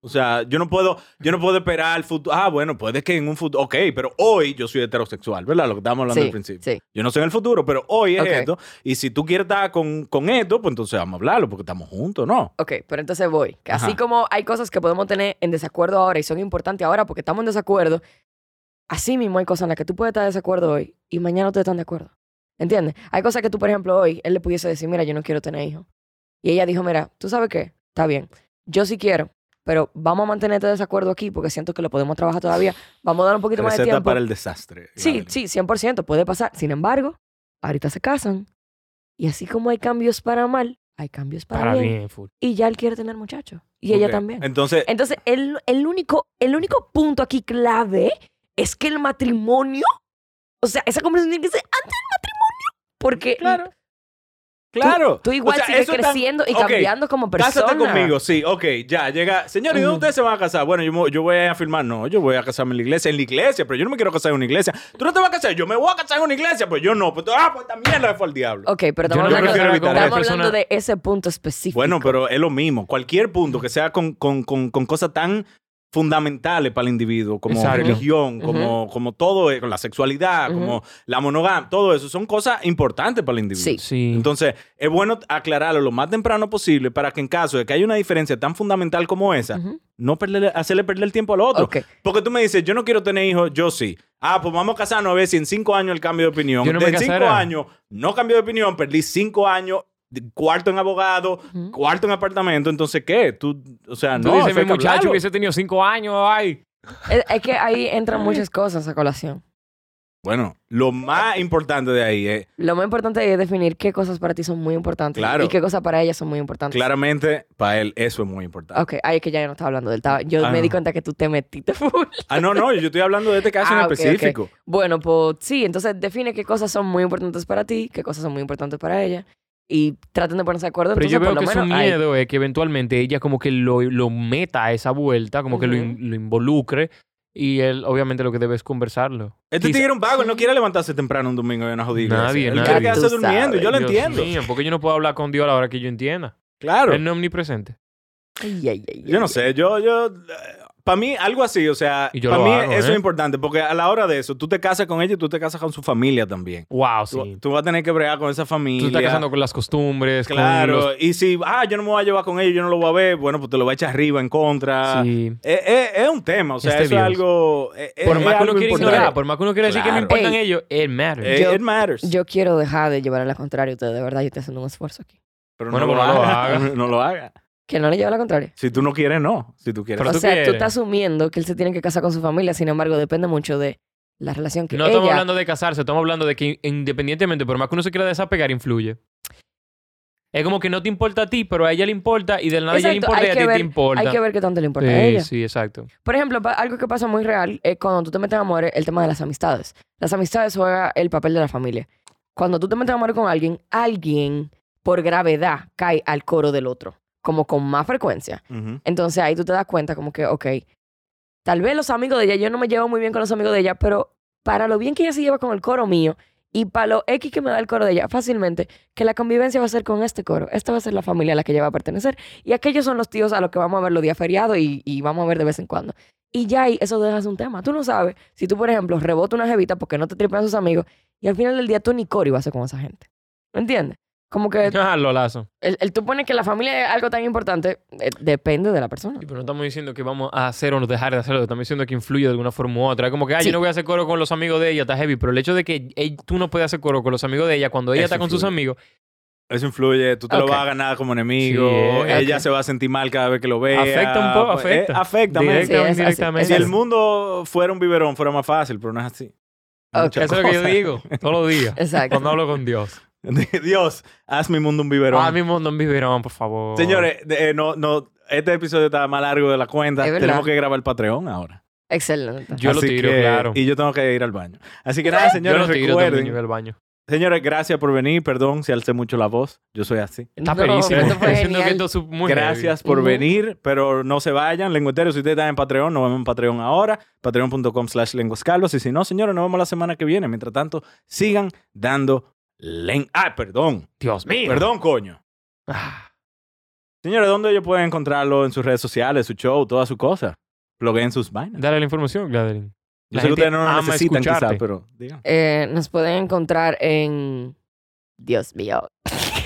E: O sea, yo no puedo, yo no puedo esperar al futuro. Ah, bueno, puede que en un futuro. Ok, pero hoy yo soy heterosexual, ¿verdad? Lo que estábamos hablando
F: Sí,
E: al principio.
F: sí.
E: Yo no sé en el futuro, pero hoy es
F: Ok.
E: esto. Y si tú quieres estar con, con esto, pues entonces vamos a hablarlo, porque estamos juntos, ¿no?
F: Ok, pero entonces voy. Que Así
E: Ajá.
F: como hay cosas que podemos tener en desacuerdo ahora y son importantes ahora porque estamos en desacuerdo, así mismo hay cosas en las que tú puedes estar de desacuerdo hoy y mañana no te están de acuerdo. ¿Entiendes? Hay cosas que tú, por ejemplo, hoy él le pudiese decir, mira, yo no quiero tener hijos. Y ella dijo, mira, tú sabes qué, está bien, yo sí quiero, pero vamos a mantener este desacuerdo aquí porque siento que lo podemos trabajar todavía. Vamos a dar un poquito más de
E: Receta
F: tiempo.
E: para el desastre.
F: Sí, sí, 100%, puede pasar. Sin embargo, ahorita se casan y así como hay cambios para mal, hay cambios para,
D: Para
F: bien
D: bien, full.
F: y ya él quiere tener muchachos. Y ella
E: Ok.
F: también. Eh,
E: Entonces-
F: Entonces, el, el único, el único punto aquí clave es que el matrimonio, o sea, esa conversación tiene que ser antes del matrimonio. Porque claro,
E: Claro.
F: tú, igual
E: O sea,
F: sigues
E: eso tan-
F: creciendo y
E: Ok,
F: cambiando como persona.
E: Cásate conmigo, sí, ok, ya, llega. Señor, ¿y dónde ustedes se van a casar? Bueno, yo, mo- yo voy a firmar, no, yo voy a casarme en la iglesia, en la iglesia, pero yo no me quiero casar en una iglesia. ¿Tú no te vas a casar? Yo me voy a casar en una iglesia, pues yo no, pues, ah, pues esta mierda fue al diablo.
F: Ok, pero
E: Yo
F: estamos,
E: no
F: hablando,
E: prefiero evitar
F: estamos
E: eso.
F: hablando de ese punto específico.
E: Bueno, pero es lo mismo. Cualquier punto que sea con, con- con- con cosas tan fundamentales para el individuo, como
D: Exacto.
E: religión,
D: Ujú.
E: como, como todo, eh, con la sexualidad, como la monogamia, todo eso son cosas importantes para el individuo. Entonces, es bueno aclararlo lo más temprano posible para que en caso de que haya una diferencia tan fundamental como esa, no perderle- hacerle perder el tiempo al otro.
F: Ok.
E: Porque tú me dices, yo no quiero tener hijos, yo sí. Ah, pues vamos a casarnos a ver si en cinco años el cambio de opinión.
D: Yo no me
E: de cinco
D: casara.
E: años no cambió de opinión, perdí cinco años, de- cuarto en abogado, cuarto en apartamento. Entonces, ¿qué? Tú, o sea,
D: Tú
E: no.
D: dices,
E: eso hay
D: mi
E: que
D: muchacho
E: hablarlo.
D: hubiese tenido cinco años, ay.
F: Es, es que ahí entran muchas cosas a colación.
E: Bueno, lo más importante de ahí es
F: Lo más importante es definir qué cosas para ti son muy importantes
E: Claro.
F: y qué cosas para ella son muy importantes.
E: claramente para él eso es muy importante.
F: Ok, ay, es que ya no estaba hablando del estaba- Yo
E: Ah,
F: me di
E: no.
F: cuenta que tú te metiste <laughs> full.
E: Ah, no, no, yo estoy hablando de este caso
F: Ah,
E: en
F: ok, ok.
E: específico.
F: Bueno, pues sí, entonces define qué cosas son muy importantes para ti, qué cosas son muy importantes para ella y traten de ponerse de acuerdo.
D: Pero
F: entonces,
D: yo veo
F: por
D: que
F: lo
D: su
F: menos, ahí.
D: miedo es que eventualmente ella como que lo, lo meta a esa vuelta, como que lo, in- lo involucre. Y él obviamente lo que debe es conversarlo.
E: Este
D: Quizá-
E: tigre es un vago, él no quiere levantarse temprano un domingo de una jodida.
D: Nadie,
E: él
D: nadie.
E: quiere quedarse durmiendo, yo lo
D: Dios
E: entiendo.
D: mío, porque yo no puedo hablar con Dios a la hora que yo entienda.
E: Claro.
D: Él no es omnipresente.
E: Yo no sé, yo, yo, para mí algo así, o sea,
D: Y yo
E: para
D: lo
E: mí
D: hago,
E: eso
D: ¿eh?
E: es importante, porque a la hora de eso, tú te casas con ella y tú te casas con su familia también.
D: Wow,
E: Tú, tú vas a tener que bregar con esa familia.
D: Tú estás casando con las costumbres, con
E: Claro,
D: los-
E: y si, ah, yo no me voy a llevar con ellos, yo no lo voy a ver, bueno, pues te lo va a echar arriba en contra.
D: Sí.
E: Es, es- es un tema, o sea,
D: Este
E: eso es
D: Dios.
E: algo. es- es-
D: Por
E: es
D: más que uno
E: algo
D: quiera
E: importante.
D: ignorar, por más que uno quiera decir que no
E: Claro.
D: importan
F: Ey.
D: ellos, it matters.
F: Yo- Yo quiero dejar de llevar a la contraria a ustedes, de verdad, yo estoy haciendo un esfuerzo aquí.
E: Pero
D: Bueno,
E: no,
D: pues
E: lo haga. <laughs> no lo haga.
F: Que no le lleve a la contraria.
E: Si tú no quieres, no. Si tú quieres.
F: o sea, tú estás asumiendo que él se tiene que casar con su familia, sin embargo, depende mucho de la relación que
D: No
F: ella...
D: estamos hablando de casarse, estamos hablando de que independientemente, por más que uno se quiera desapegar, influye. Es como que no te importa a ti, pero a ella le importa y del nada a ella le
F: Exacto,
D: importa y
F: hay
D: a
F: que
D: ti
F: ver-
D: te importa.
F: hay que ver qué tanto le importa
D: sí,
F: a ella.
D: Sí, exacto.
F: Por ejemplo, pa- algo que pasa muy real es cuando tú te metes a amor, el tema de las amistades. Las amistades juegan el papel de la familia. Cuando tú te metes a amor con alguien, alguien por gravedad cae al coro del otro, como con más frecuencia.
E: Ujú.
F: Entonces ahí tú te das cuenta como que, ok, tal vez los amigos de ella, yo no me llevo muy bien con los amigos de ella, pero para lo bien que ella se lleva con el coro mío y para lo X que me da el coro de ella, fácilmente, que la convivencia va a ser con este coro. Esta va a ser la familia a la que ella va a pertenecer y aquellos son los tíos a los que vamos a ver los días feriados y, y vamos a ver de vez en cuando. Y ya ahí eso dejas un tema. Tú no sabes si tú, por ejemplo, rebota una jevita porque no te tripean sus amigos y al final del día tú ni coro ibas a ser con esa gente. ¿Me entiendes? Como que
D: <laughs> Ah, lo lazo.
F: el, el tú pones que la familia es algo tan importante, eh, depende de la persona.
D: Sí, pero no estamos diciendo que vamos a hacer o no dejar de hacerlo, estamos diciendo que influye de alguna forma u otra. Es como que, ah,
F: Sí.
D: yo no voy a hacer coro con los amigos de ella, está heavy, pero el hecho de que ey- tú no puedes hacer coro con los amigos de ella cuando ella
E: Eso
D: está con sus
E: influye.
D: amigos,
E: Eso influye, tú te
D: Ok.
E: lo vas a ganar como enemigo,
D: Sí, eh,
E: ella
D: ok.
E: se va a sentir mal cada vez que lo vea.
D: afecta un poco,
E: Pues, eh,
D: afecta.
E: afecta, man.
D: Directa o
F: Sí, es así,
D: indirectamente.
F: es
E: Si el
F: así.
E: mundo fuera un biberón, fuera más fácil, pero no es así.
F: Ok.
E: Muchas
D: Eso es lo que yo
E: cosas.
D: digo todos los días.
F: Exacto.
D: Cuando hablo con Dios.
E: <laughs> Dios, haz mi mundo un biberón.
D: Ah, mi mundo en biberón, por favor.
E: Señores, de- eh, no, no, este episodio está más largo de la cuenta.
F: Es verdad.
E: Tenemos que grabar el Patreon ahora.
F: Excelente.
D: Yo lo
E: Así
D: tiro,
E: que-
D: claro.
E: Y yo tengo que ir al baño. Así que nada,
D: <laughs> Yo
E: señores,
D: no tiro también, yo voy
E: recuerden.
D: al baño.
E: Señores, gracias por venir. Perdón si alcé mucho la voz. Yo soy así.
D: Está
F: No,
D: perísimo.
F: esto
D: <laughs>
F: fue
D: Siento que
F: genial.
D: esto es muy
E: Gracias
D: heavy.
E: por
F: Ujú.
E: venir, pero no se vayan, lengueteros. Si ustedes están en Patreon, nos vemos en Patreon ahora, patreon.com slash lenguascalvos. Y si no, señores, nos vemos la semana que viene. Mientras tanto, sigan dando len... Ah, perdón.
D: Dios mío.
E: Perdón, coño.
D: Ah,
E: Señores, ¿dónde ellos pueden encontrarlo en sus redes sociales, su show, toda su cosa? Pluguen sus vainas.
D: Dale la información, Gladeline.
E: Yo
D: La
E: sé que
D: gente
E: ustedes no lo
D: ama
E: necesitan
D: escucharte.
E: quizás, pero... digan.
F: Eh, nos pueden encontrar en. Dios mío. <laughs>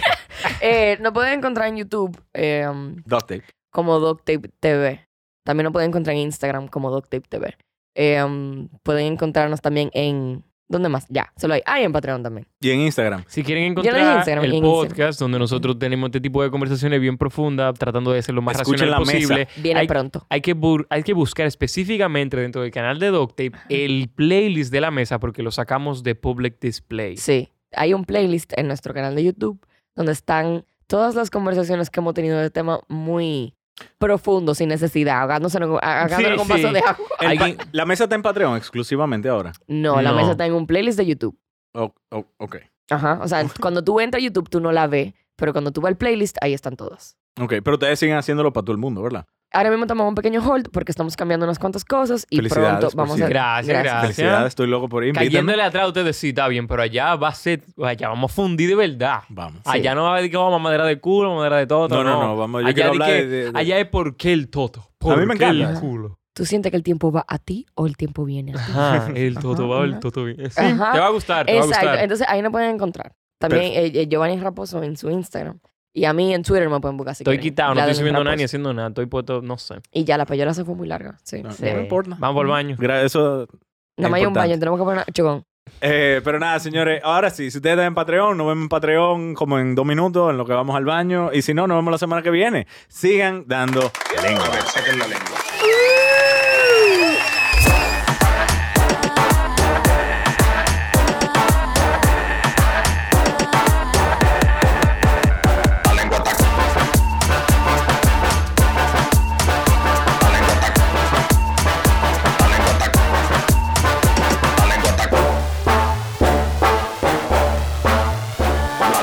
F: Eh, nos pueden encontrar en YouTube eh,
E: Duct tape.
F: como DocTape TV. También nos pueden encontrar en Instagram como DocTape TV. Eh, um, pueden encontrarnos también en. ¿Dónde más? Ya, solo hay. Ah, y en Patreon también.
E: Y en Instagram.
D: Si quieren
F: no dije
D: encontrar
F: Instagram,
D: el
F: en
D: podcast
F: Instagram.
D: donde nosotros tenemos este tipo de conversaciones bien profundas, tratando de ser lo más
E: Escuchen
D: racional
E: la mesa.
D: posible,
F: Viene
D: Hay-
F: pronto.
D: hay que, bur- hay que buscar específicamente dentro del canal de Doctape el playlist de la mesa porque lo sacamos de Public Display.
F: Sí. Hay un playlist en nuestro canal de YouTube donde están todas las conversaciones que hemos tenido de tema muy profundo, sin necesidad, ahogándoselo, ahogándolo
D: Sí,
F: con
D: sí.
F: vaso de agua.
E: El
D: Alguien-
E: pa- La mesa está en Patreon exclusivamente ahora.
F: No, la
D: No.
F: mesa está en un playlist de YouTube.
E: Oh, oh, ok.
F: Ajá. O sea, cuando tú entras a YouTube, tú no la ves, pero cuando tú vas al playlist, ahí están todas.
E: Ok, pero ustedes siguen haciéndolo para todo el mundo, ¿verdad?
F: Ahora mismo tomamos un pequeño hold porque estamos cambiando unas cuantas cosas y
E: Felicidades,
F: pronto
E: por
F: vamos a.
E: cierto.
D: Gracias, gracias.
E: Felicidades, estoy loco por ir. Invítame.
D: Cayéndole atrás, ustedes sí, está bien, pero allá va a ser, allá vamos a fundir de verdad.
E: Vamos.
D: Allá no va a haber que vamos a madera de culo, madera de todo.
E: No, no, no, vamos, yo
D: allá
E: quiero
D: di
E: hablar
D: que-
E: de- de- de-
D: Allá es por qué el toto. Por
E: mí me
D: qué
E: encanta
D: el
E: eso.
D: culo.
F: ¿Tú sientes que el tiempo va a ti o el tiempo viene a ti? <laughs>
D: Ajá, <laughs> el toto va, el
F: ajá.
D: toto viene. Sí,
F: Ajá.
D: te va a gustar, Ah, te
F: Exacto.
D: va a gustar.
F: Entonces ahí nos pueden encontrar. También eh, eh, Giovanni Raposo en su Instagram. Y a mí en Twitter me pueden buscar si
D: Estoy
F: quieren.
D: quitado, no estoy
F: Gladys
D: subiendo nada
F: Raposo.
D: ni haciendo nada. Estoy puesto, no sé.
F: Y ya la payola se fue muy larga. Sí.
E: No,
F: sí.
E: no me importa.
D: Vamos por el baño.
E: Gra- Eso
F: Nada más hay un
E: Importante.
F: baño, tenemos que poner. Chocón.
E: Eh, pero nada, señores, ahora sí, si ustedes están en Patreon, nos vemos en Patreon como en dos minutos, en lo que vamos al baño. Y si no, nos vemos la semana que viene. Sigan dando lengua.
C: A ver, saquen la lengua.
N: Ooh.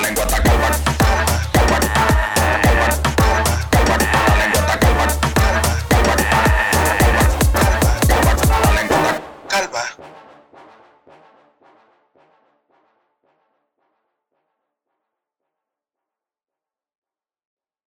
C: lengua ataca.